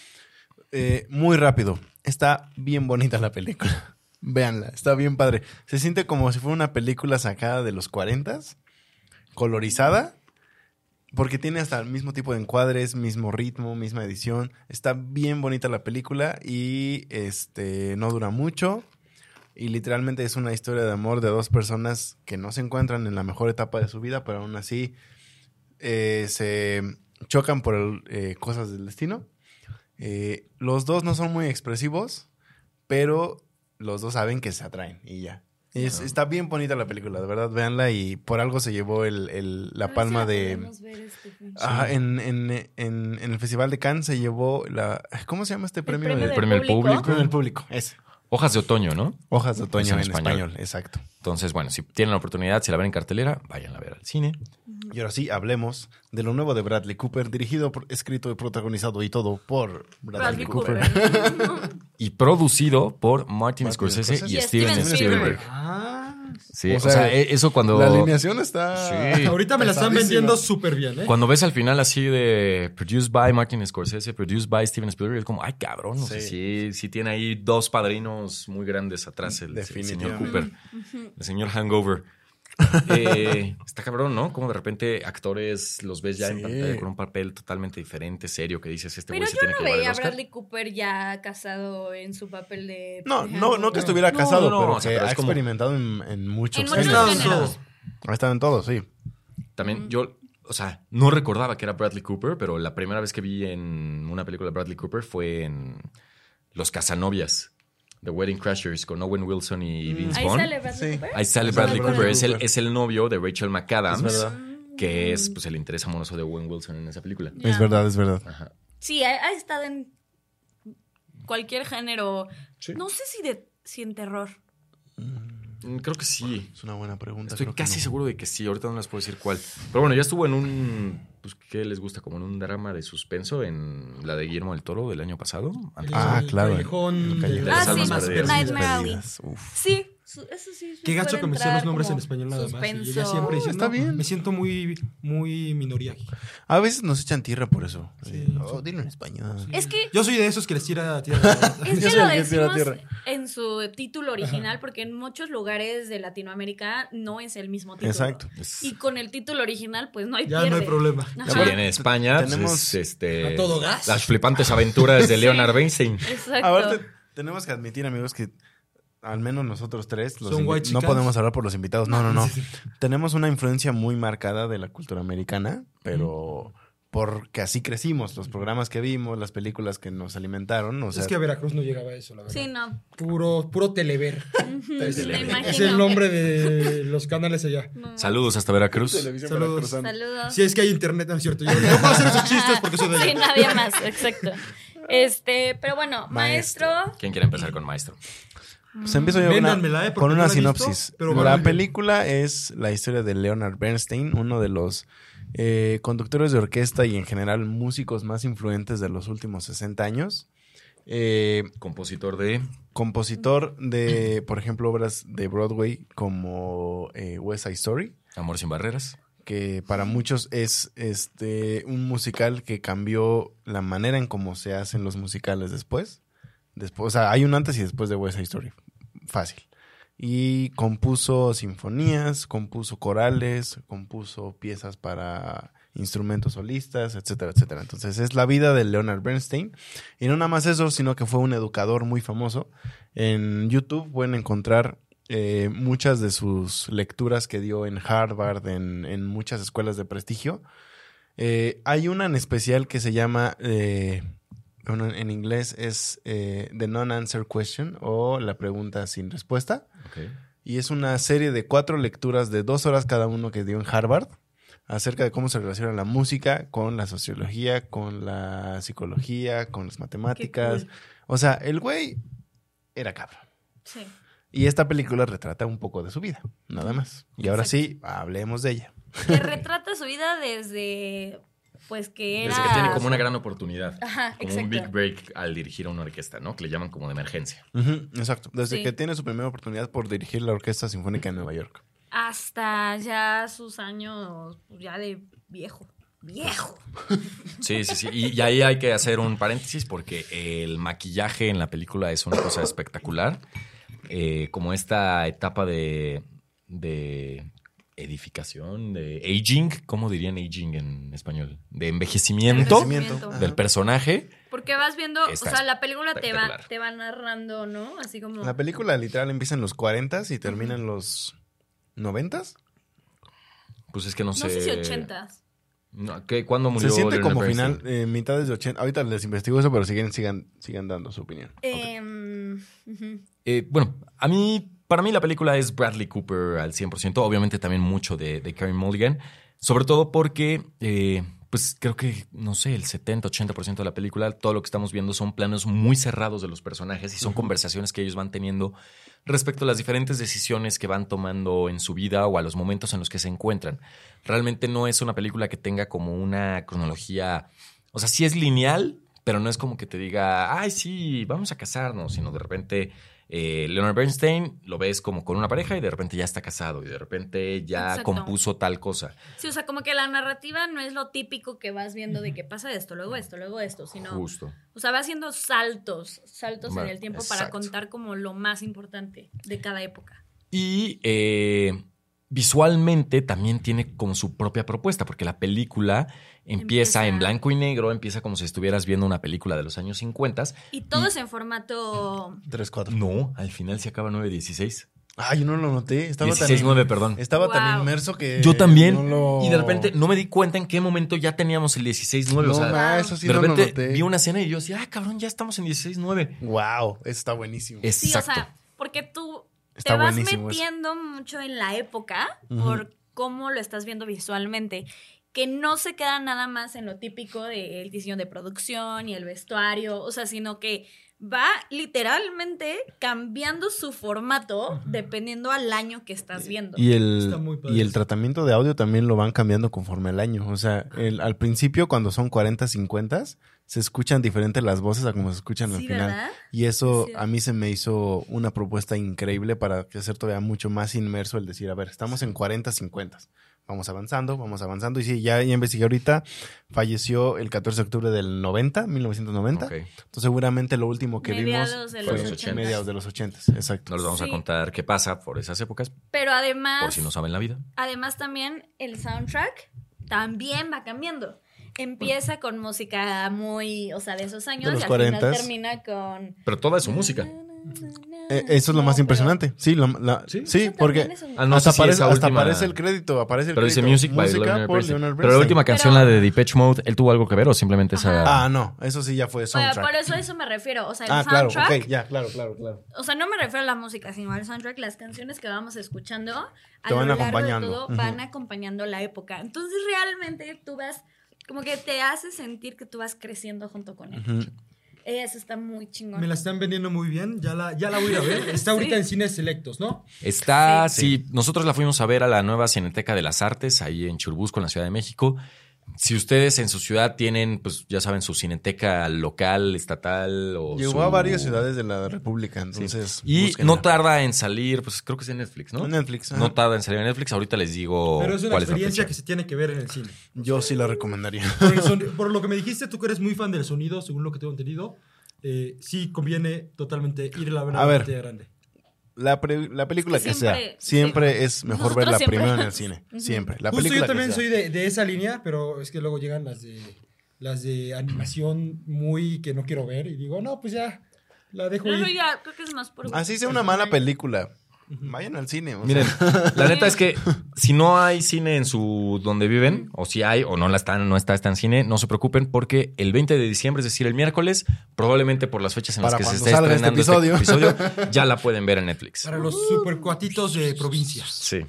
Speaker 3: Eh, muy rápido. Está bien bonita la película. Véanla, está bien padre. Se siente como si fuera una película sacada de los 40 colorizada, porque tiene hasta el mismo tipo de encuadres, mismo ritmo, misma edición. Está bien bonita la película y este no dura mucho. Y literalmente es una historia de amor de dos personas que no se encuentran en la mejor etapa de su vida, pero aún así eh, se chocan por el- eh, cosas del destino. Eh, los dos no son muy expresivos, pero los dos saben que se atraen y ya. Es- Está bien bonita la película, de verdad, véanla y por algo se llevó el, el- la palma de...
Speaker 1: este,
Speaker 3: Ah, Ajá, en, en- en- en el Festival de Cannes se llevó la... ¿Cómo se llama este premio?
Speaker 1: premio
Speaker 3: El
Speaker 1: del
Speaker 2: Premio al
Speaker 1: público.
Speaker 2: público.
Speaker 3: premio del público. Ese.
Speaker 2: Hojas de otoño, ¿no?
Speaker 3: Hojas de
Speaker 2: Es
Speaker 3: otoño en,
Speaker 2: en español.
Speaker 3: español, exacto.
Speaker 2: Entonces, bueno, si tienen la oportunidad, si la ven en cartelera, vayan a ver al cine.
Speaker 3: Y ahora sí, hablemos de lo nuevo de Bradley Cooper, dirigido, por- escrito y protagonizado y todo por Bradley,
Speaker 1: Bradley
Speaker 3: Cooper.
Speaker 1: Cooper.
Speaker 2: Y producido por Martin,
Speaker 3: Martin
Speaker 2: Scorsese,
Speaker 3: Scorsese.
Speaker 2: y,
Speaker 1: Y
Speaker 2: Steven
Speaker 1: Steven
Speaker 2: Spielberg.
Speaker 1: Spielberg.
Speaker 4: Ah,
Speaker 2: Sí,
Speaker 3: O
Speaker 2: o sea,
Speaker 3: sea,
Speaker 2: e- eso cuando.
Speaker 3: La alineación está.
Speaker 2: Sí.
Speaker 4: Ahorita me la están
Speaker 3: Pesadísima.
Speaker 4: vendiendo súper bien, ¿eh?
Speaker 2: Cuando ves al final así de produced by Martin Scorsese, produced by Steven Spielberg, es como, ay, cabrón, no sé, sí, sí tiene ahí dos padrinos muy grandes atrás, el, el señor
Speaker 3: Definitivamente.
Speaker 2: Cooper, el señor Hangover. Eh, está cabrón, ¿no? Como de repente actores los ves ya en
Speaker 3: Sí.
Speaker 2: pantalla con un papel totalmente diferente, serio, que dices, este
Speaker 3: Pues
Speaker 1: Pero
Speaker 2: güey se
Speaker 1: yo
Speaker 2: tiene
Speaker 1: no
Speaker 2: que llevar el
Speaker 1: veía a
Speaker 2: Oscar.
Speaker 1: Bradley Cooper ya casado en su papel de.
Speaker 3: No,
Speaker 1: de
Speaker 3: no, no que
Speaker 1: Hangover.
Speaker 3: estuviera
Speaker 2: No,
Speaker 3: casado,
Speaker 2: no,
Speaker 3: pero
Speaker 2: o sea,
Speaker 3: que
Speaker 2: pero
Speaker 3: ha
Speaker 2: es como-
Speaker 3: experimentado en, en muchos.
Speaker 1: En
Speaker 4: Ahí
Speaker 1: muchos
Speaker 4: están
Speaker 1: géneros.
Speaker 4: todos.
Speaker 3: Ha estado en todos, sí.
Speaker 2: También yo, o sea, no recordaba que era Bradley Cooper, pero la primera vez que vi en una película de Bradley Cooper fue en Los Casanovias, The Wedding Crashers, con Owen Wilson y Vince
Speaker 1: Ahí
Speaker 2: Vaughn.
Speaker 1: sale Bradley
Speaker 3: Sí.
Speaker 1: Cooper.
Speaker 2: Ahí sale
Speaker 3: Ahí
Speaker 2: Bradley
Speaker 3: Mm. sale
Speaker 2: Cooper,
Speaker 3: Bradley
Speaker 2: Es, el,
Speaker 3: Cooper.
Speaker 2: es el novio de Rachel McAdams,
Speaker 3: Es verdad.
Speaker 1: Mm.
Speaker 2: que es pues, el interés amoroso de Owen Wilson en esa película.
Speaker 5: Ya.
Speaker 3: Es verdad, es verdad.
Speaker 2: Ajá.
Speaker 1: Sí, ha, ha estado en cualquier género. No sé si de si en terror.
Speaker 2: Mm, Creo que sí.
Speaker 3: Es una buena pregunta.
Speaker 2: Estoy
Speaker 3: creo que
Speaker 2: casi
Speaker 3: no.
Speaker 2: seguro de que sí, ahorita no les puedo decir cuál. Pero bueno, ya estuvo en un, pues, ¿qué les gusta? Como en un drama de suspenso en la de Guillermo del Toro del año pasado.
Speaker 4: El-
Speaker 3: Ah,
Speaker 4: el
Speaker 3: claro.
Speaker 4: callejón
Speaker 3: El
Speaker 4: de
Speaker 3: callejón.
Speaker 2: Ah,
Speaker 4: las
Speaker 2: sí.
Speaker 4: almas más
Speaker 2: Perdidas.
Speaker 1: Nightmare Alley.
Speaker 3: Perdidas, uf.
Speaker 1: Sí, su- eso sí.
Speaker 4: Qué gacho
Speaker 1: puede
Speaker 4: que me decían los
Speaker 1: entrar
Speaker 4: nombres en
Speaker 1: como
Speaker 4: español nada más. Y yo ya
Speaker 1: suspenso.
Speaker 4: siempre diciendo,
Speaker 3: Está bien.
Speaker 4: me siento muy, muy minoría aquí.
Speaker 3: A veces nos echan tierra por eso.
Speaker 4: Sí.
Speaker 3: Sí, oh, dilo en español.
Speaker 1: Es que
Speaker 4: Yo soy de esos que les tira tierra.
Speaker 1: Es
Speaker 3: Yo
Speaker 1: que
Speaker 3: soy
Speaker 1: lo
Speaker 3: el que tira
Speaker 1: decimos
Speaker 3: tierra.
Speaker 1: en su título original, porque en muchos lugares de Latinoamérica no es el mismo título.
Speaker 3: Exacto.
Speaker 2: Es-
Speaker 1: Y con el título original, pues no hay
Speaker 4: Ya
Speaker 1: pierde.
Speaker 4: no hay problema.
Speaker 1: Ajá.
Speaker 2: Sí, en España pues,
Speaker 3: Tenemos
Speaker 2: es, este,
Speaker 4: a todo gas.
Speaker 2: las flipantes aventuras de Leonard Bernstein.
Speaker 1: Exacto.
Speaker 3: Ahora tenemos que admitir, amigos, que al menos nosotros tres los
Speaker 4: Son
Speaker 3: invi-
Speaker 4: white
Speaker 3: no
Speaker 4: chicans.
Speaker 3: podemos hablar por los invitados. No, no, no. Tenemos una influencia muy marcada de la cultura americana, pero porque así crecimos, los programas que vimos, las películas que nos alimentaron, o sea,
Speaker 4: es que a Veracruz no llegaba a eso, la verdad.
Speaker 1: Sí, no.
Speaker 4: Puro, puro telever.
Speaker 1: Me imagino.
Speaker 4: es el nombre de los canales allá.
Speaker 1: No.
Speaker 2: Saludos hasta Veracruz.
Speaker 3: televisión
Speaker 4: Saludos.
Speaker 3: veracruzana.
Speaker 1: Saludos.
Speaker 4: Si es que hay internet, no es cierto. Yo no puedo hacer esos chistes porque soy de
Speaker 1: Sí,
Speaker 4: allá.
Speaker 1: nadie más, exacto. Este, pero bueno,
Speaker 3: Maestro.
Speaker 1: maestro.
Speaker 2: ¿Quién quiere empezar con maestro?
Speaker 3: Pues empiezo yo una-
Speaker 4: Véndanmela, eh, porque
Speaker 3: con
Speaker 4: no
Speaker 3: una
Speaker 4: la he visto,
Speaker 3: sinopsis.
Speaker 4: pero
Speaker 3: la
Speaker 4: vale.
Speaker 3: película es la historia de Leonard Bernstein, uno de los eh, conductores de orquesta y en general músicos más influentes de los últimos 60 años. Eh,
Speaker 2: Compositor de
Speaker 3: compositor de, por ejemplo, obras de Broadway como eh, West Side Story,
Speaker 2: Amor sin barreras.
Speaker 3: que para muchos es este un musical que cambió la manera en cómo se hacen los musicales después. después o sea, hay un antes y después de West Side Story. Fácil. Y compuso sinfonías, compuso corales, compuso piezas para instrumentos solistas, etcétera, etcétera. Entonces es la vida de Leonard Bernstein. Y no nada más eso, sino que fue un educador muy famoso. En YouTube pueden encontrar eh, muchas de sus lecturas que dio en Harvard, en, en muchas escuelas de prestigio. Eh, hay una en especial que se llama, eh, bueno, en inglés es eh, The Non-Answer Question o La Pregunta Sin Respuesta. Y es una serie de cuatro lecturas de dos horas cada uno que dio en Harvard acerca de cómo se relaciona la música con la sociología, con la psicología, con las matemáticas.
Speaker 1: cool.
Speaker 3: O sea, el güey era cabrón.
Speaker 1: Sí.
Speaker 3: Y esta película retrata un poco de su vida, nada más. Y ahora sí, hablemos de ella.
Speaker 1: Que retrata su vida desde, pues que era.
Speaker 2: Desde que tiene como una gran oportunidad.
Speaker 1: Ajá,
Speaker 2: Como un big
Speaker 1: exacto.
Speaker 2: break al dirigir a una orquesta, ¿no? Que le llaman como de emergencia.
Speaker 3: Ujú, exacto. Desde
Speaker 1: Sí.
Speaker 3: que tiene su primera oportunidad por dirigir la Orquesta Sinfónica de Nueva York.
Speaker 1: Hasta ya sus años, pues, ya de viejo. Viejo.
Speaker 2: Sí, sí, sí. Y, y ahí hay que hacer un paréntesis porque el maquillaje en la película es una cosa espectacular. Eh, como esta etapa de, de edificación, de aging, ¿cómo dirían aging en español? De envejecimiento
Speaker 3: Envejecimiento.
Speaker 2: del personaje.
Speaker 1: Porque vas viendo,
Speaker 2: Está
Speaker 1: o sea, la película te va,
Speaker 2: espectacular.
Speaker 1: te va narrando, ¿no? Así como.
Speaker 3: La película literal empieza en los 40 y termina en los 90
Speaker 2: Pues es que no sé.
Speaker 1: No sé si ochentas.
Speaker 2: No, ¿qué? ¿Cuándo murió
Speaker 3: Se siente
Speaker 2: Leonard
Speaker 3: como
Speaker 2: Bernstein?
Speaker 3: final, eh, mitades de 80. Ahorita les investigo eso, pero siguen, sigan, sigan dando su opinión.
Speaker 1: Em, ujú.
Speaker 2: Eh, bueno, a mí, para mí la película es Bradley Cooper al 100%, obviamente también mucho de, de Karen Mulligan, sobre todo porque, eh, pues creo que, no sé, el 70, 80% de la película, todo lo que estamos viendo son planos muy cerrados de los personajes y son conversaciones que ellos van teniendo respecto a las diferentes decisiones que van tomando en su vida o a los momentos en los que se encuentran. Realmente no es una película que tenga como una cronología, o sea, sí es lineal, pero no es como que te diga, ay, sí, vamos a casarnos, sino de repente eh, Leonard Bernstein lo ves como con una pareja y de repente ya está casado y de repente ya
Speaker 1: Exacto.
Speaker 2: compuso tal cosa.
Speaker 1: Sí, o sea, como que la narrativa no es lo típico que vas viendo de que pasa esto, luego esto, luego esto, sino,
Speaker 2: Justo.
Speaker 1: o sea, va haciendo saltos, saltos
Speaker 2: Bueno,
Speaker 1: en el tiempo para
Speaker 2: exacto.
Speaker 1: contar como lo más importante de cada época.
Speaker 2: Y eh, visualmente también tiene como su propia propuesta, porque la película empieza,
Speaker 1: Empieza-
Speaker 2: en blanco y negro, empieza como si estuvieras viendo una película de los años 50.
Speaker 1: Y todo es en formato...
Speaker 3: 3-4.
Speaker 2: No, al final se acaba 9-16.
Speaker 3: Ah, yo no lo noté. Estaba tan,
Speaker 2: 16-9, perdón.
Speaker 3: estaba tan
Speaker 1: Wow.
Speaker 3: inmerso que.
Speaker 2: Yo también.
Speaker 3: no lo-
Speaker 2: Y de repente no me di cuenta en qué momento ya teníamos el 16-9.
Speaker 3: No,
Speaker 2: o sea,
Speaker 3: ma, eso sí
Speaker 2: de
Speaker 3: no lo
Speaker 2: repente
Speaker 3: noté.
Speaker 2: vi una escena y yo decía, ah, cabrón, ya estamos en 16-9.
Speaker 3: Wow, eso está buenísimo.
Speaker 1: Sí,
Speaker 2: Exacto.
Speaker 1: o sea, porque tú
Speaker 3: Está
Speaker 1: te vas
Speaker 3: buenísimo eso.
Speaker 1: metiendo mucho en la época
Speaker 3: Ujú.
Speaker 1: por cómo lo estás viendo visualmente, que no se queda nada más en lo típico del diseño de producción y el vestuario, o sea, sino que va literalmente cambiando su formato dependiendo al año que estás viendo.
Speaker 3: Y el,
Speaker 4: Está muy padre.
Speaker 3: y el tratamiento de audio también lo van cambiando conforme el año. O sea, el- al principio, cuando son 40, 50, se escuchan diferentes las voces a como se escuchan al
Speaker 1: Sí,
Speaker 3: final.
Speaker 1: ¿verdad?
Speaker 3: Y eso
Speaker 1: Sí.
Speaker 3: a mí se me hizo una propuesta increíble para hacer todavía mucho más inmerso el decir, a ver, estamos en 40, 50. Vamos avanzando, vamos avanzando. Y sí, ya, ya investigué ahorita. Falleció el 14 de octubre del 90, 1990.
Speaker 2: Ok.
Speaker 3: Entonces seguramente lo último que
Speaker 1: Mediados
Speaker 3: vimos
Speaker 1: de
Speaker 3: fue
Speaker 2: los 80s.
Speaker 3: mediados de los 80. Exacto.
Speaker 2: No les vamos a
Speaker 1: Sí.
Speaker 2: contar qué pasa por esas épocas,
Speaker 1: Pero
Speaker 2: por
Speaker 1: además,
Speaker 2: si no saben la vida.
Speaker 1: además también el soundtrack también va cambiando. Empieza con música muy, o sea, de esos años
Speaker 3: los
Speaker 1: y al final
Speaker 3: 40s.
Speaker 1: termina con
Speaker 2: Pero toda es su música.
Speaker 3: Eh, eso es lo
Speaker 1: No,
Speaker 3: más
Speaker 1: pero-
Speaker 3: impresionante. Sí, lo- la-
Speaker 2: Sí.
Speaker 3: sí,
Speaker 1: Eso
Speaker 3: porque
Speaker 1: también es un-
Speaker 2: Ah, no
Speaker 3: hasta,
Speaker 2: sé si
Speaker 3: aparece,
Speaker 2: esa
Speaker 3: hasta
Speaker 2: última-
Speaker 3: aparece el crédito, aparece el
Speaker 2: Pero dice
Speaker 3: crédito.
Speaker 2: Music by
Speaker 3: Música
Speaker 2: Leonard
Speaker 3: por
Speaker 2: Bernstein.
Speaker 3: Leonard
Speaker 2: Pero la
Speaker 3: Bernstein.
Speaker 2: última canción,
Speaker 1: Pero-
Speaker 2: la de Depeche Mode, ¿él tuvo algo que ver o simplemente esa...?
Speaker 3: Ah, no, eso sí ya fue
Speaker 1: Bueno,
Speaker 3: soundtrack.
Speaker 1: por eso a eso me refiero. O sea, el
Speaker 3: ah, claro,
Speaker 1: soundtrack.
Speaker 3: ok, ya, claro, claro, claro.
Speaker 1: O sea, no me refiero a la música, sino al soundtrack. Las canciones que vamos escuchando a
Speaker 3: Te van
Speaker 1: lo largo
Speaker 3: acompañando.
Speaker 1: de todo
Speaker 3: Ujú.
Speaker 1: van acompañando la época. Entonces realmente tú vas, como que te hace sentir que tú vas creciendo junto con él.
Speaker 3: Ujú.
Speaker 1: Eso está muy chingón.
Speaker 4: Me la están vendiendo muy bien, ya la, ya la voy a ir a ver. Está ahorita en cines selectos, ¿no?
Speaker 2: Está, sí.
Speaker 3: Sí.
Speaker 2: nosotros la fuimos a ver a la nueva Cineteca de las Artes, ahí en Churbusco, en la Ciudad de México. Si ustedes en su ciudad tienen, pues ya saben, su cineteca local, estatal o...
Speaker 3: Llegó
Speaker 2: su-
Speaker 3: a varias ciudades de la República, entonces.
Speaker 2: Y
Speaker 3: búsquenla.
Speaker 2: no tarda en salir, pues creo que es en Netflix, ¿no?
Speaker 3: En Netflix. ajá.
Speaker 2: No tarda en salir en Netflix, ahorita les digo
Speaker 4: Pero es una
Speaker 2: Oh, cuál es la
Speaker 4: experiencia
Speaker 2: fecha.
Speaker 4: que se tiene que ver en el cine.
Speaker 3: Yo sí la recomendaría.
Speaker 4: Por, el son- por lo que me dijiste, tú que eres muy fan del sonido, según lo que tengo entendido, eh, sí conviene totalmente ir a la
Speaker 3: A ver.
Speaker 4: pantalla grande.
Speaker 3: La, pre- la película
Speaker 1: Es que
Speaker 3: que sea,
Speaker 1: siempre-
Speaker 3: siempre es mejor
Speaker 1: Nosotros
Speaker 3: verla
Speaker 1: siempre-
Speaker 3: primero en el cine. Siempre. La
Speaker 4: Justo
Speaker 3: película
Speaker 4: yo también
Speaker 3: que sea.
Speaker 4: soy de, de esa línea, pero es que luego llegan las de las de animación muy que no quiero ver y digo, no, pues ya la dejo
Speaker 5: Pero
Speaker 4: ir.
Speaker 5: ya, creo que es más por...
Speaker 3: Así sea una mala película. Vayan al cine. o sea.
Speaker 2: Miren, la neta es que si no hay cine en su donde viven, o si hay, o no la están, no está, está en cine, no se preocupen, porque el 20 de diciembre, es decir, el miércoles, probablemente por las fechas en las
Speaker 3: Para
Speaker 2: que se
Speaker 3: cuando
Speaker 2: está
Speaker 3: salga este
Speaker 2: estrenando este episodio. ya la pueden ver en Netflix.
Speaker 4: Para los supercuatitos de provincias.
Speaker 2: Sí.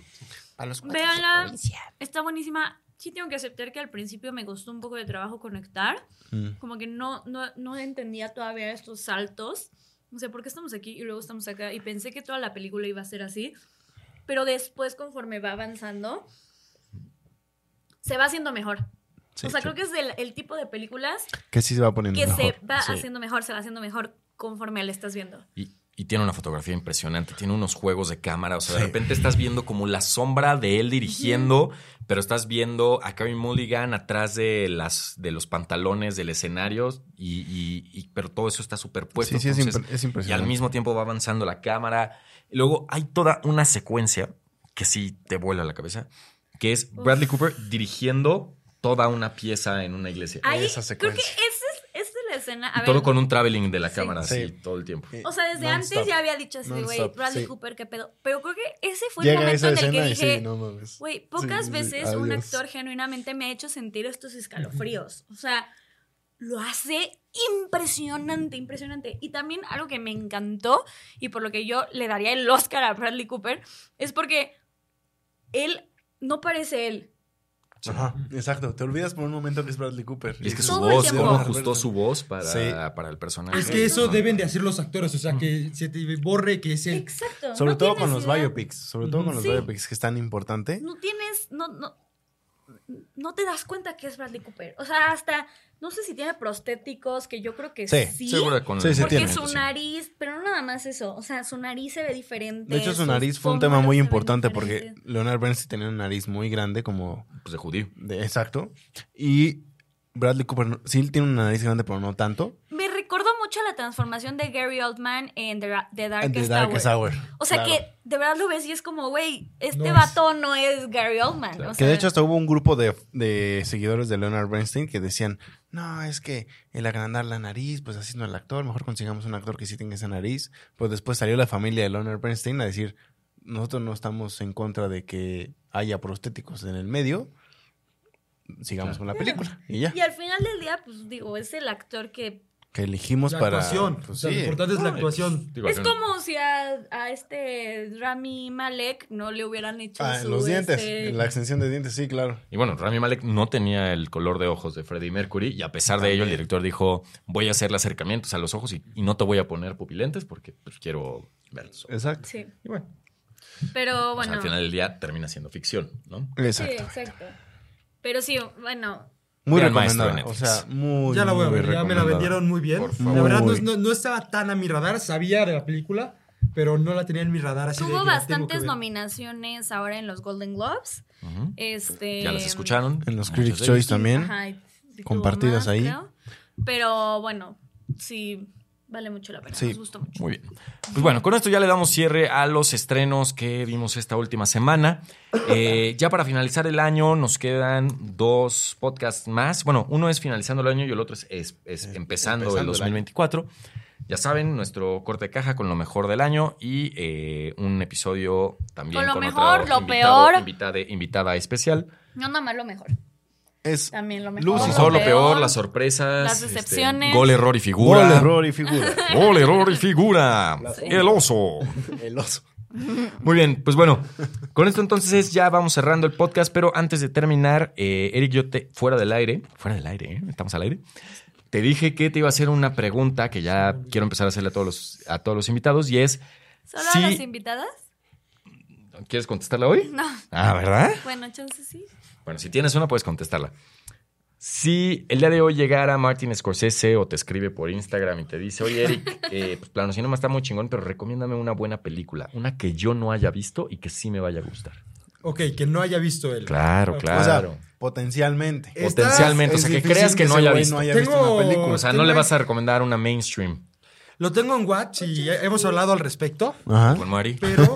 Speaker 3: A los cuatro
Speaker 5: Véanla,
Speaker 3: se
Speaker 5: está buenísima. Sí tengo que aceptar que al principio me costó un poco de trabajo conectar.
Speaker 3: pueden. Mm.
Speaker 5: Como que no, no, no entendía todavía estos saltos. No sé, ¿por qué estamos aquí y luego estamos acá? Y pensé que toda la película iba a ser así.
Speaker 1: Pero después, conforme va avanzando, se va haciendo mejor.
Speaker 3: Sí,
Speaker 1: o sea,
Speaker 3: sí.
Speaker 1: creo que es el, el tipo de películas
Speaker 3: Que sí se va poniendo
Speaker 1: que
Speaker 3: mejor.
Speaker 1: se va
Speaker 2: sí.
Speaker 1: haciendo mejor, se va haciendo mejor conforme la estás viendo.
Speaker 2: Y, y tiene una fotografía impresionante, tiene unos juegos de cámara, o sea, de
Speaker 3: Sí.
Speaker 2: repente estás viendo como la sombra de él dirigiendo, pero estás viendo a Carey Mulligan atrás de las de los pantalones del escenario y, y- y- pero todo eso está superpuesto.
Speaker 3: Sí, sí, es,
Speaker 2: entonces-
Speaker 3: impre- es
Speaker 2: y al
Speaker 3: impresionante.
Speaker 2: mismo tiempo va avanzando la cámara. Luego hay toda una secuencia que sí te vuela la cabeza, que es Bradley Cooper dirigiendo toda una pieza en una iglesia.
Speaker 1: Ahí,
Speaker 3: Esa
Speaker 1: creo que
Speaker 3: secuencia.
Speaker 1: esa es, esa es la escena. Ah, A
Speaker 2: Y
Speaker 1: ver,
Speaker 2: todo con un traveling de la
Speaker 1: Sí.
Speaker 2: cámara,
Speaker 3: Sí.
Speaker 2: así, todo el tiempo.
Speaker 3: Eh,
Speaker 1: O sea, desde antes ya había dicho así, de, güey,
Speaker 3: Non-stop,
Speaker 1: Bradley
Speaker 3: sí.
Speaker 1: Cooper, qué pedo. Pero creo que ese fue
Speaker 3: Llega
Speaker 1: el momento
Speaker 3: esa
Speaker 1: en el que
Speaker 3: escena y
Speaker 1: dije,
Speaker 3: sí, no mames.
Speaker 1: güey, pocas
Speaker 3: sí,
Speaker 1: veces un
Speaker 3: adiós.
Speaker 1: actor genuinamente me ha hecho sentir estos escalofríos. O sea, lo hace impresionante, impresionante. Y también algo que me encantó y por lo que yo le daría el Oscar a Bradley Cooper es porque él no parece él.
Speaker 3: Ajá, exacto. Te olvidas por un momento que es Bradley Cooper.
Speaker 2: Y es que su
Speaker 1: Todo el
Speaker 2: voz,
Speaker 1: tiempo.
Speaker 2: cómo ajustó su voz para,
Speaker 3: Ah, Sí.
Speaker 2: para el personaje.
Speaker 4: Es que eso
Speaker 2: ¿no?
Speaker 4: deben de hacer los actores, o sea, que se te borre que es el...
Speaker 1: Exacto.
Speaker 3: Sobre
Speaker 1: no
Speaker 3: todo
Speaker 1: tienes
Speaker 3: con los ¿eh?
Speaker 1: idea.
Speaker 3: biopics. Sobre todo con los
Speaker 1: Sí.
Speaker 3: biopics, que es tan importante.
Speaker 1: No tienes, no, no. no te das cuenta que es Bradley Cooper. O sea, hasta, no sé si tiene prostéticos, que yo creo que
Speaker 3: Sí,
Speaker 1: sí.
Speaker 2: Seguro con pues,
Speaker 3: Sí, sí
Speaker 1: porque
Speaker 3: tiene,
Speaker 1: su
Speaker 3: sí.
Speaker 1: nariz, pero no nada más eso, o sea, su nariz se ve diferente.
Speaker 3: De hecho, su
Speaker 1: sus
Speaker 3: nariz fue un
Speaker 1: pómulos
Speaker 3: tema muy
Speaker 1: se ven
Speaker 3: importante porque
Speaker 1: diferentes.
Speaker 3: Leonard Bernstein tenía una nariz muy grande, como
Speaker 2: pues, de judío.
Speaker 3: de exacto. Y Bradley Cooper no- sí tiene una nariz grande, pero no tanto.
Speaker 1: Me recordó mucho la transformación de Gary Oldman en The, Ra- The
Speaker 3: En
Speaker 1: Darkest,
Speaker 3: The Darkest
Speaker 1: Hour.
Speaker 3: Hour.
Speaker 1: O sea
Speaker 3: Claro.
Speaker 1: que de verdad lo ves y es como, güey, este
Speaker 4: No es.
Speaker 1: vato no es Gary Oldman. o
Speaker 3: Que de
Speaker 1: sea,
Speaker 3: hecho hasta hubo un grupo de, de seguidores de Leonard Bernstein que decían, no, es que el agrandar la nariz, pues así no el actor, mejor consigamos un actor que sí tenga esa nariz. Pues después salió la familia de Leonard Bernstein a decir, nosotros no estamos en contra de que haya prostéticos en el medio, sigamos con la película. Y ya,
Speaker 1: Y al final del día, pues digo, es el actor que.
Speaker 3: que elegimos
Speaker 4: La
Speaker 3: para...
Speaker 4: actuación.
Speaker 3: pues,
Speaker 4: o sea, lo
Speaker 3: sí.
Speaker 4: importante es la actuación.
Speaker 2: Digo,
Speaker 1: es
Speaker 2: yo no-
Speaker 1: como si a, a este Rami Malek no le hubieran hecho
Speaker 3: Ah,
Speaker 1: su,
Speaker 3: en los dientes,
Speaker 1: este,
Speaker 3: en la extensión de dientes, sí, claro.
Speaker 2: Y bueno, Rami Malek no tenía el color de ojos de Freddie Mercury y a pesar de ello el director dijo, voy a hacerle acercamientos a los ojos y, y no te voy a poner pupilentes porque pues, quiero verlos.
Speaker 3: Exacto.
Speaker 1: Sí.
Speaker 2: Y bueno,
Speaker 1: Pero
Speaker 2: o sea,
Speaker 1: bueno.
Speaker 2: al final del día termina siendo ficción, ¿no?
Speaker 3: Exacto.
Speaker 1: Sí, exacto. Pero sí, bueno,
Speaker 3: Muy
Speaker 2: Gran maestro
Speaker 3: recomendada.
Speaker 2: de
Speaker 3: O
Speaker 2: Netflix.
Speaker 3: sea, muy,
Speaker 4: Ya la voy a
Speaker 3: muy
Speaker 4: ver, ya me la
Speaker 3: recomendada.
Speaker 4: vendieron muy bien.
Speaker 2: Por
Speaker 4: La verdad no,
Speaker 3: Muy.
Speaker 4: no- no estaba tan a mi radar, sabía de la película, pero no la tenía en mi radar. Así de
Speaker 1: tuvo
Speaker 4: que la tengo que
Speaker 1: bastantes
Speaker 4: ver.
Speaker 1: nominaciones ahora en los Golden Globes.
Speaker 2: Ujú.
Speaker 1: Este,
Speaker 2: Ya las escucharon.
Speaker 3: En
Speaker 4: Ah,
Speaker 3: los
Speaker 2: Muchas
Speaker 3: Critics
Speaker 2: de ellas.
Speaker 3: Choice también.
Speaker 1: Ajá, y tuvo
Speaker 3: Compartidas ahí.
Speaker 1: Pero bueno, sí, vale mucho la pena.
Speaker 3: Sí.
Speaker 1: Nos gustó mucho.
Speaker 2: Muy bien. Pues bueno, con esto ya le damos cierre a los estrenos que vimos esta última semana. Eh, ya para finalizar el año nos quedan dos podcasts más. Bueno, uno es finalizando el año y el otro es, es- es empezando,
Speaker 3: empezando el
Speaker 2: el
Speaker 3: año.
Speaker 2: 2024. Ya saben, nuestro corte de caja con lo mejor del año y eh, un episodio también
Speaker 1: Con lo
Speaker 2: con
Speaker 1: mejor,
Speaker 2: otro
Speaker 1: lo
Speaker 2: invitado,
Speaker 1: peor.
Speaker 2: Invitada, invitada especial.
Speaker 1: No, nada más lo mejor.
Speaker 3: Es
Speaker 1: También lo
Speaker 3: Lo
Speaker 1: mejor.
Speaker 2: Lo
Speaker 3: Sí,
Speaker 2: mejor, lo peor, las
Speaker 1: las
Speaker 2: sorpresas.
Speaker 1: Las
Speaker 2: este,
Speaker 1: decepciones.
Speaker 2: gol, error y figura.
Speaker 3: gol, error y figura.
Speaker 2: Gol, error y figura. El oso.
Speaker 3: El oso.
Speaker 2: Muy bien, pues bueno, con esto entonces ya vamos cerrando el podcast, pero antes de terminar, eh, Eric, yo te, fuera del aire, fuera del aire, ¿eh? estamos al aire, te dije que te iba a hacer una pregunta que ya quiero empezar a hacerle a todos los, a todos los invitados y es,
Speaker 1: ¿Solo
Speaker 2: Sí.
Speaker 1: a las invitadas?
Speaker 2: ¿quieres contestarla hoy?
Speaker 1: No.
Speaker 2: Ah, ¿verdad?
Speaker 1: Bueno, chance sí.
Speaker 2: Bueno, si tienes una, puedes contestarla. Si el día de hoy llegara Martin Scorsese o te escribe por Instagram y te dice, oye Eric, eh, pues plano, si no me está muy chingón, pero recomiéndame una buena película, una que yo no haya visto y que sí me vaya a gustar.
Speaker 4: Ok, que no haya visto él.
Speaker 2: Claro,
Speaker 4: Ok.
Speaker 2: claro.
Speaker 3: O sea, potencialmente.
Speaker 4: Es
Speaker 2: Potencialmente, o
Speaker 3: Es
Speaker 2: sea, que
Speaker 3: difícil
Speaker 2: creas que no
Speaker 3: ese
Speaker 2: haya
Speaker 3: güey
Speaker 2: visto.
Speaker 3: no haya
Speaker 4: Tengo-
Speaker 3: visto una película.
Speaker 2: O sea, no le vas a recomendar una mainstream.
Speaker 4: Lo tengo en Watch y hemos hablado al respecto,
Speaker 3: Ajá.
Speaker 2: Con Mari.
Speaker 4: pero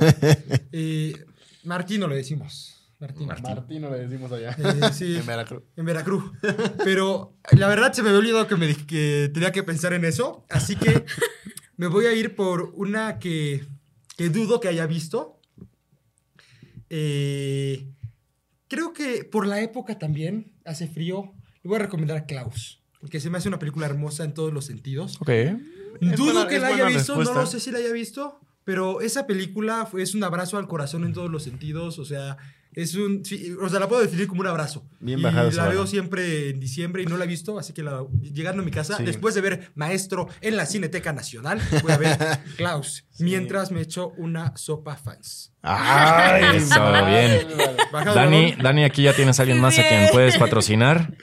Speaker 4: eh, Martino le decimos. Martino.
Speaker 3: Martino le decimos allá.
Speaker 4: Eh, sí.
Speaker 3: En Veracruz.
Speaker 4: En Veracruz. Pero la verdad se me había olvidado que, me dij- que tenía que pensar en eso. Así que me voy a ir por una que, que dudo que haya visto. Eh, creo que por la época también, hace frío, le voy a recomendar a Klaus. Porque se me hace una película hermosa en todos los sentidos.
Speaker 2: Ok.
Speaker 3: Es
Speaker 4: Dudo
Speaker 3: buena-
Speaker 4: que
Speaker 3: es
Speaker 4: la haya
Speaker 3: buena
Speaker 4: visto,
Speaker 3: respuesta.
Speaker 4: no lo sé si la haya visto, pero esa película fue- es un abrazo al corazón en todos los sentidos, o sea, es un, sí, o sea, la puedo definir como un abrazo.
Speaker 3: Bien
Speaker 4: y
Speaker 3: bajado ese
Speaker 4: la veo
Speaker 3: balón.
Speaker 4: siempre en diciembre y no la he visto, así que la, llegando a mi casa,
Speaker 3: Sí.
Speaker 4: después de ver Maestro en la Cineteca Nacional, voy a ver Klaus, mientras me echo una sopa fans.
Speaker 3: Ay,
Speaker 2: Eso,
Speaker 3: no.
Speaker 2: bien.
Speaker 4: Bajado
Speaker 2: Dani,
Speaker 4: balón.
Speaker 2: Dani, aquí ya tienes a alguien más a quien puedes patrocinar.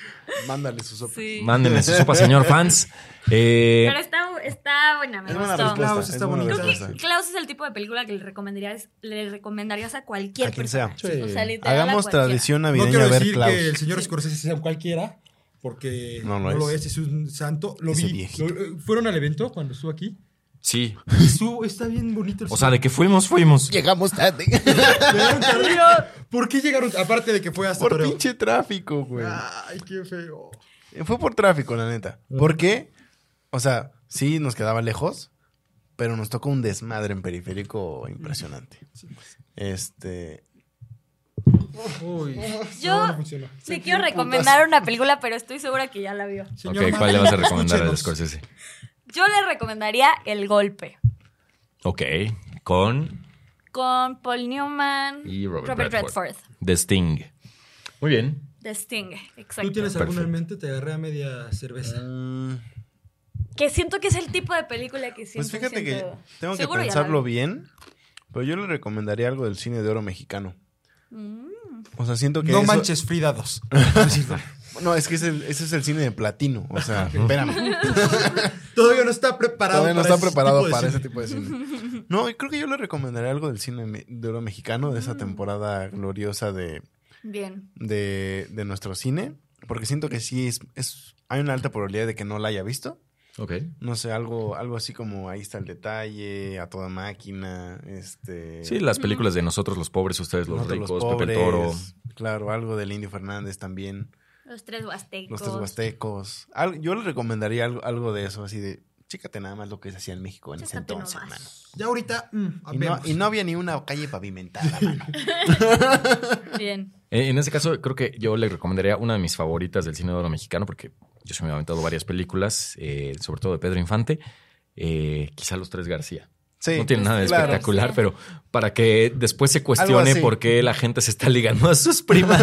Speaker 3: Mándale su sopa.
Speaker 1: Sí.
Speaker 2: Mándenle su sopa, señor fans. Eh,
Speaker 1: Pero está, está buena, me
Speaker 3: Es buena
Speaker 1: gustó.
Speaker 3: respuesta.
Speaker 4: Klaus
Speaker 3: es
Speaker 4: está
Speaker 3: buena
Speaker 4: bonito.
Speaker 1: Creo
Speaker 3: respuesta.
Speaker 1: que Klaus es el tipo de película que le recomendarías, le recomendarías a cualquier
Speaker 3: A quien
Speaker 1: persona.
Speaker 3: sea.
Speaker 4: Sí.
Speaker 1: O sea, literal, a
Speaker 3: Hagamos
Speaker 1: cualquiera.
Speaker 3: tradición
Speaker 4: No
Speaker 3: navideña
Speaker 4: quiero
Speaker 3: a ver
Speaker 4: decir
Speaker 3: Klaus.
Speaker 4: que el señor Scorsese sea un cualquiera, porque
Speaker 3: No
Speaker 4: no
Speaker 3: lo
Speaker 4: lo,
Speaker 3: es.
Speaker 4: es. es un santo. Lo
Speaker 3: Ese
Speaker 4: vi.
Speaker 3: viejito.
Speaker 4: lo- eh, ¿Fueron al evento cuando estuvo aquí?
Speaker 2: sí.
Speaker 4: Y su- está bien bonito el
Speaker 2: O sea,
Speaker 4: cine.
Speaker 2: de que fuimos, fuimos.
Speaker 3: Llegamos tarde.
Speaker 4: Llegaron tarde. ¿Por qué llegaron? Aparte de que fue hasta
Speaker 3: Por
Speaker 4: Toreo.
Speaker 3: pinche tráfico, güey.
Speaker 4: Ay, qué feo.
Speaker 3: Eh, Fue por tráfico, la neta. ¿Por qué? O sea, sí nos quedaba lejos, pero nos tocó un desmadre en periférico impresionante.
Speaker 4: pues
Speaker 3: Este.
Speaker 4: Uy.
Speaker 1: Yo-
Speaker 4: No, no funcionó.
Speaker 1: Te quiero recomendar una película, pero estoy segura que ya la vio.
Speaker 4: Señor
Speaker 2: ok, ¿cuál le vas a
Speaker 4: Madrid,
Speaker 2: recomendar a
Speaker 4: escúchenos.
Speaker 2: Scorsese?
Speaker 1: Yo le recomendaría El Golpe
Speaker 2: Ok, con
Speaker 1: con Paul Newman
Speaker 2: y Robert,
Speaker 1: Redford.
Speaker 2: Redford. The Sting. Muy bien.
Speaker 1: The Sting, exacto.
Speaker 4: ¿Tú tienes
Speaker 2: Perfecto.
Speaker 4: alguna en mente? Te agarré a media cerveza.
Speaker 3: Mm,
Speaker 1: Que siento que es el tipo de película que siento.
Speaker 3: Pues fíjate que
Speaker 1: siento-
Speaker 3: tengo que
Speaker 1: Seguro ya la
Speaker 3: pensarlo
Speaker 1: vi. Mm,
Speaker 3: bien, pero yo le recomendaría algo del cine de oro mexicano. O sea, siento que
Speaker 4: No
Speaker 3: eso-
Speaker 4: manches Frida 2.
Speaker 3: No, es que es el- ese es el cine de platino. O sea, espérame.
Speaker 4: Todavía no está preparado
Speaker 3: Todavía no está
Speaker 4: para ese
Speaker 3: preparado
Speaker 4: tipo de
Speaker 3: para
Speaker 4: cine.
Speaker 3: ese tipo de cine. No, y creo que yo le recomendaría algo del cine me- de oro mexicano, de esa
Speaker 1: Mm.
Speaker 3: temporada gloriosa de,
Speaker 1: Bien.
Speaker 3: de, de nuestro cine. Porque siento que sí es, es- hay una alta probabilidad de que no la haya visto.
Speaker 2: Ok.
Speaker 3: No sé, algo, algo así como ahí está el detalle, a toda máquina, este.
Speaker 2: Sí, las películas de nosotros los pobres, ustedes los
Speaker 3: Nosotros
Speaker 2: ricos,
Speaker 3: pobres,
Speaker 2: Pepe el Toro.
Speaker 3: Claro, algo del Indio Fernández también.
Speaker 1: Los tres huastecos.
Speaker 3: Los tres huastecos. Al- yo le recomendaría algo, algo de eso, así de. Chécate nada más lo que se hacía en México en ese
Speaker 7: Chécate
Speaker 3: entonces,
Speaker 7: nomás.
Speaker 3: mano.
Speaker 4: Ya ahorita. mm,
Speaker 3: Y no,
Speaker 4: vemos.
Speaker 3: y no había ni una calle pavimentada, mano.
Speaker 7: Bien.
Speaker 2: Eh, En ese caso, creo que yo le recomendaría una de mis favoritas del cine de oro mexicano, porque yo se me he aventado varias películas, eh, sobre todo de Pedro Infante, eh, quizá Los Tres García.
Speaker 3: Sí,
Speaker 2: no tiene nada de
Speaker 3: claro.
Speaker 2: espectacular, pero para que después se cuestione
Speaker 3: así.
Speaker 2: por qué la gente se está ligando a sus primas.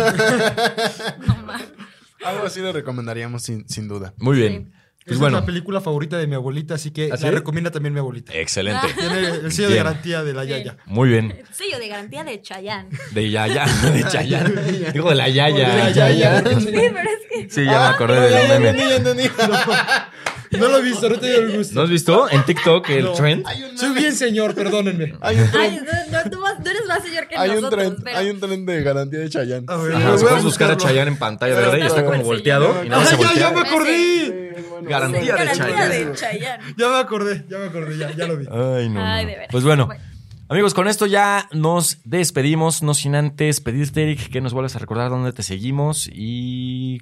Speaker 3: Algo así le recomendaríamos sin, sin duda.
Speaker 2: Muy bien. Pues
Speaker 4: Esa es
Speaker 2: bueno,
Speaker 4: la película favorita de mi abuelita, así que
Speaker 2: ¿Ah, sí?
Speaker 4: la recomienda también mi abuelita.
Speaker 2: excelente.
Speaker 4: Tiene el sello de
Speaker 2: Bien.
Speaker 4: garantía de la
Speaker 7: Bien.
Speaker 4: Yaya.
Speaker 2: Muy bien.
Speaker 1: Sello de garantía de Chayán.
Speaker 2: De Yaya, de Chayanne. Digo, de la Yaya.
Speaker 4: De la Yaya. Ah,
Speaker 2: Sí, ya me acordé de la meme.
Speaker 4: No lo he visto, no tengo el gusto.
Speaker 2: ¿No has visto en TikTok el
Speaker 4: No.
Speaker 2: trend?
Speaker 4: Soy bien señor, perdónenme.
Speaker 3: Hay un
Speaker 1: Ay,
Speaker 3: tren,
Speaker 1: no, no, tú, vas- tú eres más señor que
Speaker 3: hay un
Speaker 1: nosotros.
Speaker 3: tren,
Speaker 1: pero-
Speaker 3: hay un tren de garantía de Chayanne.
Speaker 4: A ver,
Speaker 2: Ajá,
Speaker 4: voy
Speaker 2: si puedes buscar a
Speaker 4: buscarlo.
Speaker 2: Chayanne en pantalla verde y está como volteado y nada más
Speaker 4: Ah,
Speaker 2: se
Speaker 4: ya, ya
Speaker 2: voltea.
Speaker 4: me acordé.
Speaker 1: Sí,
Speaker 2: Garantía de
Speaker 1: garantía
Speaker 2: Chayanne.
Speaker 1: de Chayán.
Speaker 4: Ya me acordé, ya me acordé, ya, ya lo vi.
Speaker 2: Ay, no.
Speaker 1: Ay,
Speaker 2: no.
Speaker 1: de veras.
Speaker 2: Pues bueno.
Speaker 1: Bueno.
Speaker 2: Amigos, con esto ya nos despedimos, no sin antes pedirte, Eric, que nos vuelvas a recordar dónde te seguimos y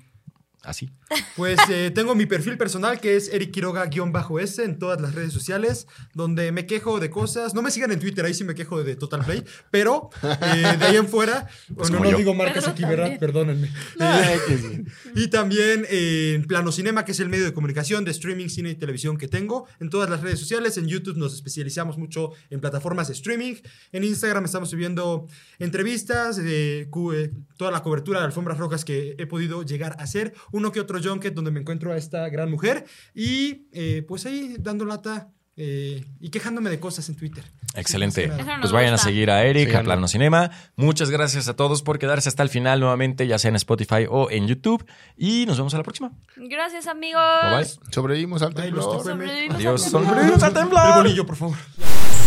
Speaker 2: así.
Speaker 4: Pues eh, tengo mi perfil personal que es Eric Quiroga-S en todas las redes sociales, donde me quejo de cosas. No me sigan en Twitter, ahí sí me quejo de Total Play, pero eh, de ahí en fuera, bueno,
Speaker 2: como
Speaker 4: no
Speaker 2: yo.
Speaker 4: digo marcas
Speaker 7: Pedro
Speaker 4: aquí, ¿verdad?
Speaker 7: también.
Speaker 4: Perdónenme. Eh, y también eh, en Plano Cinema, que es el medio de comunicación de streaming, cine y televisión que tengo. En todas las redes sociales, en YouTube nos especializamos mucho en plataformas de streaming. En Instagram estamos subiendo entrevistas, eh, cu- eh, toda la cobertura de alfombras rojas que he podido llegar a hacer. Uno que otro junket donde me encuentro a esta gran mujer. Y eh, pues ahí dando lata eh, y quejándome de cosas en Twitter.
Speaker 2: Excelente.
Speaker 4: Eso
Speaker 7: nos
Speaker 2: Pues vayan a
Speaker 7: gusta.
Speaker 2: seguir a Eric, a
Speaker 3: Síganlo.
Speaker 2: Plano Cinema. Muchas gracias a todos por quedarse hasta el final nuevamente, ya sea en Spotify o en YouTube. Y nos vemos a la próxima.
Speaker 1: Gracias, amigos.
Speaker 2: Bye bye.
Speaker 3: Sobrevivimos al
Speaker 4: Ahí
Speaker 3: temblor.
Speaker 4: los toco,
Speaker 7: Sobrevivimos
Speaker 2: Adiós.
Speaker 7: a-
Speaker 2: Son al
Speaker 4: El
Speaker 2: temblor.
Speaker 4: bolillo, por favor.